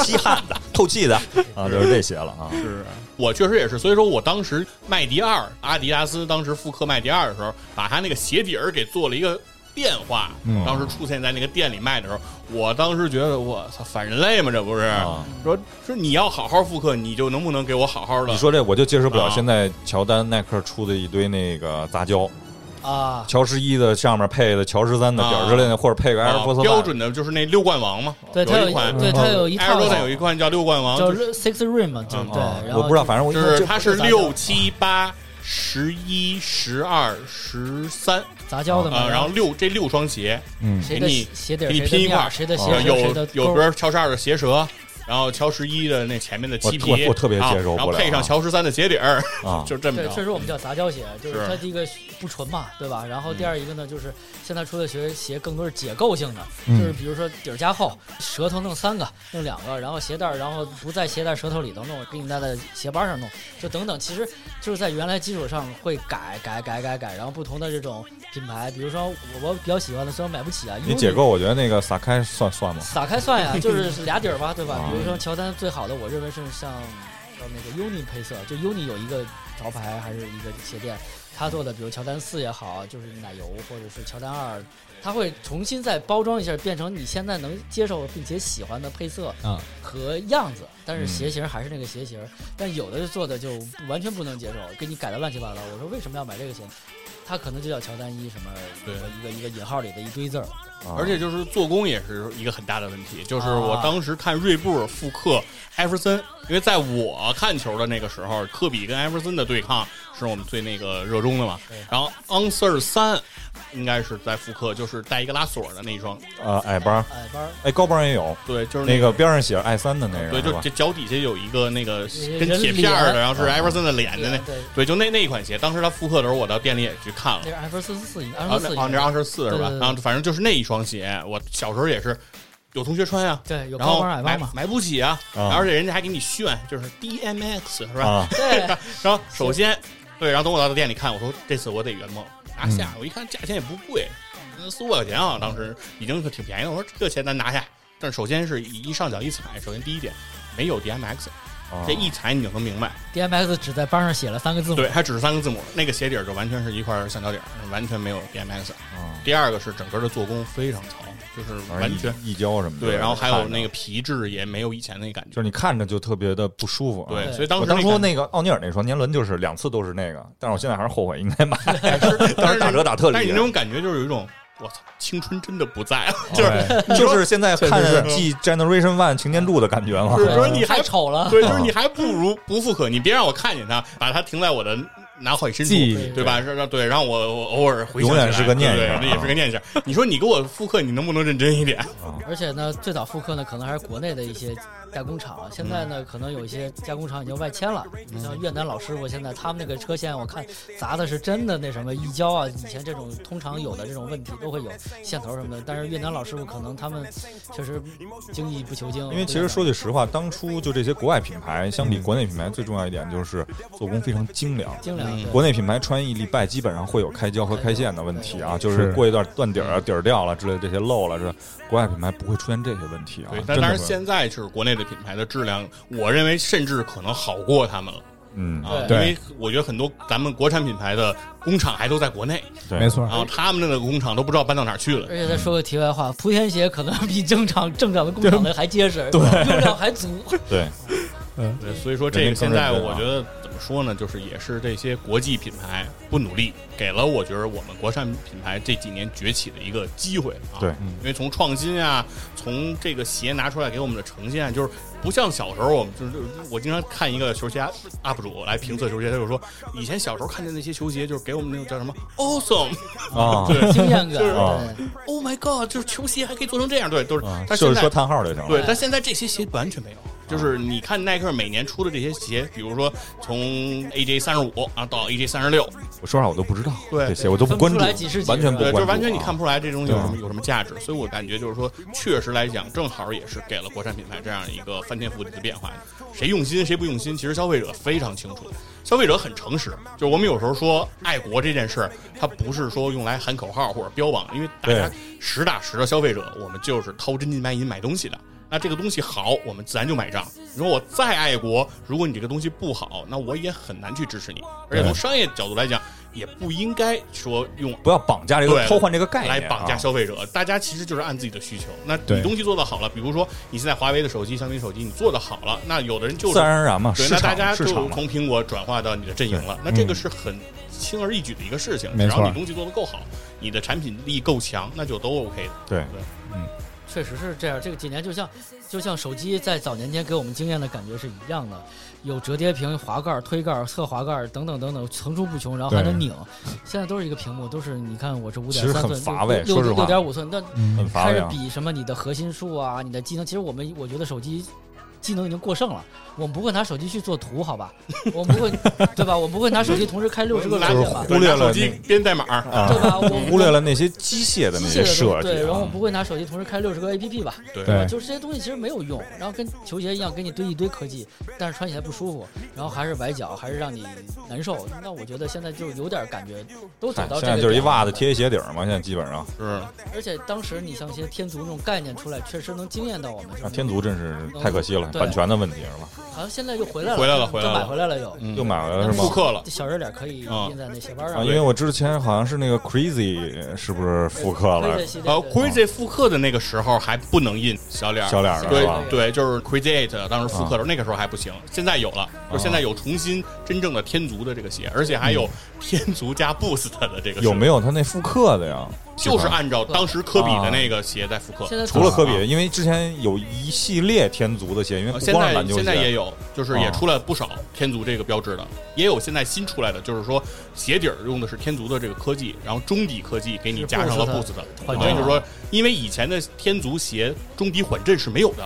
吸汗的、透气的啊，就是这些了啊。
是我确实也是，所以说我当时麦迪二，阿迪达斯当时复刻麦迪二的时候，把它那个鞋底儿给做了一个变化。
嗯
当时出现在那个店里卖的时候，我当时觉得我操反人类嘛，这不是？
啊
说说你要好好复刻，你就能不能给我好好的？
你说这我就接受不了，
啊
现在乔丹、耐克出的一堆那个杂交，
啊，
嗯
乔十一的上面配的乔十三的表之类的，或者配个 Air
啊
Force
标
One，
准的就是那六冠王嘛，
对，它
有
有
一款
对它有一
Air
套
Jordan 有一款叫六冠王，
叫
就是嗯哦
Six Rim 嘛，就对
啊，
然后
我不知道，反正我
就是
这
它是
杂交
六七八十一十二十三
杂交的嘛，
啊，然后六这六双鞋，
谁
嗯
嗯
给
的
你
鞋底儿
给你
谁的
拼一
面
块
儿
儿
谁的
啊
鞋
有
舌谁
有
的
有
钩
比
儿
如乔十二的鞋舌，然后乔十一的那前面的漆皮，
我我我特别接受
啊然
不
后
了
配上乔十三的鞋底儿，
啊，
[laughs] 就这么
对，确
着。
实我们叫杂交鞋，就是
是嗯
它第一个不纯嘛，对吧？然后第二一个呢，就是现在出的鞋鞋更多是解构性的，
嗯
就是比如说底儿加厚，舌头弄三个，弄两个，然后鞋带儿，然后不在鞋带舌头里头弄，给你带在鞋帮上弄，就等等，其实就是在原来基础上会改改改改改，然后不同的这种品牌，比如说我我比较喜欢的，虽然买不起啊，因
你
为
解构，我觉得那个撒开算算吗？
撒开算呀，就是俩底儿吧，对吧
啊？
比如说乔丹最好的，我认为是像叫那个 Uni 配色，就 Uni 有一个潮牌还是一个鞋垫，它做的比如乔丹四也好，就是奶油或者是乔丹二，它会重新再包装一下，变成你现在能接受并且喜欢的配色
啊
和样子，但是鞋型还是那个鞋型，但有的做的就完全不能接受，给你改的乱七八糟。我说为什么要买这个鞋？它可能就叫乔丹一什么
对
一个一个引号里的一堆字儿，
啊
而且就是做工也是一个很大的问题，就是
啊
我当时看锐步尔复刻艾弗森，因为在我看球的那个时候，科比跟艾弗森的对抗是我们最那个热衷的嘛
对。
然后 Answer 三应该是在复刻，就是带一个拉锁的那一双，
呃，矮帮，
矮帮儿
哎，高帮也有，
对，就是
那
那
个边上写着 i 三的那个，
对，
是
就
吧
这脚底下有一个那个
人
跟铁片儿
脸啊
的，然后是艾弗森的脸的那
对，对，
对，就那那一款鞋，当时它复刻的时候，我到店里也去看了
这。是 F 四四四应该
啊，
，F 四
那啊，那二十四是吧
对？对对
啊，反正就是那一双鞋，我小时候也是有同学穿呀，
对有
然
高
后
帮儿矮
买
帮嘛，
买不起啊，
啊
而且人家还给你炫，就是 DMX 是吧？
啊，
对，
然后首先对，然后等我到店里看，我说这次我得圆梦
嗯
拿下，我一看价钱也不贵，嗯四五百块钱啊，当时已经是挺便宜了。我说这钱咱拿下，但是首先是一上脚一踩，首先第一点没有 DMX，
啊嗯
这一踩你就能明白，
DMX 只在帮上写了三个字母，
对，它只是三个字母，那个鞋底儿就完全是一块橡胶底儿，完全没有 DMX。
啊
第二个是整个的做工非常糙，就是
反正
完全
一一胶什么的，
对，然后还有那
个，
个皮质也没有以前那感
就
觉
是。你看着就特别的不舒服啊。
对，
对
所以
我
当时
当初
那
那个奥尼尔那双年轮就是两次都是那个，但是我现在还是后悔应
[laughs]
该买，
个，
当时打折打特啊
但是你
例
那。种感觉就是有一种我操，青春真的不在了，
哦
就是
对就是现在看着继 Generation One 擎天柱的感觉嘛
就，是
对
说你
太
还
丑了，
对，
哦
就是你还不如不复刻，你别让我看见它，把它停在我的脑海深处
记忆，
对吧？让让对，让我我偶尔回想起来，
永远是个念想
对对对
啊
也是个念想。你说你给我复刻，你能不能认真一点？
而且呢，最早复刻呢，可能还是国内的一些加工厂，现在呢，可能有一些加工厂已经外迁了。像越南老师傅，现在他们那个车线，我看砸的是真的那什么溢胶啊，以前这种通常有的这种问题都会有线头什么的，但是越南老师傅可能他们确实精益不求精，
因为其实说句实话，当初就这些国外品牌相
嗯
比国内品牌，最重要一点就是做工非常精良。
精良，
嗯
对
国内品牌穿一礼拜基本上会有开胶和开线的问题啊，就是
是
过一段断底儿啊、底儿掉了之类的这些漏了，这国外品牌不会出现这些问题啊
对，。但
真
但
的
是
会，
现在就是国内的品牌的质量，我认为甚至可能好过他们了
嗯，
啊，因
对
为我觉得很多咱们国产品牌的工厂还都在国内，
对
没错
然。后他们那个工厂都不知道搬到哪儿去了
而。且再说个题外话，莆田鞋可能比正常正常的工厂的还结实，对，用料还足。
对，
对，所以说这个
人家
现
更
在
认真
我
啊
觉得怎么说呢，就是也是这些国际品牌不努力，给了我觉得我们国产品牌这几年崛起的一个机会啊。
对
因为从创新啊，从这个鞋拿出来给我们的呈现，啊就是不像小时候我们就是我经常看一个球鞋 UP 主来评测球鞋，他就说以前小时候看见那些球鞋，就是给我们那种叫什么 awesome，oh
啊，
经验感，
就是
啊
对
my god，就是球鞋还可以做成这样，对，都是
啊，
他
就
现
是
在
说叹号就行了。
对，但现在这些鞋完全没有。就是你看耐克每年出的这些鞋，比如说从 AJ 三十五啊到 AJ 三十六，
我说实话，我都不知道
对
这些，我都不关注，
分不出来几是几
完全不
对，呃就
关注，啊
是完全你看
不。
不出来这东西有
对啊
什么有什么价值。所以我感觉就是说，确实来讲，正好也是给了国产品牌这样一个翻天覆地的变化。谁用心，谁不用心，其实消费者非常清楚，消费者很诚实。就是我们有时候说爱国这件事儿，它不是说用来喊口号或者标榜，因为大家
对
实打实的消费者，我们就是掏真金白银买东西的。那这个东西好，我们自然就买账。如果我再爱国，如果你这个东西不好，那我也很难去支持你。而且从商业角度来讲，也不应该说用
不要绑架这个
对
偷换这个概念啊，
来绑架消费者。大家其实就是按自己的需求。那你
对
东西做的好了，比如说你现在华为的手机、小米手机，你做的好了，那有的人就是
自然而然嘛，
对，
市
那大家
场
就
市场嘛，
从苹果转化到你的阵营了。那这个是很轻而易举的一个事情，
没
只
错
要你东西做的够好，你的产品力够强，那就都 OK 的。
对
确实是这样，这个几年就像就像手机在早年间给我们经验的感觉是一样的，有折叠屏、滑盖、推盖、侧滑盖等等等等，层出不穷，然后还能拧。现在都是一个屏幕，都是你看我是五
其
点
实
三
很
寸，
乏味
六
说实
六
话
六点五寸，但
很
嗯，
乏
开
味
始
啊。
比什么你的核心数啊，你的技能，其实我们我觉得手机。技能已经过剩了，我们不会拿手机去做图，好吧？ [laughs] 我们不会，对吧？我们不会拿手机同时开六十个
拿
软
就是
件吧？
忽略了
拿手机编代码，
啊
对吧我
忽略了那些机械的那
机
些
械的
设
东西
计
对，然后我
啊
们，不会拿手机同时开六十个 APP 吧？
对
对
就是这些东西其实没有用，然后跟球鞋一样，给你堆一堆科技，但是穿起来不舒服，然后还是崴脚，还是让你难受。那我觉得现在就是有点感觉，都走
哎
到
现
这个
在就是一
点
袜子
了
贴一鞋底儿嘛，现在基本上
是
而且当时你像一些天足那种概念出来，确实能惊艳到我们。是
啊，
吧
天足真是太可惜了，
嗯对
版权的问题是吧？
好像现在又回来了，
回来了
就
回来了
买回来了又。
嗯
又买回来
但
是
是
吗嗯
复？刻了
这小人脸可以
啊
印在那鞋帮
啊，
上。
因为我之前好像是那个 Crazy 是不是啊复刻了
这系列
呃
对
，Crazy 复刻的那个时候还不能印小脸儿，
小脸儿
对
是吧？啊
对，就是 Create 当时复刻的时候，那个时候还不行，现在有了，就现在有重新真正的天足的这个鞋，而且还有 [laughs] 天足加 Boost 的这个，
嗯有没
有？
有他那复刻的呀？
就是按照
啊
当时科比的那个鞋在复刻
现，在
除了科比，因为之前有一系列天足的鞋，界，因为
呃
不
啊现
光是
在
篮球
现在也
鞋，
有，就是也
哦
出来不少天足这个标志的，也有现在新出来的，就是说鞋底儿用的是天足的这个科技，然后中底科技给你
是
加上了
Boost
Boost
的
的，
缓
等
震
于就是说
啊，
因为以前的天足鞋中底缓震是没有的，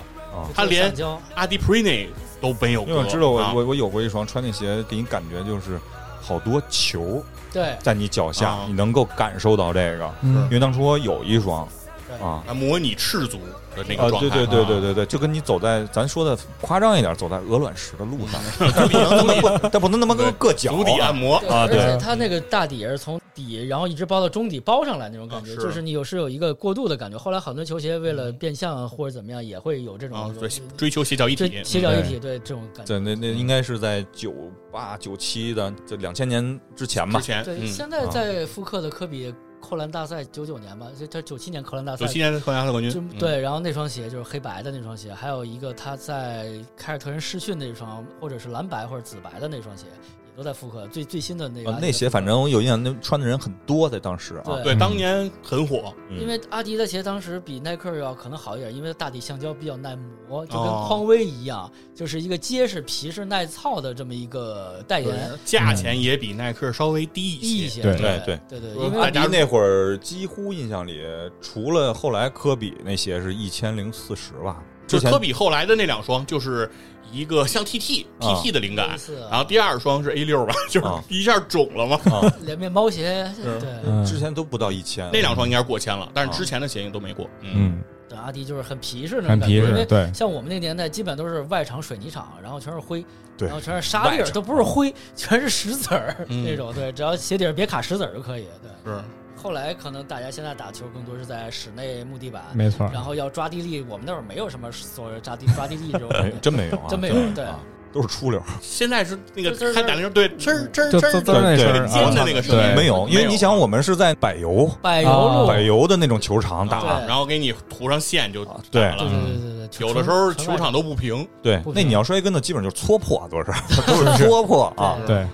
它连
橡胶
Adiprene 都没有
因
过。
为我知道我
啊
我我有过一双穿那鞋，给你感觉就是好多球
对
在你脚下
啊，
你能够感受到这个。
嗯
因为当初我有一双
对
啊，
啊模拟赤足的那
啊
个，状态，
对对对对
啊，
对对，就跟你走在咱说的夸张一点，走在鹅卵石的路上，
足底
能
足底
不但不能他妈跟硌脚 [laughs] 啊
足底按 [laughs] 摩
啊对
而且它那个大底也是从底，然后一直包到中底包上来那种感
啊
觉，
是嗯
就是你有是有一个过渡的感觉。后来很多球鞋为了变相啊或者怎么样，也会有这种
啊，对，追求鞋脚一体
这，鞋脚一体，对这种感觉。
对，那那应该是在九八九七的这两千年之前吧
之。前，
对，
嗯，
现在在复刻的科比扣篮大赛九九年吧，就他九七年扣篮大赛
九七年的冠亚的冠军
就，
嗯，
对，然后那双鞋就是黑白的那双鞋，还有一个他在凯尔特人试训那双，或者是蓝白或者紫白的那双鞋，也都在复刻最最新的那个、
啊，那鞋反正我有印象，那穿的人很多，在当时啊。
对
对，当年很火，
嗯
因为阿迪的鞋当时比耐克要可能好一点，因为大底橡胶比较耐磨，就跟
哦
匡威一样，就是一个结实、皮实、耐操的这么一个代言。
价钱也比耐克稍微低
低
一
一
些。
些，
对
对
对
对对，
说
因
大
为
家
阿迪那会儿几乎印象里，除了后来科比那鞋是一千零四十吧，
就
之
是
前
科比后来的那两双，就是一个像 TT
啊
TT 的灵感，
是
然后第二双是 A 六吧， [laughs] 就是
啊
一下肿了嘛。
连面包鞋，对，
嗯
之前都不到一千。
那两双应该是过千了，但是
啊
之前的鞋型都没过。嗯，
嗯，
对阿迪就是很皮实那种
很
感
皮
觉，因
实，
为
对，
像我们那个年代，基本都是外场水泥场，然后全是灰，
对
然后全是沙
外
粒儿，
场
都不是灰，全是石子儿、
嗯
那种。对，只要鞋底儿别卡石子儿就可以。对，
是
后来可能大家现在打球更多是在室内木地板，
没错。
然后要抓地力，我们那会儿没有什么所谓抓地抓地
[laughs]
力这种感
哎
觉，
真没有啊，
真没有对
啊，都是出溜儿。
现在是那个
滋儿滋儿
开打铃，对，吱儿吱儿
就
吱儿
滋滋
吱儿
儿那
对
声
对
儿
尖
啊
的那个声
对
音
没有，因为你想，我们是在柏油
柏油路，
啊柏油的那种球场打
啊
然后给你涂上线就
啊
打
对
了。
对对对对，
有的时候
纯
球场都不平，
对
不，
那
行
你要摔跟头，基本上就是搓破，都是都 [laughs] 是搓破啊，
对
对，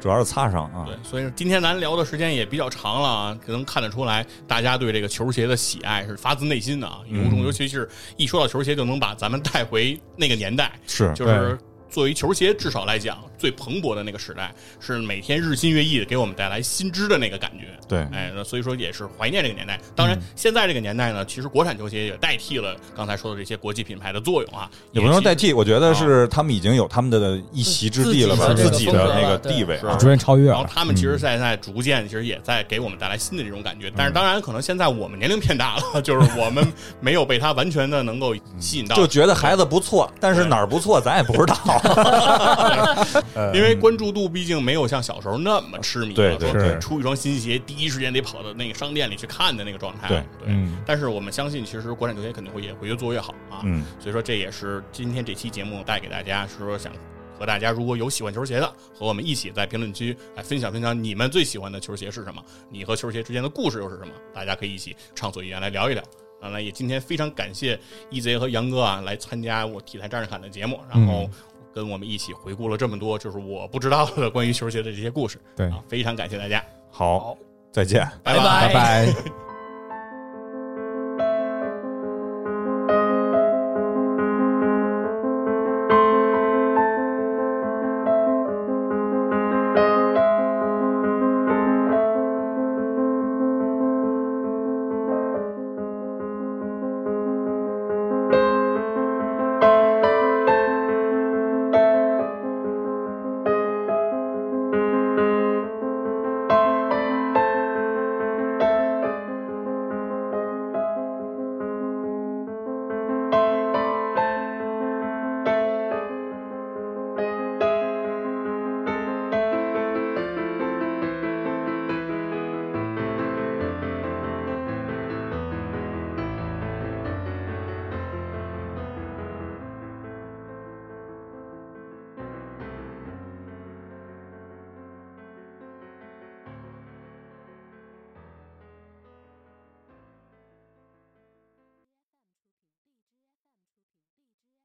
主要是擦伤啊
对。，所以说今天咱聊的时间也比较长了啊，可能看得出来大家对这个球鞋的喜爱是发自内心的啊，有
嗯
种，尤其是一说到球鞋就能把咱们带回那个年代，
是
就是作为球鞋至少来讲最蓬勃的那个时代，是每天日新月异的给我们带来新知的那个感觉。
对
哎，那所以说也是怀念这个年代。当
嗯
然，现在这个年代呢，其实国产球鞋也代替了刚才说的这些国际品牌的作用啊，
也不能说
其实
代替，我觉得是他们已经有他们的一席之地了吧，
自
自
己
己
的
的
这
那
个
个
风格了
地位啊。
逐渐超越
然后
了。
他们其实现在在逐渐，
嗯
其实也在给我们带来新的这种感觉。但是当然，可能现在我们年龄变大了， [laughs] 就是我们没有被它完全的能够吸引到，
就觉得孩子不错，但是
对
哪儿不错咱也不知道。
因为关注度毕竟没有像小时候那么痴迷了，
对对
说
是
出一双新鞋，第一时间得跑到那个商店里去看的那个状态。
对
嗯
但是我们相信，其实国产球鞋肯定会也会越做越好啊。
[laughs] 嗯，
所以说这也是今天这期节目带给大家，是说想和大家如果有喜欢球鞋的，和我们一起在评论区来分享分享你们最喜欢的球鞋是什么，你和球鞋之间的故事又是什么，大家可以一起畅所欲言来聊一聊。当然，也今天非常感谢 EZ 和杨哥啊来参加我体坛战士侃的节目，然后跟我们一起回顾了这么多就是我不知道的关于球鞋的这些故事
对，
啊，非常感谢大家，
好，再见。
拜
拜
拜
拜。